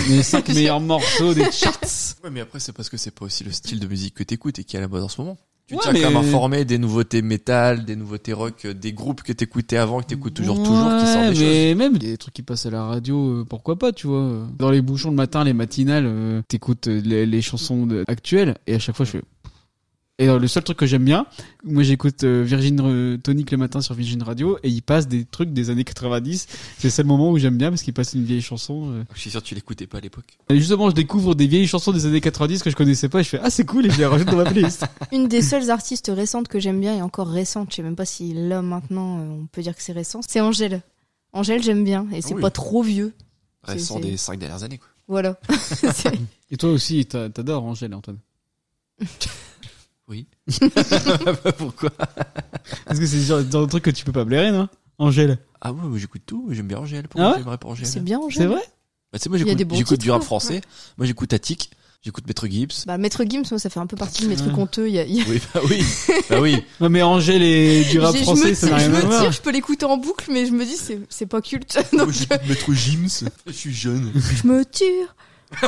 Speaker 2: Les cinq meilleurs morceaux des charts.
Speaker 4: Ouais, mais après, c'est parce que c'est pas aussi le style de musique que t'écoutes et qui est à la mode en ce moment. Tu
Speaker 2: Ouais,
Speaker 4: tiens
Speaker 2: mais-
Speaker 4: quand même informé des nouveautés métal, des nouveautés rock, euh, des groupes que t'écoutais avant, que t'écoutes toujours, toujours, qui sortent
Speaker 2: Ouais, mais
Speaker 4: des
Speaker 2: même des trucs qui passent à la radio, euh, pourquoi pas, tu vois. Dans les bouchons le matin, les matinales, euh, t'écoutes euh, les, les chansons de- actuelles et à chaque fois je fais. Et euh, le seul truc que j'aime bien, moi j'écoute euh, Virgin euh, Tonic le matin sur Virgin Radio et il passe des trucs des années 90. C'est le seul moment où j'aime bien parce qu'il passe une vieille chanson. euh.
Speaker 4: choses. Je suis sûr que tu l'écoutais pas à l'époque.
Speaker 2: Et justement, je découvre des vieilles chansons des années 90 que je connaissais pas et je fais ah c'est cool et je les rajoute dans ma playlist.
Speaker 3: Une des seules artistes récentes que j'aime bien et encore récente, je sais même pas si là maintenant euh, on peut dire que c'est récent, c'est Angèle. Angèle, j'aime bien et c'est
Speaker 4: Ah Oui.
Speaker 3: pas trop vieux.
Speaker 4: Ouais,
Speaker 3: C'est-
Speaker 4: sort
Speaker 3: c'est-
Speaker 4: des cinq dernières années, quoi.
Speaker 3: Voilà. C'est-
Speaker 2: Et toi aussi, t'a- t'adores Angèle, Antoine.
Speaker 4: Oui. Pourquoi
Speaker 2: Parce que c'est genre- dans le truc que tu peux pas blairer, non Angèle.
Speaker 4: Ah oui, oui, j'écoute tout, j'aime bien Angèle.
Speaker 2: Ah
Speaker 4: Pourquoi
Speaker 2: ouais
Speaker 4: j'aimerais pas Angèle
Speaker 3: C'est bien, Angèle.
Speaker 2: C'est vrai
Speaker 4: Bah, tu sais, moi,
Speaker 3: Il y a des
Speaker 4: j'écoute
Speaker 3: bons
Speaker 4: j'écoute
Speaker 3: titres,
Speaker 4: du rap
Speaker 3: ouais.
Speaker 4: français. Moi, j'écoute Attic, j'écoute Maître Gibbs.
Speaker 3: Bah, Maître Gims, moi ça fait un peu partie de mes trucs
Speaker 2: Ouais.
Speaker 3: honteux. il y a- il y a-
Speaker 4: Oui, bah oui. bah oui.
Speaker 2: Non mais Angèle et du rap
Speaker 3: J'ai- je
Speaker 2: français,
Speaker 3: me
Speaker 2: ça
Speaker 3: tire-
Speaker 2: n'a rien
Speaker 3: je
Speaker 2: à
Speaker 3: me
Speaker 2: voir.
Speaker 3: tire, je peux l'écouter en boucle, mais je me dis c'est c'est pas culte. Donc,
Speaker 4: Moi, j'écoute Maître Gims. Je suis jeune.
Speaker 3: je me tire.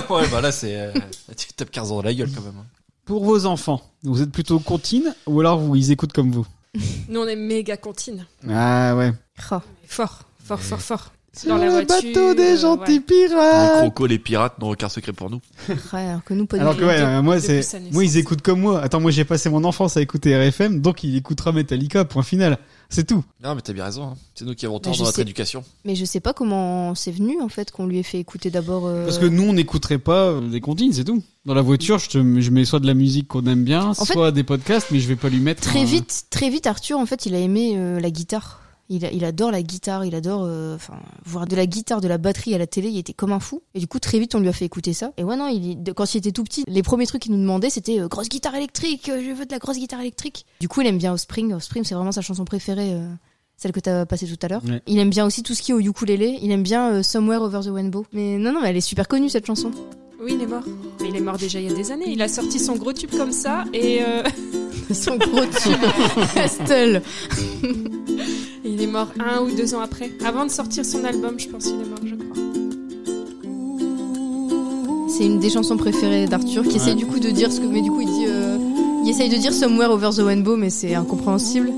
Speaker 4: ouais, bah là, c'est. euh, là, tu tapes 15 ans dans la gueule quand même. hein.
Speaker 2: Pour vos enfants, vous êtes plutôt contine ou alors vous ils écoutent comme vous
Speaker 7: Nous, on est méga comptines.
Speaker 2: Ah ouais.
Speaker 7: Fort, fort, fort, fort.
Speaker 2: Sur
Speaker 7: Dans la
Speaker 2: le
Speaker 7: voiture. euh,
Speaker 2: bateau des gentils
Speaker 4: Les
Speaker 2: pirates.
Speaker 4: crocos, les pirates n'ont aucun secret pour nous.
Speaker 3: Ouais, alors que nous, pas du
Speaker 2: Alors
Speaker 3: tout.
Speaker 2: que ouais, euh, moi
Speaker 3: Depuis
Speaker 2: c'est
Speaker 3: sa naissance.
Speaker 2: moi ils écoutent comme moi. Attends, moi j'ai passé mon enfance à écouter RFM, donc il écoutera Metallica. Point final. C'est tout.
Speaker 4: Non, mais t'as bien raison. hein. C'est nous qui avons tort
Speaker 3: je
Speaker 4: dans notre
Speaker 3: sais.
Speaker 4: éducation.
Speaker 3: Mais je sais pas comment c'est venu en fait qu'on lui ait fait écouter d'abord. euh,
Speaker 2: Parce que nous on n'écouterait pas euh, des comptines, c'est tout. Dans la voiture, je, te- je mets soit de la musique qu'on aime bien,
Speaker 3: fait,
Speaker 2: soit des podcasts, mais je vais pas lui mettre
Speaker 3: Très
Speaker 2: un-
Speaker 3: vite, très vite, Arthur, en fait, il a aimé euh, la guitare. Il, a- il adore la guitare, il adore euh, enfin voir de la guitare, de la batterie à la télé, il était comme un fou. Et du coup, très vite, on lui a fait écouter ça. Et ouais, non, il, de- quand il était tout petit, les premiers trucs qu'il nous demandait, c'était euh, grosse guitare électrique, euh, je veux de la grosse guitare électrique. Du coup, il aime bien Offspring. Offspring, c'est vraiment sa chanson préférée, euh, celle que t'as passée tout à l'heure.
Speaker 2: Ouais.
Speaker 3: Il aime bien aussi tout ce qui est au ukulélé. Il aime bien euh, Somewhere Over the Rainbow. Mais non, non, mais elle est super connue cette chanson.
Speaker 7: Oui, il est mort. Mais il est mort déjà il y a des années. Il a sorti son gros tube comme ça et. euh,
Speaker 3: Son gros tube, Castle.
Speaker 7: il est mort un ou deux ans après. Avant de sortir son album, je pense qu'il est mort, je crois.
Speaker 3: C'est une des chansons préférées d'Arthur qui
Speaker 7: Ouais.
Speaker 3: essaye du coup de dire ce que. Mais du coup, il dit. euh, il essaye de dire Somewhere Over the Rainbow, mais c'est incompréhensible.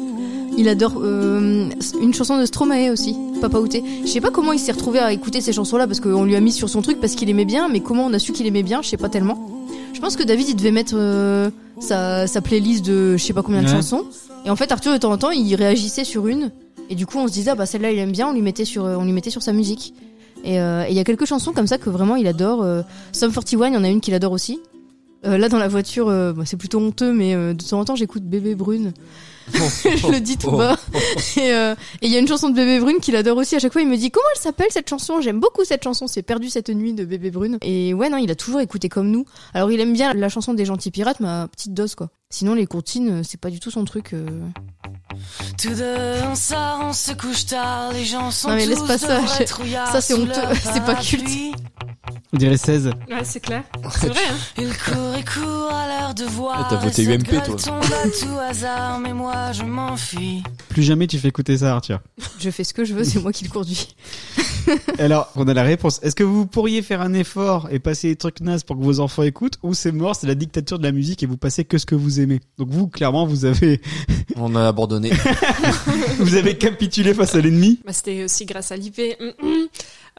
Speaker 3: Il adore euh, une chanson de Stromae aussi, Papa Outé. Je sais pas comment il s'est retrouvé à écouter ces chansons-là parce qu'on lui a mis sur son truc parce qu'il aimait bien, mais comment on a su qu'il aimait bien, je sais pas tellement. Je pense que David il devait mettre euh, sa, sa playlist de je sais pas combien de
Speaker 2: Ouais.
Speaker 3: chansons. Et en fait, Arthur de temps en temps il réagissait sur une. Et du coup, on se disait, ah bah celle-là il aime bien, on lui mettait sur, euh, on lui mettait sur sa musique. Et euh, et il y a quelques chansons comme ça que vraiment il adore. euh, Sum 41, il y en a une qu'il adore aussi. Euh, là dans la voiture, euh, bah, c'est plutôt honteux, mais euh, de temps en temps j'écoute Bébé Brune. je le dis tout
Speaker 8: oh,
Speaker 3: bas. Et euh, et il y a une chanson de Bébé Brune qu'il adore aussi. À chaque fois, il me dit comment elle s'appelle cette chanson. J'aime beaucoup cette chanson. C'est Perdu cette nuit de Bébé Brune. Et ouais, non, il a toujours écouté comme nous. Alors il aime bien la chanson des gentils pirates, mais à petite dose quoi. Sinon les comptines, euh, c'est pas du tout son truc. euh.
Speaker 19: Tous deux, on sort, on se couche tard, les gens sont
Speaker 3: Non, mais laisse
Speaker 19: tous
Speaker 3: pas
Speaker 19: de
Speaker 3: ça,
Speaker 19: vrais
Speaker 3: je-
Speaker 19: trouillards
Speaker 3: ça, c'est
Speaker 19: sous
Speaker 3: honteux,
Speaker 19: leur
Speaker 3: c'est pas culte.
Speaker 19: parapluie.
Speaker 2: On dirait 16.
Speaker 7: Ouais, c'est clair. C'est vrai, hein.
Speaker 19: Ils courent et courent à l'heure de voir.
Speaker 2: Ah, t'as voté UMP, toi.
Speaker 19: tombe à tout hasard, mais moi je m'enfuis.
Speaker 2: Plus jamais tu fais écouter ça, Arthur.
Speaker 3: Je fais ce que je veux, c'est moi qui le conduis.
Speaker 2: Alors, on a la réponse. Est-ce que vous pourriez faire un effort et passer des trucs nazes pour que vos enfants écoutent ou c'est mort, c'est la dictature de la musique et vous passez que ce que vous aimez Donc vous, clairement, vous avez
Speaker 4: On a abandonné.
Speaker 2: vous avez capitulé face à l'ennemi.
Speaker 7: Bah, C'était aussi grâce à l'IP,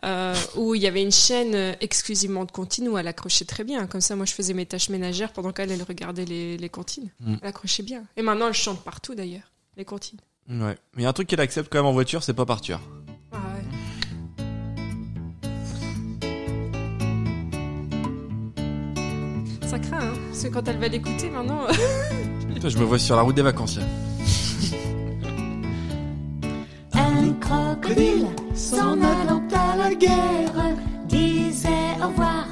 Speaker 7: Euh, où il y avait une chaîne euh, exclusivement de comptines où elle accrochait très bien. Comme ça, moi, je faisais mes tâches ménagères pendant qu'elle elle regardait les, les comptines.
Speaker 4: Mm.
Speaker 7: Elle accrochait bien. Et maintenant, elle chante partout d'ailleurs, les comptines.
Speaker 4: Ouais. Mais il y a un truc qu'elle accepte quand même en voiture, c'est pas partir.
Speaker 7: Ah ouais. Ça craint, hein parce que quand elle va l'écouter maintenant.
Speaker 4: Putain, je me vois sur la route des vacances là.
Speaker 8: Un crocodile s'en allant à la guerre disait au revoir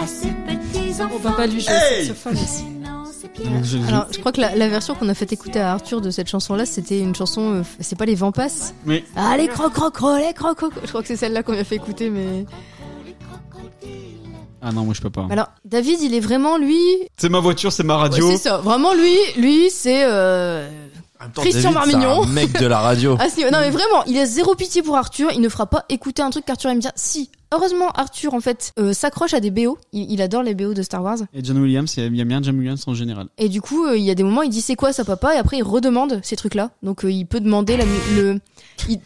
Speaker 8: à ses petits enfants. On va
Speaker 7: pas lui jouer Hey cette folle aussi.
Speaker 3: Alors, je crois que la, la version qu'on a fait écouter à Arthur de cette chanson-là, c'était une chanson. euh, c'est pas les vents passent.
Speaker 2: Oui.
Speaker 3: Ah, les croc croc les croc croc. Je crois que c'est celle-là qu'on a fait écouter, mais.
Speaker 2: Ah non, moi je peux pas.
Speaker 3: Alors, David, il est vraiment lui.
Speaker 2: C'est ma voiture, c'est ma radio.
Speaker 3: Ouais, c'est ça. Vraiment lui, lui, c'est. euh,
Speaker 4: Attends,
Speaker 3: Christian
Speaker 4: David,
Speaker 3: Marmignon.
Speaker 4: c'est un mec de la radio.
Speaker 3: Ah, si, non mais vraiment, il a zéro pitié pour Arthur, il ne fera pas écouter un truc qu'Arthur aime bien. Si, heureusement Arthur en fait euh, s'accroche à des BO, il, il adore les BO de Star Wars.
Speaker 2: Et John Williams, il y a bien John Williams en général.
Speaker 3: Et du coup, euh, il y a des moments, il dit c'est quoi ça, papa Et après, il redemande ces trucs-là. Donc, euh, il peut demander la, mu- le. Il...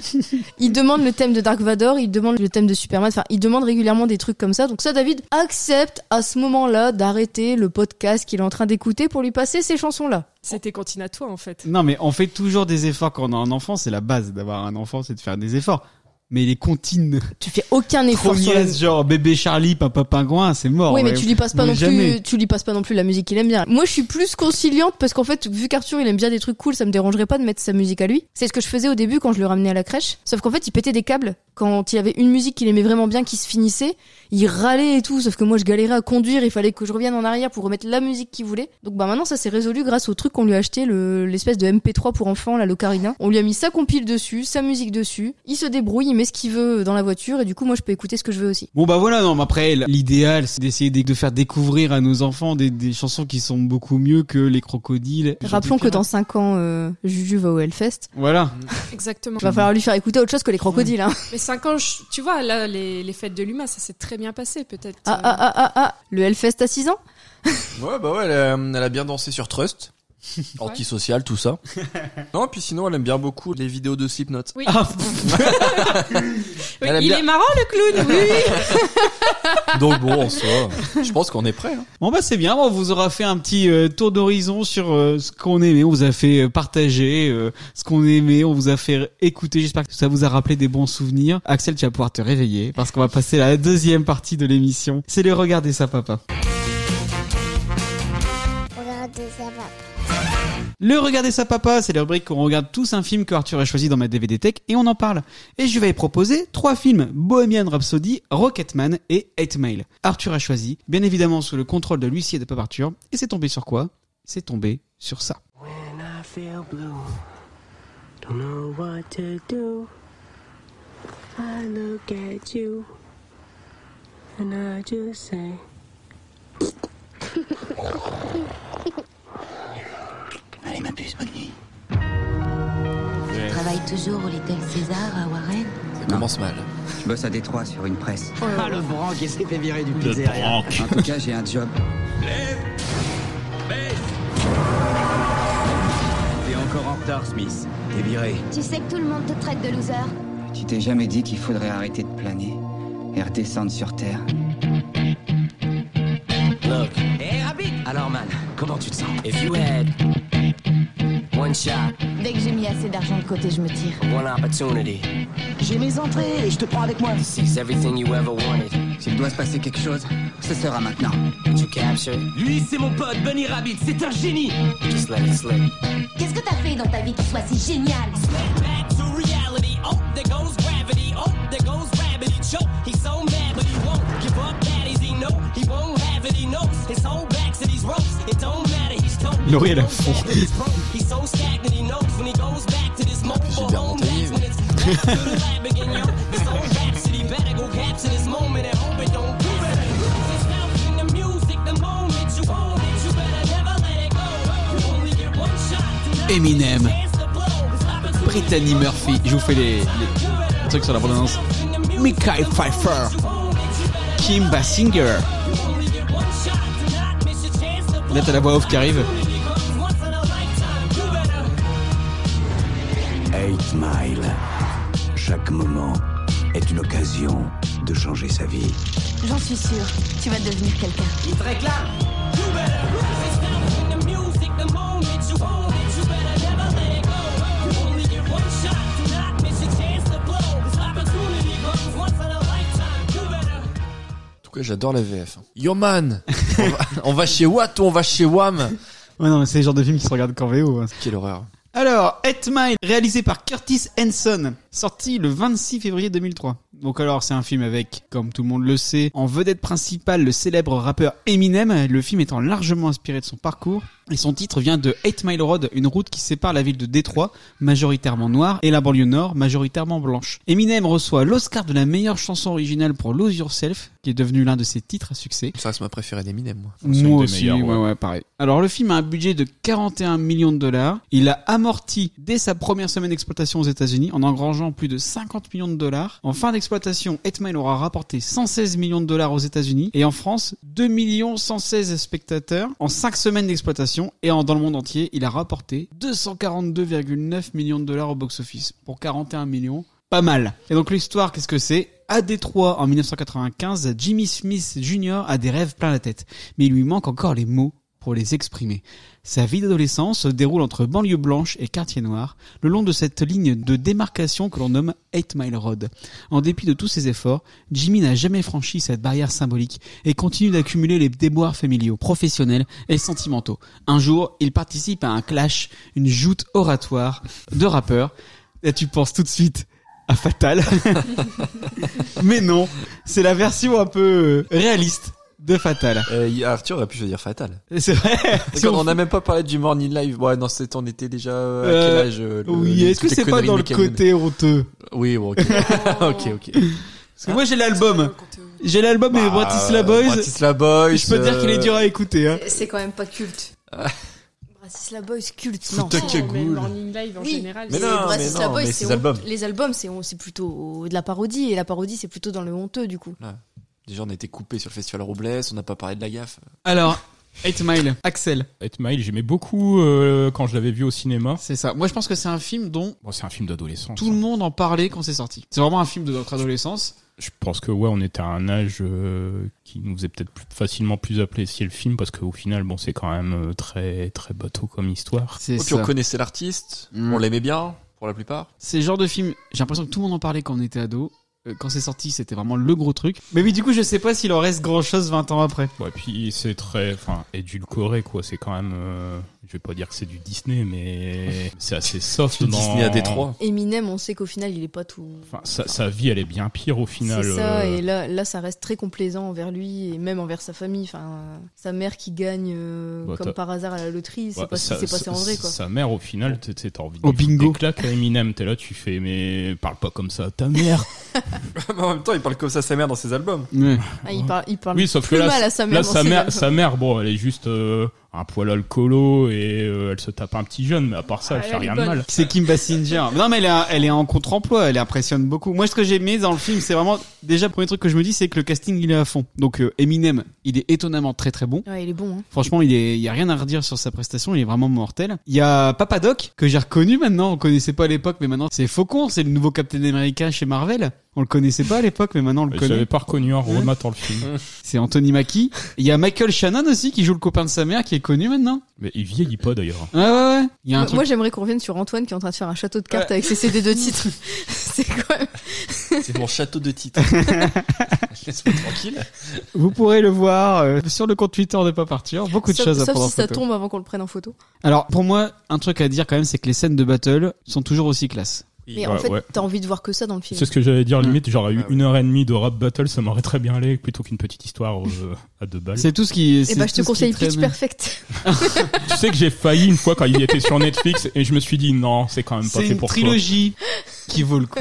Speaker 3: il demande le thème de Dark Vador, il demande le thème de Superman. Enfin, il demande régulièrement des trucs comme ça. Donc, ça, David accepte à ce moment-là d'arrêter le podcast qu'il est en train d'écouter pour lui passer ces chansons-là.
Speaker 7: C'était comptine à toi en fait.
Speaker 2: Non, mais on fait toujours des efforts quand on a un enfant. C'est la base d'avoir un enfant, c'est de faire des efforts. Mais les comptines.
Speaker 3: Tu fais aucun effort sur la
Speaker 2: Premières, genre bébé Charlie, papa pingouin, c'est mort.
Speaker 3: oui, mais
Speaker 2: Ouais.
Speaker 3: tu lui passes pas
Speaker 2: Mais
Speaker 3: non
Speaker 2: jamais.
Speaker 3: plus, tu lui passes pas non plus la musique qu'il aime bien. Moi, je suis plus conciliante parce qu'en fait, vu qu'Arthur il aime bien des trucs cool, ça me dérangerait pas de mettre sa musique à lui. C'est ce que je faisais au début quand je le ramenais à la crèche. Sauf qu'en fait, il pétait des câbles quand il y avait une musique qu'il aimait vraiment bien qui se finissait. Il râlait et tout, sauf que moi, je galérais à conduire. Il fallait que je revienne en arrière pour remettre la musique qu'il voulait. Donc, bah maintenant, ça s'est résolu grâce au truc qu'on lui a acheté, le- l'espèce de MP3 pour enfants, la Locarina. On lui a mis sa compile dessus, sa musique dessus. Il se débrouille, il met ce qu'il veut dans la voiture et du coup, moi, je peux écouter ce que je veux aussi.
Speaker 2: Bon bah voilà, non, mais après l'idéal c'est d'essayer de, de faire découvrir à nos enfants des, des chansons qui sont beaucoup mieux que les crocodiles.
Speaker 3: Rappelons que dans 5 ans, euh, Juju va au Hellfest.
Speaker 2: Voilà.
Speaker 7: Exactement.
Speaker 4: Mm.
Speaker 3: Va falloir lui faire écouter autre chose que les crocodiles. Hein.
Speaker 7: Mais 5 ans, je- tu vois, là, les, les fêtes de l'humain, ça s'est très bien passé peut-être. euh,
Speaker 3: Ah, ah, ah, ah, ah, le Hellfest à 6 ans
Speaker 4: euh, Ouais, bah ouais, elle, a- elle a bien dansé sur Trust. Antisocial, tout ça. non, puis sinon, elle aime bien beaucoup les vidéos de Slipknot.
Speaker 7: Oui.
Speaker 4: Ah.
Speaker 7: Oui,
Speaker 4: Elle aime
Speaker 7: il
Speaker 4: bien-
Speaker 7: est marrant le clown, oui, oui.
Speaker 4: Donc bon, en soi, je pense qu'on est prêt. hein.
Speaker 2: Bon bah c'est bien, on vous aura fait un petit euh, tour d'horizon sur euh, ce qu'on aimait, on vous a fait euh, partager euh, ce qu'on aimait, on vous a fait écouter, j'espère que ça vous a rappelé des bons souvenirs. Axel, tu vas pouvoir te réveiller parce qu'on va passer à la deuxième partie de l'émission. C'est le Regardez ça papa.
Speaker 1: Regardez ça, papa.
Speaker 2: Le Regardez ça papa, c'est la rubrique où on regarde tous un film que Arthur a choisi dans ma DVD Tech et on en parle. Et je vais proposer trois films, Bohemian Rhapsody, Rocketman et 8 Mile. Arthur a choisi, bien évidemment sous le contrôle de l'huissier de Pop Arthur, et c'est tombé sur quoi C'est tombé sur ça.
Speaker 20: When I feel blue, don't know what to do. I look at you, and I just say.
Speaker 21: Allez, ma puce, bonne nuit.
Speaker 20: Je travaille toujours au Little César à Warren.
Speaker 21: Ça commence mal. Je bosse à Détroit sur une presse.
Speaker 20: Ah, le branque, il s'est fait virer du
Speaker 21: En tout cas, j'ai un job.
Speaker 12: T'es encore en retard, Smith. T'es viré.
Speaker 3: Tu sais que tout le monde te traite de loser.
Speaker 1: Ah,
Speaker 21: Tu t'es jamais dit qu'il faudrait arrêter de planer et redescendre sur Terre
Speaker 12: Look. Hey, Rabbit Alors, man, comment tu te sens If you had one shot,
Speaker 3: Dès que j'ai mis assez d'argent de côté, je me tire.
Speaker 12: one opportunity,
Speaker 21: J'ai mes entrées et je te prends avec moi.
Speaker 12: seize everything you ever wanted.
Speaker 21: S'il doit se passer quelque chose, ce sera maintenant.
Speaker 12: You captured. Lui, c'est mon pote, Bunny Rabbit, c'est un génie Just let it slip.
Speaker 3: Qu'est-ce que t'as fait dans ta vie qui soit si génial
Speaker 8: Back to reality. Oh, there goes gravity. Oh, there goes gravity. Choke. He's so mad, but he won't give up. Daddies, he know he won't have it. He knows his whole back to these ropes. It don't matter. He's told.
Speaker 2: Laurie, elle a fond.
Speaker 8: He's so stagnant. He knows when he goes back to this mo for home backs when it's back to the lab again, yo. This whole rhapsody better go capture this moment and hope it don't do it. It's out in the music, the moment you own it, you better never let it go. You only get one shot.
Speaker 2: Eminem, Brittany Murphy, je vous fais les, les trucs sur la bande-annonce. Michael Pfeiffer, Kim Basinger. Là, t'as la voix off qui arrive.
Speaker 22: Eight Mile. Chaque moment est une occasion de changer sa vie.
Speaker 3: J'en suis sûre. Tu vas devenir quelqu'un.
Speaker 8: Il te réclame. You better It's out in the music, the moment you own it, you better never let it go. You only get one shot, do not miss your chance to blow. This opportunity comes once in a lifetime. You better.
Speaker 4: En tout cas, j'adore la hein. VF. Yo man on, va, on va chez Watt ou on va chez Wham
Speaker 2: Ouais, non, mais c'est le genre de film qui se regarde qu'en VO. hein.
Speaker 4: Quelle horreur.
Speaker 2: Alors, Eight Mile, réalisé par Curtis Henson, sorti le 26 février 2003. Donc alors, c'est un film avec, comme tout le monde le sait, en vedette principale le célèbre rappeur Eminem, le film étant largement inspiré de son parcours. Et son titre vient de Eight Mile Road, une route qui sépare la ville de Détroit, majoritairement noire, et la banlieue nord, majoritairement blanche. Eminem reçoit l'Oscar de la meilleure chanson originale pour Lose Yourself, qui est devenu l'un de ses titres à succès.
Speaker 4: Ça reste ma préférée d'Eminem, moi.
Speaker 2: Moi aussi, ouais, ouais, pareil. Alors le film a un budget de 41 millions de dollars. Il a amorti dès sa première semaine d'exploitation aux États-Unis en engrangeant plus de 50 millions de dollars. En fin d'exploitation, Hitman aura rapporté 116 millions de dollars aux États-Unis et en France 2 116 spectateurs en 5 semaines d'exploitation et en, dans le monde entier, il a rapporté 242,9 millions de dollars au box-office pour 41 millions pas mal. Et donc l'histoire, qu'est-ce que c'est À Détroit, en 1995, Jimmy Smith Jr. a des rêves plein la tête, mais il lui manque encore les mots pour les exprimer. Sa vie d'adolescence se déroule entre banlieue blanche et quartier noir, le long de cette ligne de démarcation que l'on nomme Eight Mile Road. En dépit de tous ses efforts, Jimmy n'a jamais franchi cette barrière symbolique et continue d'accumuler les déboires familiaux, professionnels et sentimentaux. Un jour, il participe à un clash, une joute oratoire de rappeurs. Là, tu penses tout de suite à Fatal. Mais non, c'est la version un peu euh, réaliste de Fatal.
Speaker 4: Euh, Arthur aurait pu choisir Fatal.
Speaker 2: C'est vrai. Si
Speaker 4: on
Speaker 2: on-
Speaker 4: n'a même pas parlé du Morning Live. Ouais, non, c'était, on était déjà euh, à
Speaker 2: Euh,
Speaker 4: quel âge euh, le-
Speaker 2: oui,
Speaker 4: les-
Speaker 2: est-ce que
Speaker 4: toutes les
Speaker 2: c'est pas
Speaker 4: conneries
Speaker 2: dans le
Speaker 4: Michael
Speaker 2: côté honteux
Speaker 4: Oui, bon, ok. ok, ok.
Speaker 2: Parce que moi j'ai l'album. J'ai l'album des
Speaker 4: Bah, euh,
Speaker 2: Bratislava Boys.
Speaker 4: Bratislava Boys,
Speaker 2: Je peux te dire qu'il est dur à écouter. Hein.
Speaker 3: C'est quand même pas culte.
Speaker 4: Ah.
Speaker 3: Bratislava Boys culte,
Speaker 4: Fout
Speaker 7: Oh,
Speaker 3: non.
Speaker 4: ta cagoule.
Speaker 3: Live
Speaker 7: en
Speaker 4: général, Mais c'est- non, mais non, mais ses
Speaker 3: c'est honte-
Speaker 4: albums.
Speaker 3: Les albums, c'est hon- c'est plutôt de la parodie, et la parodie, c'est plutôt dans le honteux, du coup.
Speaker 4: Déjà, on était coupé sur le festival Robles, on n'a pas parlé de la gaffe.
Speaker 2: Alors, 8 Mile, Axel.
Speaker 5: 8 Mile, j'aimais beaucoup euh, quand je l'avais vu au cinéma.
Speaker 2: C'est ça. Moi, je pense que c'est un film dont.
Speaker 5: Bon, c'est un film d'adolescence. hein.
Speaker 2: Tout le monde en parlait quand c'est sorti. C'est vraiment un film de notre adolescence.
Speaker 5: Je pense que ouais, on était à un âge euh, qui nous faisait peut-être plus facilement plus apprécier le film parce qu'au final, bon, c'est quand même euh, très très bateau comme histoire.
Speaker 4: C'est Mm. puis on connaissait l'artiste, on l'aimait bien Oh, pour la plupart.
Speaker 2: Hmm. C'est le genre de film. J'ai l'impression que tout le monde en parlait quand on était ado Euh, quand c'est sorti, c'était vraiment le gros truc. Mais oui, du coup, je sais pas s'il en reste grand chose 20 ans après.
Speaker 5: Ouais, puis c'est très, enfin, édulcoré, quoi. C'est quand même, euh, je vais pas dire que c'est du Disney, mais c'est assez soft dans.
Speaker 4: Disney à Détroit.
Speaker 3: Eminem, on sait qu'au final, il est pas tout.
Speaker 5: Enfin, sa, sa, vie, elle est bien pire au final.
Speaker 3: C'est ça, euh... et là, là, ça reste très complaisant envers lui et même envers sa famille. Enfin, sa mère qui gagne euh, bah, comme par hasard à la loterie, c'est bah, pas ça, ce qui s'est passé en vrai, quoi.
Speaker 5: Sa mère, au final, t'as envie
Speaker 2: de. Au bingo.
Speaker 5: claque à Eminem, t'es là, tu fais, mais parle pas comme ça à ta mère.
Speaker 4: mais en même temps, il parle comme ça sa mère dans ses albums.
Speaker 2: Oui.
Speaker 3: Ah, il parle, il parle
Speaker 5: oui, sauf
Speaker 3: plus
Speaker 5: que là,
Speaker 3: mal à sa mère.
Speaker 5: Là,
Speaker 3: dans
Speaker 5: sa,
Speaker 3: ses
Speaker 5: mère
Speaker 3: albums.
Speaker 5: sa mère, bon, elle est juste euh, un poil alcoolo et euh, elle se tape un petit jeune, mais à part ça,
Speaker 23: Ah,
Speaker 5: elle,
Speaker 23: elle
Speaker 5: fait
Speaker 23: est
Speaker 5: rien de
Speaker 23: bonne.
Speaker 5: mal.
Speaker 2: C'est Kim Basinger. Non, mais elle, a- elle est en contre-emploi, elle impressionne beaucoup. Moi, ce que j'ai aimé dans le film, c'est vraiment, déjà, le premier truc que je me dis, c'est que le casting, il est à fond. Donc, euh, Eminem, il est étonnamment très très bon.
Speaker 3: Ouais, il est bon. Hein.
Speaker 2: Franchement, il est, il y a rien à redire sur sa prestation, il est vraiment mortel. Il y a Papa Doc, que j'ai reconnu maintenant, on connaissait pas à l'époque, mais maintenant c'est Faucon, c'est le nouveau Captain America chez Marvel. On le connaissait pas à l'époque, mais maintenant on le
Speaker 5: Je l'avais
Speaker 2: connaît. Mmh.
Speaker 5: pas reconnu en
Speaker 3: Mmh.
Speaker 5: rematant le film.
Speaker 2: C'est Anthony Mackie. Il y a Michael Shannon aussi, qui joue le copain de sa mère, qui est connu maintenant.
Speaker 5: Mais il vieillit pas d'ailleurs.
Speaker 2: Ouais, ouais, ouais. Il y a un
Speaker 3: Moi,
Speaker 2: truc.
Speaker 3: moi, j'aimerais qu'on revienne sur Antoine qui est en train de faire un château de cartes avec ses CD de titres. c'est quand même.
Speaker 4: C'est mon château de titres. Laisse-moi tranquille.
Speaker 2: Vous pourrez le voir euh, sur le compte Twitter de Pas Partir. Beaucoup de
Speaker 3: sauf,
Speaker 2: choses à
Speaker 3: sauf
Speaker 2: prendre en
Speaker 3: si ça
Speaker 2: photo.
Speaker 3: tombe avant qu'on le prenne en photo.
Speaker 2: Alors, pour moi, un truc à dire quand même, c'est que les scènes de battle sont toujours aussi classe.
Speaker 3: Mais en
Speaker 5: Ouais,
Speaker 3: fait,
Speaker 5: ouais.
Speaker 3: t'as envie de voir que ça dans le film.
Speaker 5: C'est ce que j'allais
Speaker 2: Mmh.
Speaker 5: dire, limite, j'aurais
Speaker 3: Ah
Speaker 5: eu une heure et demie de rap battle, ça m'aurait très bien allé, plutôt qu'une petite histoire euh, à deux balles.
Speaker 2: C'est tout ce qui
Speaker 3: Et
Speaker 2: c'est
Speaker 3: bah, je te
Speaker 2: tout ce qui
Speaker 3: conseille Pitch
Speaker 2: traîne.
Speaker 3: Perfect.
Speaker 5: Tu sais que j'ai failli une fois quand il était sur Netflix, et je me suis dit, non, c'est quand même pas
Speaker 2: C'est
Speaker 5: fait
Speaker 2: une
Speaker 5: pour toi.
Speaker 2: trilogie qui vaut le coup.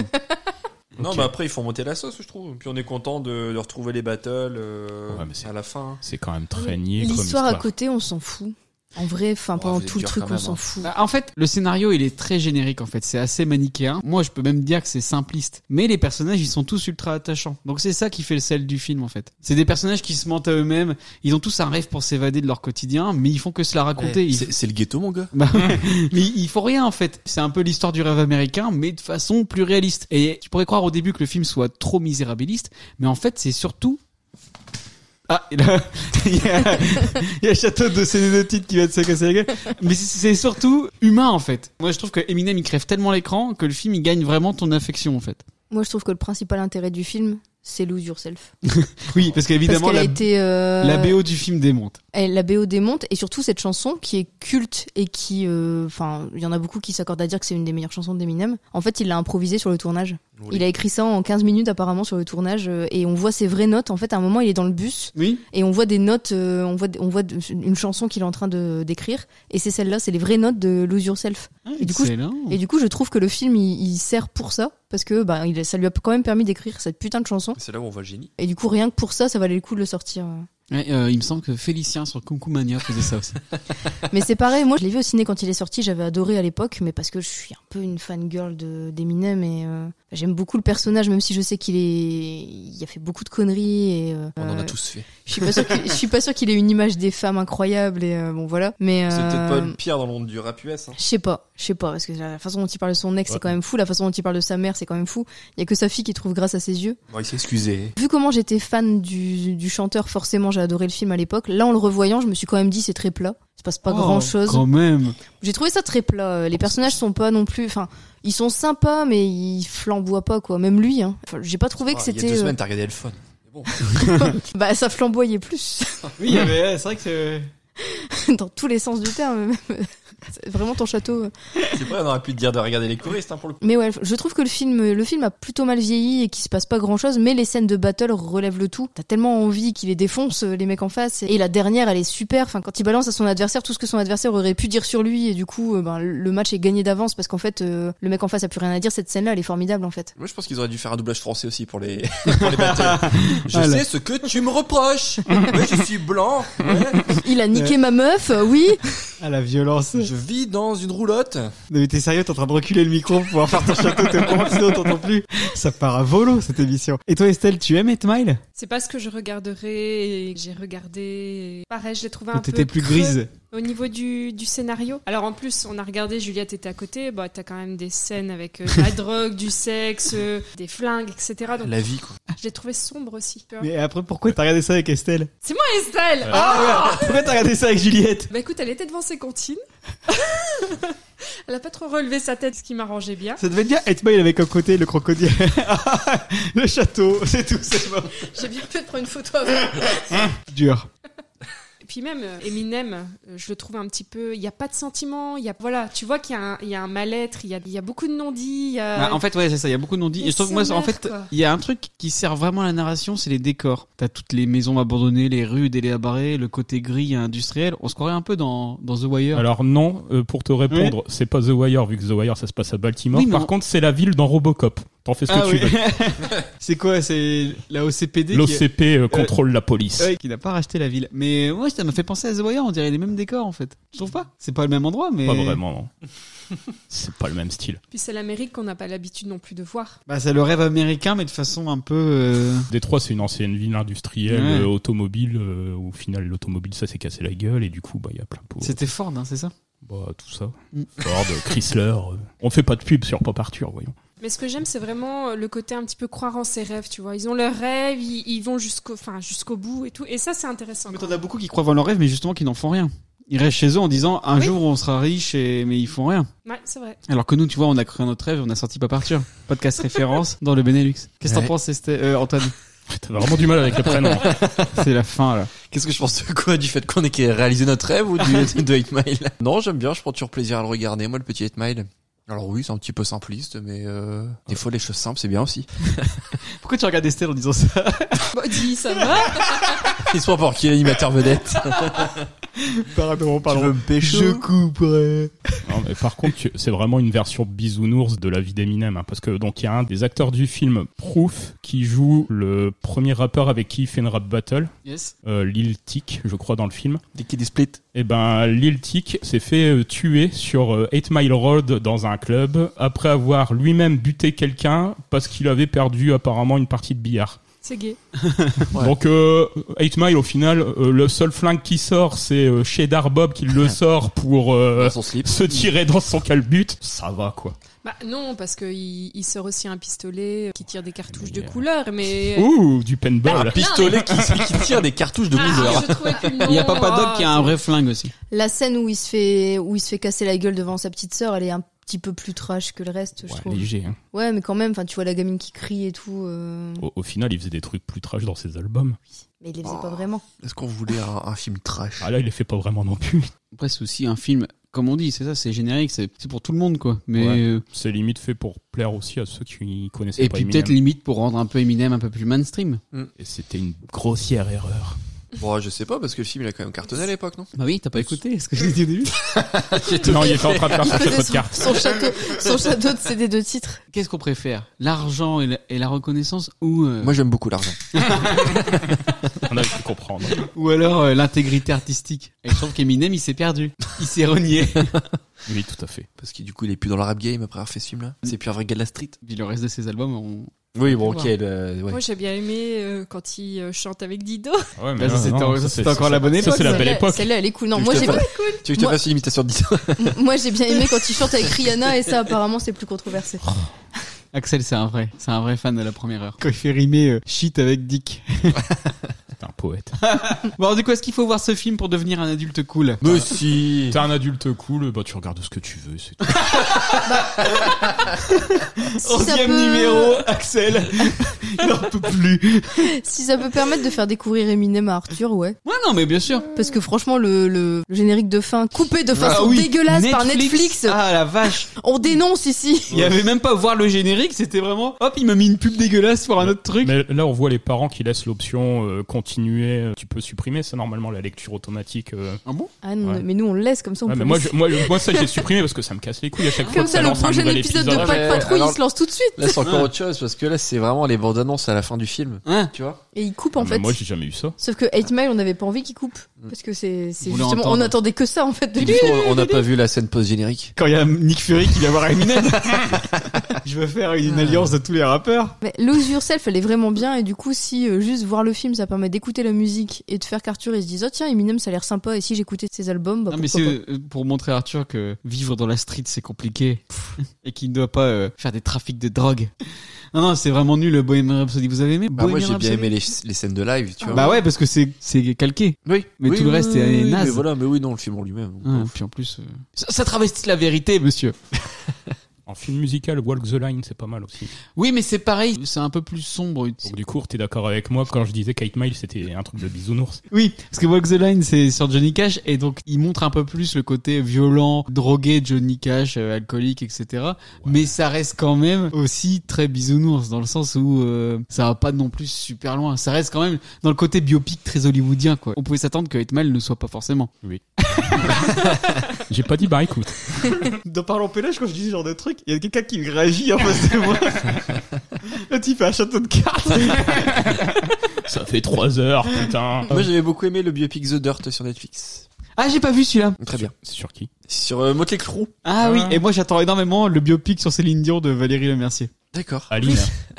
Speaker 4: Non, mais après, ils font monter la sauce, je trouve. Puis on est content de, de retrouver les battles euh,
Speaker 5: Ouais, mais c'est-
Speaker 4: à la fin.
Speaker 5: C'est quand même très niais comme
Speaker 3: L'histoire
Speaker 5: histoire.
Speaker 3: à côté, on s'en fout. En vrai, enfin, pendant
Speaker 4: vous êtes
Speaker 3: tout le
Speaker 4: dur
Speaker 3: truc,
Speaker 4: quand
Speaker 3: on
Speaker 4: même, hein.
Speaker 3: s'en fout.
Speaker 2: Bah, En fait, le scénario, il est très générique, en fait. C'est assez manichéen. Moi, je peux même dire que c'est simpliste. Mais les personnages, ils sont tous ultra attachants. Donc c'est ça qui fait le sel du film, en fait. C'est des personnages qui se mentent à eux-mêmes. Ils ont tous un rêve pour s'évader de leur quotidien, mais ils font que se la raconter.
Speaker 4: Ouais.
Speaker 2: Ils-
Speaker 4: C'est c'est le ghetto, mon gars.
Speaker 2: Bah, mais ils font rien en fait. C'est un peu l'histoire du rêve américain, mais de façon plus réaliste. Et tu pourrais croire au début que le film soit trop misérabiliste, mais en fait c'est surtout. Ah, et là, il y a, il y a Château de Sénédotite qui va te se casser la gueule. Mais c'est- c'est surtout humain en fait. Moi je trouve que Eminem il crève tellement l'écran que le film il gagne vraiment ton affection en fait.
Speaker 3: Moi, je trouve que le principal intérêt du film, c'est Lose Yourself.
Speaker 2: Oui, parce qu'évidemment
Speaker 3: Parce qu'elle
Speaker 2: la,
Speaker 3: a été. euh,
Speaker 2: la BO du film démonte.
Speaker 3: Et la BO démonte et surtout cette chanson qui est culte et qui, euh, enfin, il y en a beaucoup qui s'accordent à dire que c'est une des meilleures chansons d'Eminem. En fait, il l'a improvisée sur le tournage. Il a écrit ça en 15 minutes apparemment sur le tournage euh, et on voit ses vraies notes. En fait, à un moment, il est dans le bus
Speaker 2: Oui.
Speaker 3: et on voit des notes, euh, on voit, on voit de- une chanson qu'il est en train de d'écrire et c'est celle-là, c'est les vraies notes de Lose Yourself. Ah, et du coup, je,
Speaker 2: Excellent.
Speaker 3: et du coup, je trouve que le film il, il sert pour ça parce que bah, il, ça lui a quand même permis d'écrire cette putain de chanson.
Speaker 4: C'est là où on voit le génie.
Speaker 3: Et du coup, rien que pour ça, ça valait le coup de le sortir.
Speaker 2: Ouais, euh, il me semble que Félicien sur Kunku Mania faisait ça aussi.
Speaker 3: Mais c'est pareil, moi je l'ai vu au ciné quand il est sorti, j'avais adoré à l'époque, mais parce que je suis un peu une fangirl de- d'Eminem et euh, j'aime beaucoup le personnage, même si je sais qu'il est. Il a fait beaucoup de conneries et. euh,
Speaker 4: On en a
Speaker 3: euh,
Speaker 4: tous fait.
Speaker 3: Je suis pas sûre qu'il- je suis pas sûre qu'il ait une image des femmes incroyable et euh, bon voilà. Mais.
Speaker 4: C'est
Speaker 3: euh,
Speaker 4: peut-être pas le pire dans le monde du rap US. Hein.
Speaker 3: Je sais pas, je sais pas, parce que la façon dont il parle de son ex,
Speaker 4: Ouais.
Speaker 3: c'est quand même fou, la façon dont il parle de sa mère, c'est quand même fou. Il y a que sa fille qui trouve grâce à ses yeux.
Speaker 4: Bon, il s'est excusé.
Speaker 3: Vu comment j'étais fan du, du chanteur, forcément j'ai adoré le film à l'époque. Là, en le revoyant, je me suis quand même dit c'est très plat. Il se passe pas
Speaker 2: Oh,
Speaker 3: grand chose.
Speaker 2: Quand même.
Speaker 3: J'ai trouvé ça très plat. euh, Les personnages sont pas non plus. Enfin, ils sont sympas, mais ils flamboient pas quoi. Même lui. Hein. Enfin, j'ai pas trouvé
Speaker 4: Ah,
Speaker 3: que
Speaker 4: Il y a
Speaker 3: c'était.
Speaker 4: deux
Speaker 3: euh,
Speaker 4: semaines, t'as regardé le fun.
Speaker 3: bah, ça flamboyait plus
Speaker 2: Oui, il y avait- c'est vrai que c'est.
Speaker 3: dans tous les sens du terme. Même. C'est vraiment ton château. euh.
Speaker 4: C'est vrai, on aurait pu te dire de regarder les choristes hein, pour le coup.
Speaker 3: Mais ouais, je trouve que le film, le film a plutôt mal vieilli et qu'il se passe pas grand chose. Mais les scènes de battle relèvent le tout. T'as tellement envie qu'il les défonce euh, les mecs en face. Et la dernière, elle est super. Enfin, quand il balance à son adversaire tout ce que son adversaire aurait pu dire sur lui, et du coup, euh, ben, le match est gagné d'avance parce qu'en fait, euh, le mec en face a plus rien à dire. Cette scène-là, elle est formidable en fait.
Speaker 4: Moi, je pense qu'ils auraient dû faire un doublage français aussi pour les, pour les battles. Je
Speaker 2: Voilà.
Speaker 4: sais ce que tu me reproches. Ouais, je suis blanc. Ouais.
Speaker 3: Il a niqué ma meuf, euh, oui.
Speaker 2: Ah la violence.
Speaker 4: Je vis dans une roulotte.
Speaker 2: Non mais t'es sérieux, t'es en train de reculer le micro pour pouvoir faire ton château, t'es pas sinon t'entends plus. Ça part à volo cette émission. Et toi Estelle, tu aimes Etmile
Speaker 7: C'est pas ce que je regarderai, et j'ai regardé. et Pareil, je l'ai trouvé un peu.
Speaker 2: T'étais plus
Speaker 7: creux
Speaker 2: grise.
Speaker 7: Au niveau du, du scénario. Alors en plus, on a regardé, Juliette était à côté, bah t'as quand même des scènes avec euh, de la drogue, du sexe, euh, des flingues, etc. Donc,
Speaker 4: La vie quoi.
Speaker 7: Je l'ai trouvé sombre aussi. tu vois.
Speaker 2: Mais après pourquoi t'as regardé ça avec Estelle
Speaker 7: C'est moi Estelle
Speaker 2: Ah ouais, Pourquoi t'as regardé ça avec Juliette
Speaker 7: Bah écoute, elle était devant ses comptines. elle a pas trop relevé sa tête, ce qui m'arrangeait bien.
Speaker 2: Ça devait dire Etmile avec un côté le crocodile. le château, c'est tout, c'est bon.
Speaker 15: J'ai bien fait de prendre une photo avant.
Speaker 2: Dur.
Speaker 7: Et puis même euh, Eminem, euh, je le trouve un petit peu. Il n'y a pas de sentiment. Il y a voilà, tu vois qu'il y a un, il y a un mal-être. Il y a, il y a beaucoup de non-dits. il y a-
Speaker 2: Bah, en fait, ouais, c'est ça. Il y a beaucoup de non-dits.
Speaker 7: Mais
Speaker 2: Et je trouve que moi,
Speaker 7: ça
Speaker 2: en
Speaker 7: meurt,
Speaker 2: fait,
Speaker 7: quoi.
Speaker 2: il y a un truc qui sert vraiment à la narration, c'est les décors. T'as toutes les maisons abandonnées, les rues délabrées, le côté gris et industriel. On se croirait un peu dans, dans The Wire.
Speaker 5: Alors non, euh, pour te répondre, c'est pas The Wire vu que The Wire ça se passe à Baltimore.
Speaker 2: Oui, mais
Speaker 5: Par
Speaker 2: on-
Speaker 5: contre, c'est la ville dans Robocop. T'en fais ce que
Speaker 2: Ah
Speaker 5: tu
Speaker 2: oui.
Speaker 5: veux.
Speaker 2: c'est quoi C'est la OCPD qui-
Speaker 5: L'OCP euh,
Speaker 2: Euh,
Speaker 5: contrôle la police.
Speaker 2: Ouais, qui n'a pas racheté la ville. Mais ouais, ça m'a fait penser à The Wire. On dirait les mêmes décors en fait. Je trouve pas. C'est pas le même endroit, mais
Speaker 5: Pas vraiment, non. c'est pas le même style.
Speaker 7: Puis c'est l'Amérique qu'on n'a pas l'habitude non plus de voir.
Speaker 2: Bah, c'est le rêve américain, mais de façon un peu. euh,
Speaker 5: Détroit, c'est une ancienne ville industrielle,
Speaker 2: Ouais.
Speaker 5: euh, automobile. euh, au final, l'automobile, ça s'est cassé la gueule et du coup, bah, il y a plein de pauvres.
Speaker 2: C'était Ford, hein, c'est ça
Speaker 5: Bah, tout ça.
Speaker 2: Mm.
Speaker 5: Ford, Chrysler. euh. On fait pas de pub sur Pop Arthur, voyons.
Speaker 7: Mais ce que j'aime, c'est vraiment euh, le côté un petit peu croire en ses rêves. Tu vois, ils ont leurs rêves, ils, ils vont jusqu'au, enfin jusqu'au bout et tout. Et ça, c'est intéressant.
Speaker 2: Mais t'en as beaucoup qui croient en leur rêve, mais justement qui n'en font rien. Ils restent chez eux en disant un jour on sera riche, et... mais ils font rien.
Speaker 7: Ouais, c'est vrai.
Speaker 2: Alors que nous, tu vois, on a cru en notre rêve, on a sorti pas partir. Podcast référence dans le Benelux. Qu'est-ce que t'en
Speaker 4: Ouais.
Speaker 2: penses, Esté- euh, Antoine
Speaker 5: T'as vraiment du mal avec les prénoms.
Speaker 2: C'est la fin, là.
Speaker 4: Qu'est-ce que je pense de quoi Du fait qu'on ait qu'à réaliser notre rêve ou du, de 8 Mile Non, j'aime bien, je prends toujours plaisir à le regarder, moi, le petit 8 Mile. Alors oui, c'est un petit peu simpliste, mais euh, des fois les choses simples, c'est bien aussi.
Speaker 2: Pourquoi tu regardes Estelle en disant ça
Speaker 7: Bon, dis, ça va
Speaker 4: Ils sont pour qui l'animateur vedette
Speaker 2: Pardon, pardon.
Speaker 4: veux me pécho Je
Speaker 2: couperai.
Speaker 5: Non, mais par contre, tu- c'est vraiment une version bisounours de la vie d'Eminem, hein, parce que donc il y a un des acteurs du film Proof qui joue le premier rappeur avec qui il fait une rap battle,
Speaker 2: Yes.
Speaker 5: euh, Lil Tic, je crois dans le film.
Speaker 4: Dès qu'il est split.
Speaker 5: Et ben Lil Tic s'est fait euh, tuer sur euh, 8 Mile Road dans un club après avoir lui-même buté quelqu'un parce qu'il avait perdu apparemment une partie de billard.
Speaker 7: C'est gay.
Speaker 4: Ouais.
Speaker 5: Donc euh, 8 Mile au final, euh, le seul flingue qui sort, c'est euh, Cheddar Bob qui le sort pour euh, se tirer dans son calbut. Ça va quoi.
Speaker 7: Bah non, parce que il, il sort aussi un pistolet euh, qui tire des cartouches de couleur, mais. euh,
Speaker 5: Ouh, du
Speaker 2: Ah,
Speaker 5: paintball.
Speaker 4: Un pistolet qui, qui tire des cartouches de
Speaker 7: Ah,
Speaker 4: couleur.
Speaker 7: je Oh. trouvais plus le nom. euh,
Speaker 2: Il y a Papa Doc qui a un vrai flingue aussi.
Speaker 24: La scène où il se fait, où il se fait casser la gueule devant sa petite sœur, elle est un petit peu plus trash que le reste, je trouve.
Speaker 5: Léger. hein.
Speaker 24: Ouais, mais quand même, enfin, tu vois la gamine qui crie et tout. euh,
Speaker 5: Au, au final, il faisait des trucs plus trash dans ses albums.
Speaker 24: Mais il les faisait
Speaker 4: Oh.
Speaker 24: pas vraiment.
Speaker 4: Est-ce qu'on voulait un, un film trash
Speaker 5: Ah là, il les fait pas vraiment non plus.
Speaker 2: Après, c'est aussi un film, comme on dit, c'est ça, c'est générique, c'est c'est pour tout le monde, quoi. Mais.
Speaker 5: Ouais.
Speaker 2: euh,
Speaker 5: C'est limite fait pour plaire aussi à ceux qui connaissaient
Speaker 2: Et
Speaker 5: pas
Speaker 2: puis
Speaker 5: Eminem.
Speaker 2: peut-être limite pour rendre un peu Eminem un peu plus mainstream.
Speaker 5: Et c'était une grossière erreur.
Speaker 4: Bon, je sais pas, parce que le film il a quand même cartonné à l'époque, non
Speaker 2: Bah oui, t'as pas écouté ce que je dit au début.
Speaker 5: Non, il était en train de faire son
Speaker 24: Il faisait
Speaker 5: château de
Speaker 24: son,
Speaker 5: cartes.
Speaker 24: son château, son château de CD de titres.
Speaker 2: Qu'est-ce qu'on préfère L'argent et, la- et la reconnaissance ou, euh,
Speaker 4: Moi j'aime beaucoup l'argent.
Speaker 5: On a pu comprendre.
Speaker 2: ou alors euh, l'intégrité artistique Et je trouve qu'Eminem, il s'est perdu. Il s'est renié.
Speaker 5: Oui, tout à fait.
Speaker 4: Parce que du coup il est plus dans le rap game après avoir fait ce film là. C'est plus un vrai gars de la street.
Speaker 2: Puis le reste de ses albums, on...
Speaker 4: Oui, bon,
Speaker 7: ok,
Speaker 4: ok.
Speaker 7: Ouais. Moi, j'ai bien aimé euh, quand il euh, chante avec Dido.
Speaker 5: Ah Ouais,
Speaker 2: Là, ça, c'était en- ça, c'était encore la bonne
Speaker 5: Ça, c'est la
Speaker 24: époque.
Speaker 5: belle époque.
Speaker 24: Celle-là, elle est cool. Non,
Speaker 4: Tu
Speaker 24: moi
Speaker 4: te
Speaker 24: j'ai,
Speaker 4: fais- Tu veux que je te
Speaker 24: Moi-
Speaker 4: fasse une imitation de Dino
Speaker 24: m- moi j'ai bien aimé quand il chante avec Rihanna et ça apparemment c'est plus controversé.
Speaker 5: Oh.
Speaker 2: Axel, c'est un vrai, c'est un vrai fan de la première heure. Quand il fait rimer euh, shit avec Dick.
Speaker 5: T'es un poète.
Speaker 2: Bon, du coup, est-ce qu'il faut voir ce film pour devenir un adulte cool
Speaker 4: Mais si
Speaker 5: T'es un adulte cool, bah tu regardes ce que tu veux, c'est tout.
Speaker 24: Si ça, peut,
Speaker 2: numéro, Axel. il n'en peut plus.
Speaker 24: si ça peut permettre de faire découvrir Eminem à Arthur, ouais.
Speaker 2: Ouais, non, mais bien sûr.
Speaker 24: Parce que franchement, le, le- le générique de fin coupé de façon
Speaker 2: Ah oui,
Speaker 24: dégueulasse par Netflix,
Speaker 2: Ah la vache.
Speaker 24: on dénonce ici.
Speaker 2: Il y avait même pas voir le générique, c'était vraiment hop, il m'a mis une pub dégueulasse pour un autre truc.
Speaker 5: Mais là, on voit les parents qui laissent l'option euh, continuer. euh, Tu peux supprimer ça normalement la lecture automatique. euh.
Speaker 2: Ah bon
Speaker 3: Ah non, mais nous on le laisse comme ça. On peut
Speaker 5: mais moi,
Speaker 3: laisser.
Speaker 5: je- moi, je- moi, ça j'ai supprimé parce que ça me casse les couilles à chaque fois.
Speaker 3: Comme
Speaker 5: que
Speaker 3: ça, le
Speaker 5: lance un
Speaker 3: prochain
Speaker 5: nouvel
Speaker 3: épisode de Pack Patrouille, il se lance tout de suite.
Speaker 4: Là, c'est encore autre chose parce que là, c'est vraiment les bandes annonces à la fin du film. Tu vois
Speaker 3: Et il coupe en fait.
Speaker 5: jamais eu ça.
Speaker 3: Sauf que 8 Mile, on n'avait pas envie qu'il coupe.
Speaker 2: Mm.
Speaker 3: Parce que c'est c'est
Speaker 4: Vous
Speaker 3: justement. On
Speaker 4: l'entendez.
Speaker 3: attendait que ça en fait de
Speaker 4: Du
Speaker 3: lui.
Speaker 4: coup, on- on n'a pas vu la scène post-générique.
Speaker 2: Quand il y a Nick Fury qui vient voir Eminem, je veux faire une alliance de tous les rappeurs.
Speaker 3: Mais Lose Yourself, elle est vraiment bien. Et du coup, si euh, juste voir le film, ça permet d'écouter la musique et de faire qu'Arthur, il se dise Oh tiens, Eminem, ça a l'air sympa. Et si j'écoutais ses albums, bah,
Speaker 2: Non mais c'est
Speaker 3: pourquoi pas.
Speaker 2: euh, pour montrer à Arthur que vivre dans la street c'est compliqué et qu'il ne doit pas euh, faire des trafics de drogue. Non non c'est vraiment nul le Bohemian Rhapsody. Vous avez aimé
Speaker 4: Bah, moi,
Speaker 2: Bohemian
Speaker 4: j'ai bien
Speaker 2: Rhapsody
Speaker 4: aimé les, les scènes de live, tu vois.
Speaker 2: Bah ouais parce que c'est c'est calqué.
Speaker 4: Oui.
Speaker 2: Mais
Speaker 4: Oui,
Speaker 2: tout le
Speaker 4: oui,
Speaker 2: reste
Speaker 4: oui,
Speaker 2: est, est
Speaker 4: oui,
Speaker 2: naze.
Speaker 4: Mais voilà, mais oui, non, le film en lui-même.
Speaker 2: Ah, puis en plus euh, ça, ça travestit la vérité monsieur.
Speaker 5: En film musical, Walk the Line, c'est pas mal aussi.
Speaker 2: Oui mais c'est pareil c'est un peu plus sombre.
Speaker 5: Donc du coup, t'es d'accord avec moi quand je disais qu'Eight Mile, c'était un truc de bisounours.
Speaker 2: Oui, parce que Walk the Line, c'est sur Johnny Cash, et donc il montre un peu plus le côté violent, drogué, Johnny Cash, euh, alcoolique, etc. Mais ça reste quand même aussi très bisounours, dans le sens où euh, ça va pas non plus super loin. Ça reste quand même dans le côté biopic très hollywoodien, quoi. On pouvait s'attendre que Hitman ne soit pas forcément.
Speaker 5: Oui. J'ai pas dit bah écoute.
Speaker 2: Dans Parlons Pelage, quand je dis ce genre de truc, il y a quelqu'un qui réagit en face de moi. Le type a un château de cartes.
Speaker 5: Ça fait trois heures, putain.
Speaker 4: Moi, j'avais beaucoup aimé le biopic The Dirt sur Netflix.
Speaker 2: Ah, j'ai pas vu celui-là.
Speaker 4: Très bien.
Speaker 5: C'est sur qui
Speaker 4: Sur euh, Motley Crue.
Speaker 2: Ah oui, et moi j'attends énormément le biopic sur Céline Dion de Valérie Lemercier.
Speaker 4: D'accord.
Speaker 5: Aline.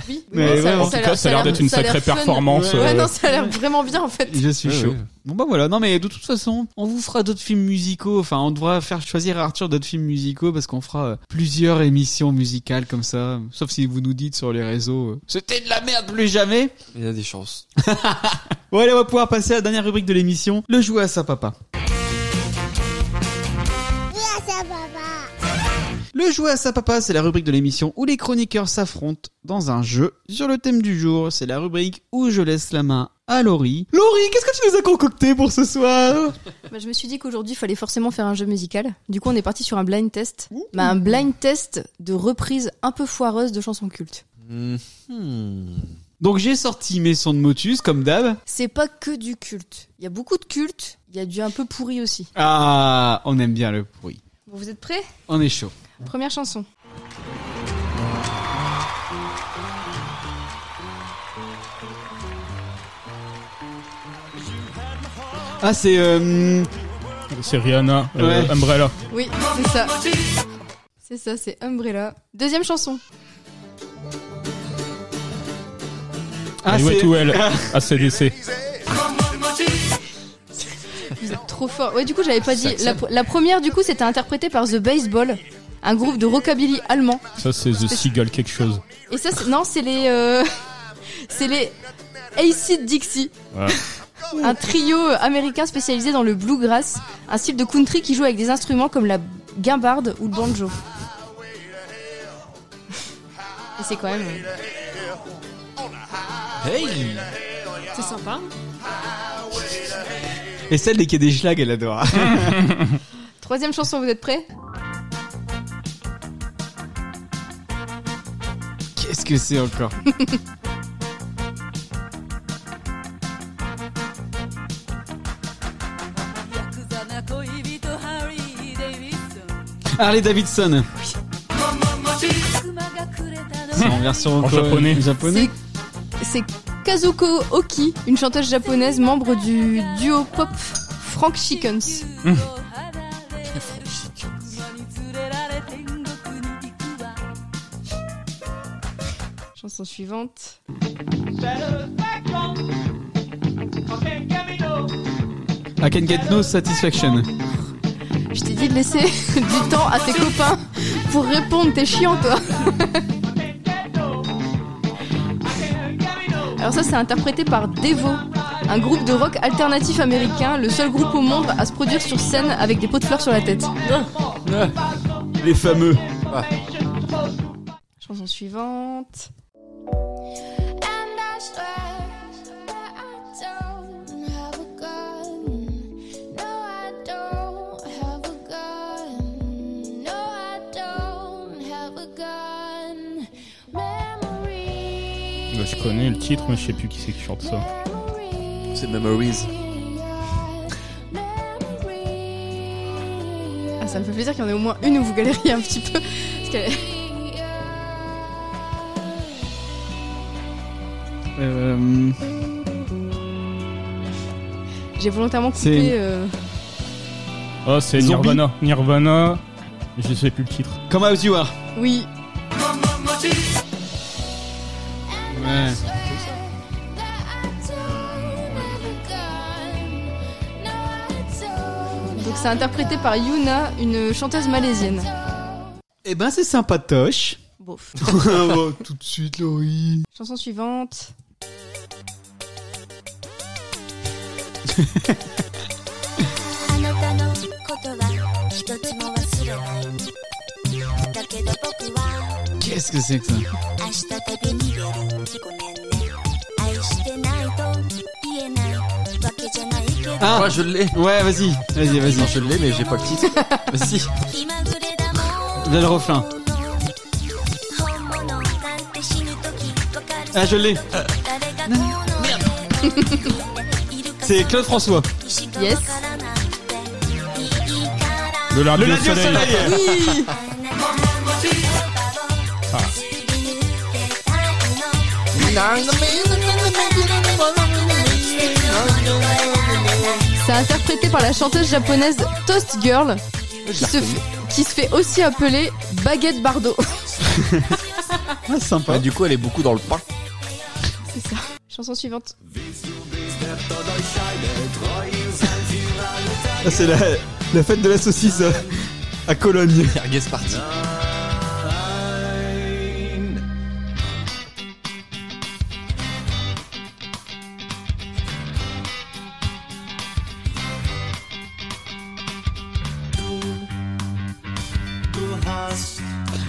Speaker 3: Oui,
Speaker 2: Mais
Speaker 3: oui,
Speaker 2: ouais, en
Speaker 5: tout cas, ça a l'air d'être une
Speaker 3: ça a
Speaker 5: sacrée
Speaker 3: fun.
Speaker 5: performance,
Speaker 3: Ouais,
Speaker 5: euh.
Speaker 3: non, ça a l'air vraiment bien en fait.
Speaker 2: Je suis
Speaker 5: Ouais,
Speaker 2: chaud.
Speaker 5: ouais.
Speaker 2: Bon bah voilà, non mais de toute façon, on vous fera d'autres films musicaux, enfin on devra faire choisir à Arthur d'autres films musicaux parce qu'on fera euh, plusieurs émissions musicales comme ça, sauf si vous nous dites sur les réseaux, euh, c'était de la merde plus jamais.
Speaker 4: Il y a des chances.
Speaker 2: Bon allez, on va pouvoir passer à la dernière rubrique de l'émission, le jouet à sa papa. Le jouet à sa papa, c'est la rubrique de l'émission où les chroniqueurs s'affrontent dans un jeu sur le thème du jour. C'est la rubrique où je laisse la main à Laurie. Laurie, qu'est-ce que tu nous as concocté pour ce soir
Speaker 3: Bah, je me suis dit qu'aujourd'hui, il fallait forcément faire un jeu musical. Du coup, on est parti sur un blind test. Bah, un blind test de reprise un peu foireuse de chansons cultes.
Speaker 2: Donc j'ai sorti mes sons de Motus comme d'hab.
Speaker 3: C'est pas que du culte. Il y a beaucoup de culte, il y a du un peu pourri aussi.
Speaker 2: Ah, on aime bien le bruit.
Speaker 3: Bon, vous êtes prêts
Speaker 2: On est chaud.
Speaker 3: Première chanson.
Speaker 2: Ah c'est euh,
Speaker 5: C'est Rihanna, euh,
Speaker 2: Ouais.
Speaker 5: Umbrella.
Speaker 3: Oui, c'est ça. C'est ça, c'est Umbrella. Deuxième chanson.
Speaker 2: Ah,
Speaker 5: Highway
Speaker 2: c'est-
Speaker 5: to Hell, ACDC.
Speaker 3: Vous êtes trop fort. Ouais, du coup, j'avais pas dit. La, pr- la première, du coup, c'était interprétée par The Baseball, un groupe de rockabilly allemand.
Speaker 5: Ça, c'est The Seagull quelque chose.
Speaker 3: Et ça, c'est- non, c'est les. euh, c'est les AC Dixie.
Speaker 5: Ouais.
Speaker 3: Un trio américain spécialisé dans le bluegrass, un style de country qui joue avec des instruments comme la guimbarde ou le banjo. Et c'est quand même. euh,
Speaker 4: Hey
Speaker 7: C'est sympa.
Speaker 8: Ah.
Speaker 2: Et celle dès qu'il y a des schlags, elle adore.
Speaker 3: Troisième chanson, vous êtes prêts
Speaker 2: Qu'est-ce que c'est encore Harley Davidson. C'est en version
Speaker 5: En
Speaker 2: quoi,
Speaker 5: japonais.
Speaker 2: japonais.
Speaker 3: C'est Kazuko Oki, une chanteuse japonaise membre du duo pop Frank Chickens. Chanson suivante.
Speaker 2: I can get no satisfaction.
Speaker 3: Je t'ai dit de laisser du temps à tes copains pour répondre, t'es chiant toi. Alors ça c'est interprété par Devo, un groupe de rock alternatif américain, le seul groupe au monde à se produire sur scène avec des pots de fleurs sur la tête.
Speaker 2: Les fameux.
Speaker 3: Chanson suivante.
Speaker 8: No, I don't have a gun. Maybe
Speaker 5: je connais le titre, mais je sais plus qui c'est qui chante ça.
Speaker 4: C'est Memories.
Speaker 3: Ah, ça me fait plaisir qu'il y en ait au moins une où vous galériez un petit peu. Parce que-
Speaker 2: Euh,
Speaker 3: J'ai volontairement coupé.
Speaker 5: C'est-
Speaker 3: euh,
Speaker 5: Oh, c'est
Speaker 2: Zombie.
Speaker 5: Nirvana. Nirvana, je sais plus le titre.
Speaker 2: Come Out You Are.
Speaker 3: Oui.
Speaker 2: Ouais.
Speaker 3: Donc c'est interprété par Yuna, une chanteuse malaisienne.
Speaker 2: Eh ben, c'est sympatoche.
Speaker 3: Bof.
Speaker 2: Oh, tout de suite, Laurie.
Speaker 3: Chanson suivante.
Speaker 2: Qu'est-ce que c'est que ça
Speaker 1: 明日旅に出るごめんね愛してないと言えないわけじゃないけど
Speaker 4: Ah, je l'ai.
Speaker 2: Ouais, vas-y, vas-y, vas-y.
Speaker 4: Non, je l'ai, mais j'ai pas le titre. Vas-y.
Speaker 1: 気まぐれだもん
Speaker 2: Là, le refrain.
Speaker 1: 本物なんて死ぬ時わかる
Speaker 2: Ah, je l'ai.
Speaker 1: 誰がどうのっているか
Speaker 2: C'est Claude François.
Speaker 1: しかわからなくていいから
Speaker 5: Le lundi
Speaker 2: Le
Speaker 5: au
Speaker 2: lundi au
Speaker 5: soleil.
Speaker 2: soleil.
Speaker 5: Ah.
Speaker 3: C'est interprété par la chanteuse japonaise Toast Girl, qui
Speaker 2: la
Speaker 3: se, fait, qui se fait aussi appeler Baguette Bardot.
Speaker 2: Ah, sympa.
Speaker 4: du coup, elle est beaucoup dans le pain.
Speaker 3: C'est ça. Chanson suivante.
Speaker 2: Ah, c'est la, la fête de la saucisse euh, à Cologne.
Speaker 4: Guess party.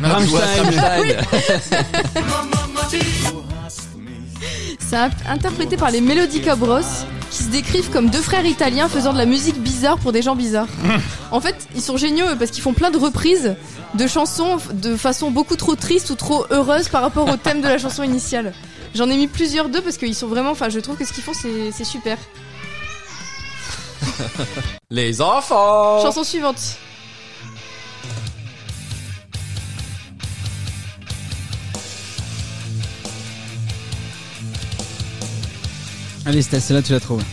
Speaker 2: Rammstein.
Speaker 3: C'est int- interprété par les Melodica Bros, qui se décrivent comme deux frères italiens faisant de la musique bizarre pour des gens bizarres. En fait, ils sont géniaux eux, parce qu'ils font plein de reprises de chansons f- de façon beaucoup trop triste ou trop heureuse par rapport au thème de la chanson initiale. J'en ai mis plusieurs d'eux parce qu'ils sont vraiment, enfin, je trouve que ce qu'ils font, c'est c'est super.
Speaker 4: Les enfants.
Speaker 3: Chanson suivante.
Speaker 2: Allez, Stas, celle-là, tu la trouves.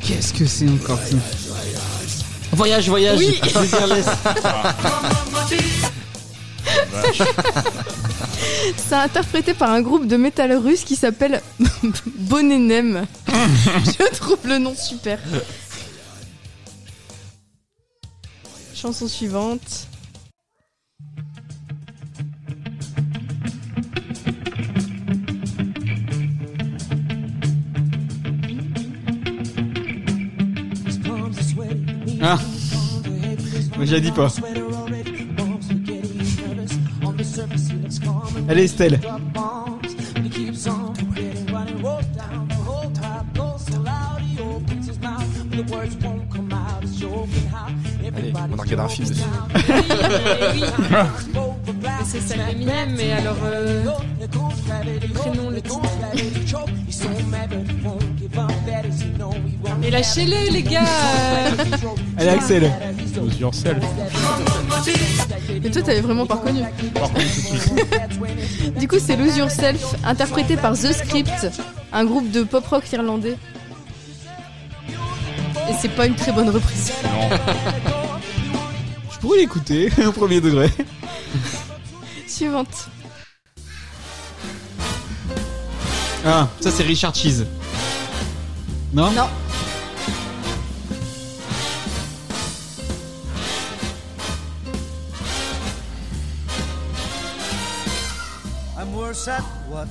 Speaker 2: Qu'est-ce que c'est encore ça Voyage, voyage
Speaker 3: Oui.
Speaker 2: Désirless.
Speaker 3: C'est interprété par un groupe de métal russe qui s'appelle Bonenem. je trouve le nom super. Chanson suivante.
Speaker 2: Ah Moi, je la dis pas. Allez, Estelle.
Speaker 4: Allez, on a regardé un film dessus.
Speaker 8: Mais C'est ça Eminem, mais alors. euh, Prénom, le titre. Mais lâchez-le, les gars euh.
Speaker 2: Allez, Axel.
Speaker 5: Aux Yourself.
Speaker 3: Mais toi, t'avais vraiment pas reconnu. du coup, c'est Lose Yourself, interprété par The Script, un groupe de pop rock irlandais. Et c'est pas une très bonne reprise.
Speaker 2: Je pourrais l'écouter au premier degré.
Speaker 3: Suivante.
Speaker 2: Ah, ça c'est Richard Cheese. Non
Speaker 3: Non.
Speaker 18: I'm worse at what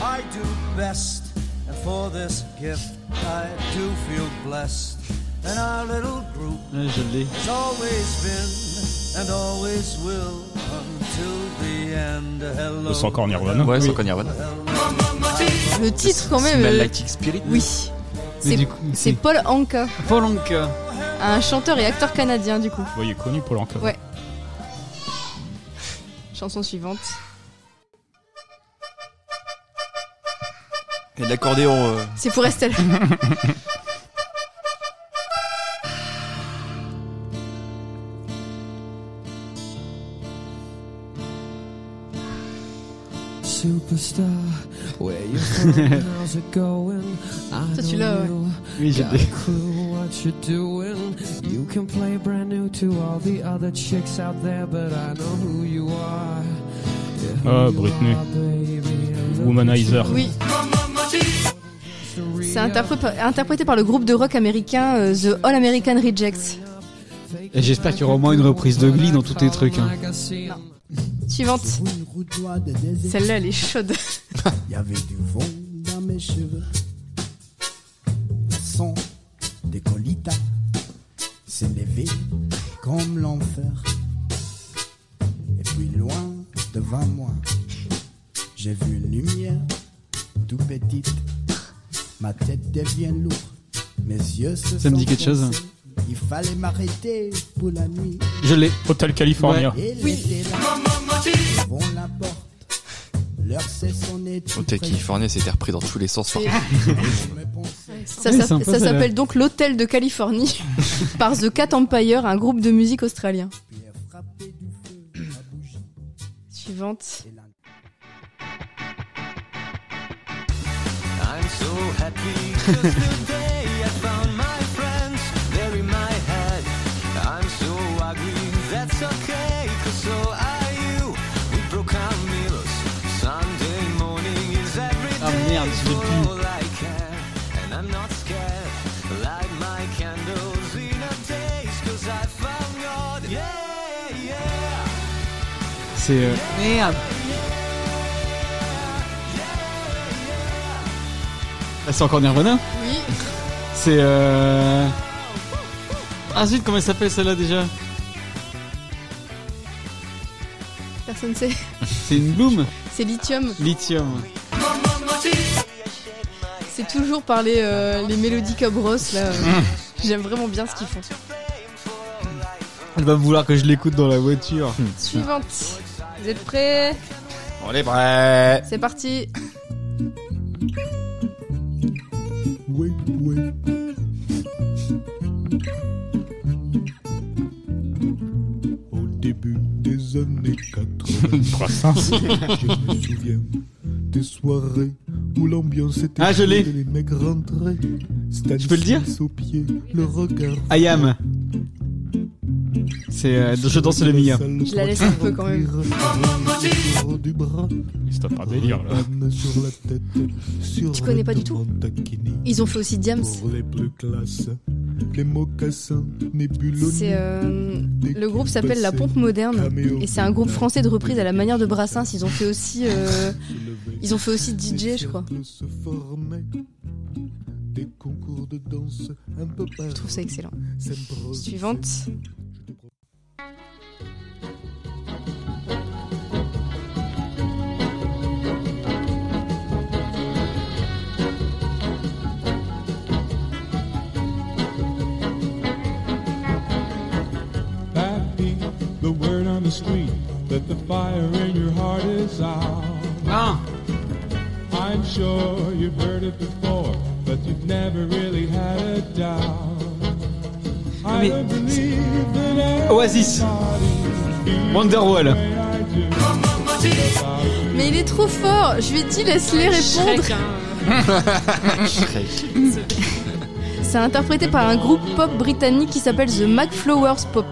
Speaker 18: I do best, and for this gift I do feel blessed.
Speaker 8: and our little group
Speaker 2: Ah, je l'ai.
Speaker 8: has always been and always will until the end. Hello.
Speaker 5: Sans encore Nirvana.
Speaker 4: Ouais, sans encore Nirvana.
Speaker 3: Le titre quand même.
Speaker 4: Smell
Speaker 3: euh,
Speaker 4: Like Teen Spirit.
Speaker 3: Oui.
Speaker 2: Mais
Speaker 3: C'est
Speaker 2: du coup,
Speaker 3: c'est Paul Anka,
Speaker 2: Paul Anka.
Speaker 3: un chanteur et acteur canadien du coup.
Speaker 5: Ouais, il est connu pour l'encore.
Speaker 3: Ouais. Chanson suivante.
Speaker 4: Et de l'accordéon. euh,
Speaker 3: C'est pour Estelle.
Speaker 1: Superstar, where you from, how's it going? I
Speaker 3: Ça, tu
Speaker 1: don't
Speaker 3: l'as, ouais.
Speaker 1: know.
Speaker 2: Oui, j'ai
Speaker 1: Got a clue what you're doing. You can play brand new to all the other chicks out there, but I know who you are. Yeah, who
Speaker 5: Ah,
Speaker 1: you
Speaker 5: Britney.
Speaker 1: are, baby. And
Speaker 5: Womanizer.
Speaker 3: Oui. C'est interpré- interprété par le groupe de rock américain euh, The All American Rejects.
Speaker 2: Et j'espère qu'il y aura au moins une reprise de Glee dans tous tes trucs. hein.
Speaker 3: Suivante. Celle-là, elle est chaude.
Speaker 8: Il y avait du vent dans mes cheveux. Le son des colitas s'est levé comme l'enfer. Et puis loin devant moi, j'ai vu une lumière tout petite. Ma tête devient lourde, mes yeux se
Speaker 2: Ça me dit
Speaker 8: sont
Speaker 2: quelque chose.
Speaker 8: foncés. Il fallait m'arrêter pour la nuit.
Speaker 2: Je l'ai.
Speaker 5: Hotel California.
Speaker 8: Et les là, devant la porte. L'heure s'est sonnée.
Speaker 2: Oh,
Speaker 8: tout
Speaker 4: Hotel
Speaker 8: près.
Speaker 4: California, c'était repris dans tous les sens.
Speaker 3: Et- Ça,
Speaker 2: Oui,
Speaker 3: s'app-
Speaker 2: c'est un peu
Speaker 3: ça
Speaker 2: ça,
Speaker 3: s'appelle
Speaker 2: là.
Speaker 3: donc L'Hôtel de Californie par The Cat Empire, un groupe de musique australien. Suivante.
Speaker 18: I'm so happy 'cause today I found my friends. They're in my head. I'm so ugly, that's okay, 'cause so are you. We broke our mirrors. Sunday morning is every
Speaker 2: Ah
Speaker 18: day
Speaker 2: merde, je l'ai
Speaker 18: for
Speaker 2: plus.
Speaker 18: all I can. And I'm not scared. Light my candles in a daze, 'cause I found God. Yeah, yeah.
Speaker 2: C'est. euh, Merde Là, Ah, c'est encore Nirvana
Speaker 3: Oui.
Speaker 2: C'est. Euh... Ah zut, comment elle s'appelle celle-là déjà
Speaker 3: Personne sait.
Speaker 2: C'est une bloom
Speaker 3: C'est Lithium.
Speaker 2: Lithium.
Speaker 3: C'est toujours par les, euh, les mélodies Cobb Ross, là.
Speaker 2: Mmh.
Speaker 3: euh, J'aime vraiment bien ce qu'ils font.
Speaker 2: Elle va vouloir que je l'écoute dans la voiture.
Speaker 3: Suivante. Vous êtes prêts
Speaker 4: On est prêts.
Speaker 3: C'est parti.
Speaker 8: Oui, oui. Au début des années 80,
Speaker 5: Brassens.
Speaker 8: je me souviens des soirées où l'ambiance était
Speaker 2: Ah, je l'ai.
Speaker 8: chaude et les mecs rentraient.
Speaker 2: Je peux le dire
Speaker 8: Stanislas au pied, le regard.
Speaker 2: I am. C'est. euh, je danse le mia.
Speaker 3: Je la laisse un peu quand même.
Speaker 8: Du bras,
Speaker 5: C'est pas délire là.
Speaker 8: panne sur la tête, sur
Speaker 3: Tu connais pas
Speaker 8: le
Speaker 3: du tout
Speaker 8: Montaquini.
Speaker 3: Ils ont fait aussi Diams.
Speaker 8: Pour les plus classes, les mocassins, nébuleux.
Speaker 3: C'est euh, le groupe s'appelle La Pompe Moderne et c'est un groupe français de reprise à la manière de Brassens. Ils ont fait aussi euh, ils ont fait aussi DJ, je crois.
Speaker 8: se formaient. Des concours de danse un peu
Speaker 3: Je trouve ça excellent.
Speaker 8: partout.
Speaker 3: Suivante.
Speaker 25: That be the word on the street that the fire in your heart is out.
Speaker 2: Ah.
Speaker 25: I'm sure you've heard it before, but you've never really had a doubt. I
Speaker 2: Mais-
Speaker 25: don't believe that
Speaker 2: Oasis. Wonderwall.
Speaker 3: Mais il est trop fort. Je lui ai dit laisse-les répondre.
Speaker 26: Shrek, hein.
Speaker 3: C'est interprété par un groupe pop britannique qui s'appelle The McFlowers Pop.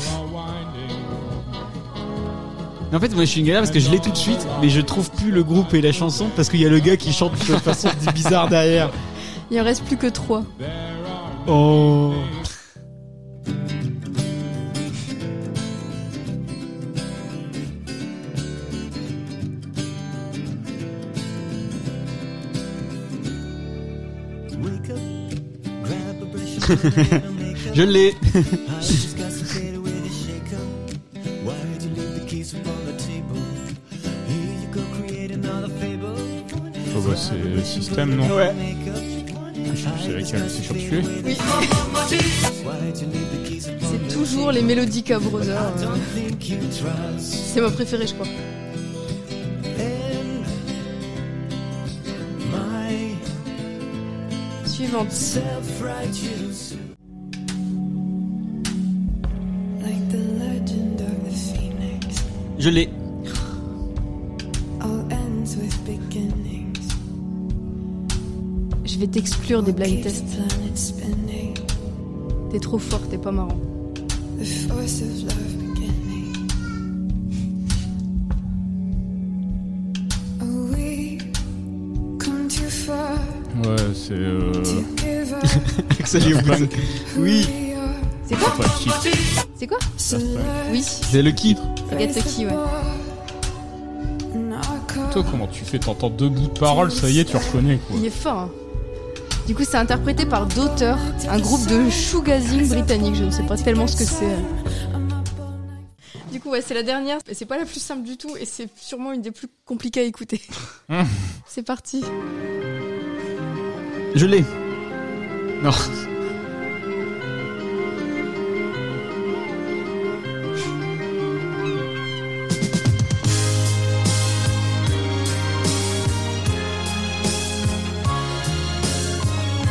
Speaker 2: En fait, moi je suis une galère parce que je l'ai tout de suite, mais je trouve plus le groupe et la chanson parce qu'il y a le gars qui chante de façon bizarre derrière.
Speaker 3: Il en reste plus que trois.
Speaker 2: Oh. Je l'ai.
Speaker 5: Oh bah, c'est système, non
Speaker 2: Ouais.
Speaker 5: C'est avec elle, c'est Chopsuey.
Speaker 3: Oui. C'est toujours les Melodica Brothers. hein. C'est ma préférée, je crois. Suivante.
Speaker 9: Like the legend of the phoenix,
Speaker 2: Je l'ai.
Speaker 9: all ends with beginnings.
Speaker 3: Je vais t'exclure des blind tests.
Speaker 9: Planet spinning,
Speaker 3: T'es trop fort, t'es pas marrant.
Speaker 9: the force of love beginning. Oh, we come too far
Speaker 5: Ouais, c'est. Euh...
Speaker 9: to give up.
Speaker 2: Axel Yoplan. Oui,
Speaker 3: C'est quoi
Speaker 5: C'est pas qui.
Speaker 3: C'est quoi Oui,
Speaker 2: c'est le qui.
Speaker 3: c'est Gataki, ouais.
Speaker 5: Toi, comment tu fais T'entends deux bouts de parole, ça y est, tu reconnais quoi.
Speaker 3: Il est fort. hein. Du coup, c'est interprété par Daughter, un groupe de shoegazing britannique. Je ne sais pas tellement ce que c'est. Du coup, ouais, c'est la dernière. mais C'est pas la plus simple du tout et c'est sûrement une des plus compliquées à écouter. c'est parti.
Speaker 2: Je l'ai. Non.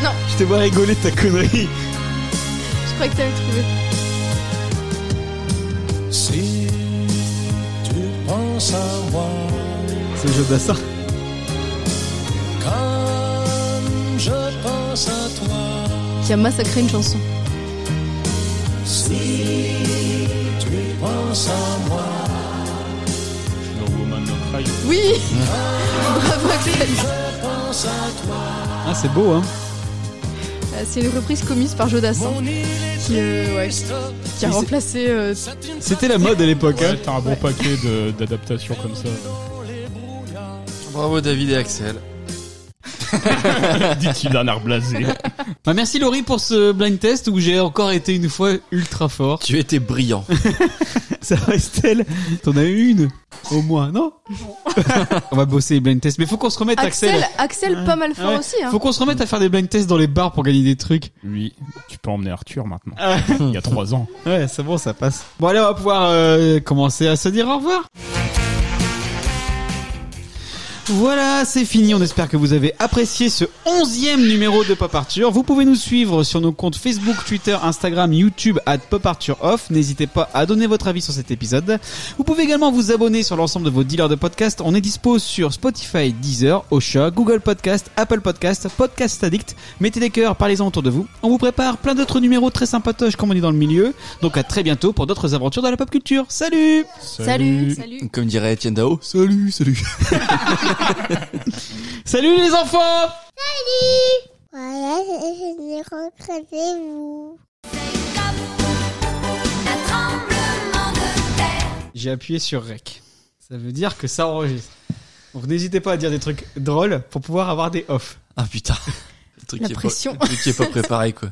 Speaker 3: Non.
Speaker 2: Je te vois rigoler de ta connerie.
Speaker 3: Je croyais que t'avais trouvé.
Speaker 8: Si tu penses à moi
Speaker 2: C'est le jeu Bassard.
Speaker 8: comme je pense à toi,
Speaker 3: Qui a massacré une chanson.
Speaker 8: si tu penses à moi,
Speaker 5: No Woman No Cry.
Speaker 3: Oui Bravo Axel
Speaker 8: je pense à toi.
Speaker 2: Ah, c'est beau, hein.
Speaker 3: Euh, C'est une reprise commise par Jodassin qui, euh, ouais, qui a remplacé. euh,
Speaker 2: C'était la mode à l'époque. hein.
Speaker 5: Ouais, t'as un bon paquet de- d'adaptations comme ça.
Speaker 27: Bravo David et Axel.
Speaker 5: Dit-il d'un air blasé.
Speaker 2: Bah, merci Laurie pour ce blind test où j'ai encore été une fois ultra fort.
Speaker 27: Tu étais brillant.
Speaker 2: Ça va Estelle T'en as eu une Au moins, non On va bosser les blind tests. Mais faut qu'on se remette Axel.
Speaker 3: Axel, Axel, pas mal fort
Speaker 2: Ouais.
Speaker 3: aussi. Hein.
Speaker 2: Faut qu'on se remette à faire des blind tests dans les bars pour gagner des trucs.
Speaker 5: Lui, tu peux emmener Arthur maintenant. Il y a trois ans.
Speaker 2: Ouais, c'est bon, ça passe. Bon, allez, on va pouvoir euh, commencer à se dire au revoir. Voilà, c'est fini. On espère que vous avez apprécié ce onzième numéro de Pop Arthur. Vous pouvez nous suivre sur nos comptes Facebook, Twitter, Instagram, YouTube, at Pop Arthur Off. N'hésitez pas à donner votre avis sur cet épisode. Vous pouvez également vous abonner sur l'ensemble de vos dealers de podcasts. On est dispo sur Spotify, Deezer, Osha, Google Podcast, Apple Podcast, Podcast Addict. Mettez des cœurs, parlez-en autour de vous. On vous prépare plein d'autres numéros très sympatoches comme on est dans le milieu. Donc à très bientôt pour d'autres aventures dans la pop culture. Salut
Speaker 7: Euh,
Speaker 3: Salut.
Speaker 4: Comme dirait Étienne Dao, salut, salut.
Speaker 2: Salut les enfants
Speaker 1: Salut Voilà, je vais rencontrer vous.
Speaker 2: J'ai appuyé sur Rec. Ça veut dire que ça enregistre. Donc n'hésitez pas à dire des trucs drôles pour pouvoir avoir des off.
Speaker 4: Ah putain. Le truc
Speaker 3: La
Speaker 4: qui est pas-
Speaker 3: pression.
Speaker 4: le truc qui est pas préparé quoi.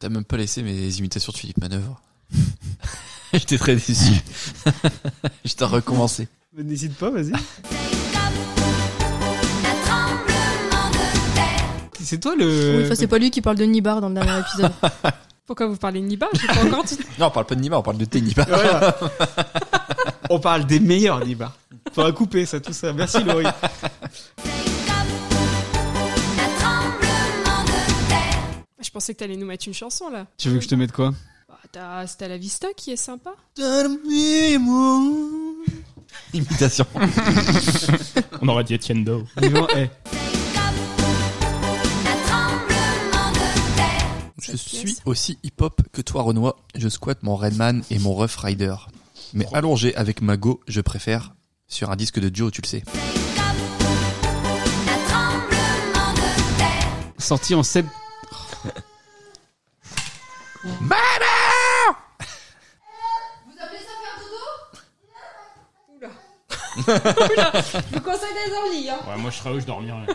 Speaker 4: T'as même pas laissé mes imitations de Philippe Manœuvre. J'étais très déçu. Je t'ai recommencé.
Speaker 2: Mais N'hésite pas, vas-y. C'est toi le.
Speaker 3: Oui, enfin, c'est pas lui qui parle de Nibar dans le dernier épisode.
Speaker 7: Pourquoi vous parlez de Niba J'ai pas encore dit.
Speaker 4: Non, on parle pas de Nima, on parle de Téniba.
Speaker 2: Voilà. On parle des meilleurs Nibar. Faudra couper ça, tout ça. Merci Laurie.
Speaker 7: Je pensais que t'allais nous mettre une chanson là.
Speaker 2: Tu veux que je te mette quoi
Speaker 7: Bah, t'as- C'était la Vista qui est sympa.
Speaker 4: Imitation.
Speaker 5: On aurait dit Etienne Dao.
Speaker 2: Vivant, eh.
Speaker 4: Je suis aussi hip-hop que toi, Renoir. Je squatte mon Redman et mon Rough Rider. Mais allongé avec ma go, je préfère sur un disque de Joe, tu le sais.
Speaker 2: Sorti en sept.
Speaker 7: Je vous conseille des orlis, hein.
Speaker 8: hein.
Speaker 5: Ouais, moi je serais où je dormirais.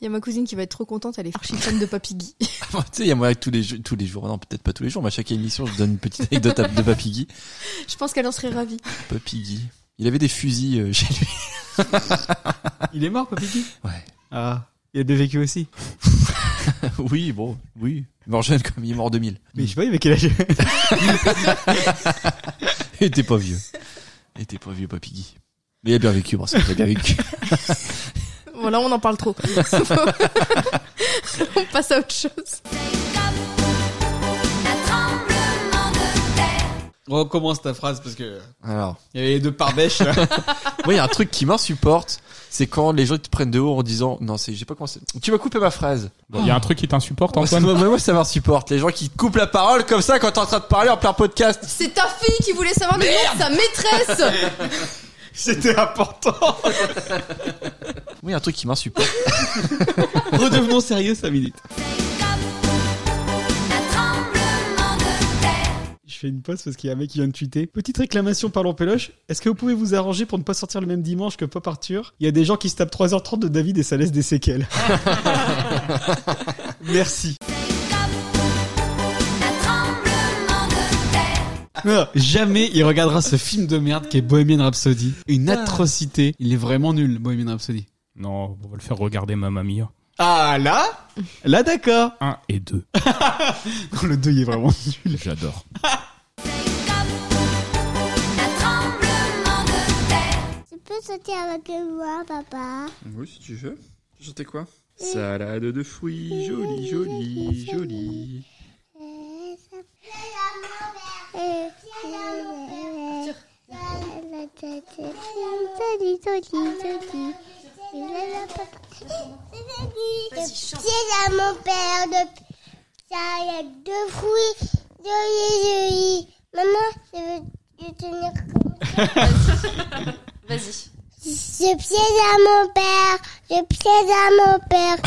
Speaker 24: y a ma cousine qui va être trop contente, elle est archi fan de Papy Guy.
Speaker 4: Ah, tu sais, il y a moyen que tous les, jeux- tous les jours, non, peut-être pas tous les jours, mais à chaque émission, je donne une petite anecdote à- de Papy Guy.
Speaker 24: Je pense qu'elle en serait ravie.
Speaker 4: Papy Guy. Il avait des fusils euh, chez lui.
Speaker 2: Il est mort, Papy Guy
Speaker 4: Ouais.
Speaker 2: Ah, il a deux vécu aussi.
Speaker 4: oui, bon, oui. Il est Mort jeune comme il est mort en 2000.
Speaker 2: Mais je sais pas, il avait quel âge
Speaker 4: il était pas vieux. Il était pas vieux, Papy Guy. Mais il a bien vécu, bon, ça il a bien vécu.
Speaker 24: Voilà, on en parle trop. on passe à autre chose.
Speaker 2: Recommence ta phrase parce que.
Speaker 4: Alors.
Speaker 2: Il y avait les deux parbèches là.
Speaker 4: Moi, il y a un truc qui m'insupporte, c'est quand les gens te prennent de haut en disant non, c'est j'ai pas commencé. Tu vas couper ma phrase.
Speaker 5: Bon, il y a un truc qui t'insupporte,
Speaker 8: Oh,
Speaker 4: Moi, ça-
Speaker 5: Antoine
Speaker 4: moi, moi, ça m'insupporte. Les gens qui te coupent la parole comme ça quand t'es en train de parler en plein podcast.
Speaker 24: C'est ta fille qui voulait savoir le nom de sa maîtresse.
Speaker 2: C'était important.
Speaker 4: Moi, il y a un truc qui m'insupporte.
Speaker 2: Redevenons sérieux 5 minutes. Je fais une pause parce qu'il y a un mec qui vient de tweeter. Petite réclamation par Péloche. Est-ce que vous pouvez vous arranger pour ne pas sortir le même dimanche que Pop Arthur Il y a des gens qui se tapent 3h30 de David et ça laisse des séquelles. Merci. Ah, jamais il regardera ce film de merde qui est Bohemian Rhapsody. Une atrocité. Il est vraiment nul, Bohemian Rhapsody.
Speaker 5: Non, on va le faire regarder Mamma Mia.
Speaker 2: Ah là Là d'accord.
Speaker 5: 1 et 2.
Speaker 2: Le 2 il est vraiment nul.
Speaker 5: J'adore.
Speaker 1: Tu peux sauter avec moi, papa
Speaker 4: Oui, si tu veux. Tu chantais quoi Salade de fruits, jolie, jolie, jolie.
Speaker 1: Pied à mon père de salade de fruits, joli, joli. Maman, je veux je veux tenir
Speaker 15: Vas-y.
Speaker 1: Je piège à mon père, je piège à mon père.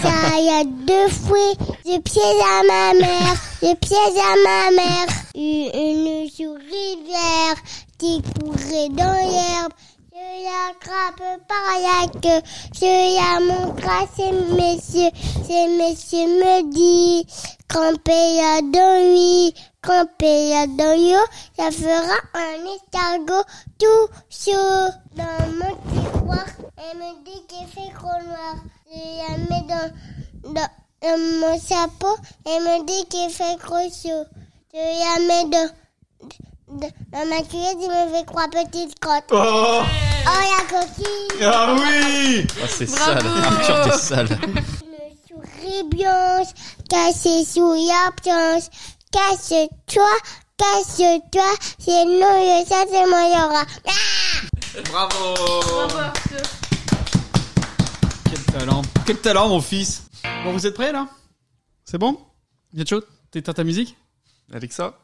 Speaker 1: Ça y a deux fruits, je piège à ma mère, je piège à ma mère. Une, une souricière qui courait dans l'herbe. Je l'attrape par la queue, je la montre à ces messieurs. Ces messieurs me disent, camper là dans lui, camper là dans lui, ça fera un escargot tout chaud. Dans mon tiroir, elle me dit qu'il fait trop noir. Je la mets dans, dans, dans mon chapeau, elle me dit qu'il fait trop chaud. Je la mets dans, dans, dans ma cuillère, il me fait trois petites crottes.
Speaker 2: Oh
Speaker 1: la coquille
Speaker 2: Ah oui
Speaker 4: Ah, c'est
Speaker 1: Bravo.
Speaker 4: sale. Arthur, t'es sale.
Speaker 1: souris blanche, cassée sous la planche. Casse-toi, casse-toi, c'est nous le chat, c'est moi le rat.
Speaker 2: Bravo
Speaker 15: Bravo Arthur.
Speaker 2: Quel talent. Quel talent, mon fils. Bon, vous êtes prêts là C'est bon Bien chaud T'éteins ta musique
Speaker 4: Avec ça,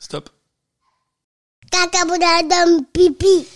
Speaker 4: stop.
Speaker 1: Caca boudin pipi.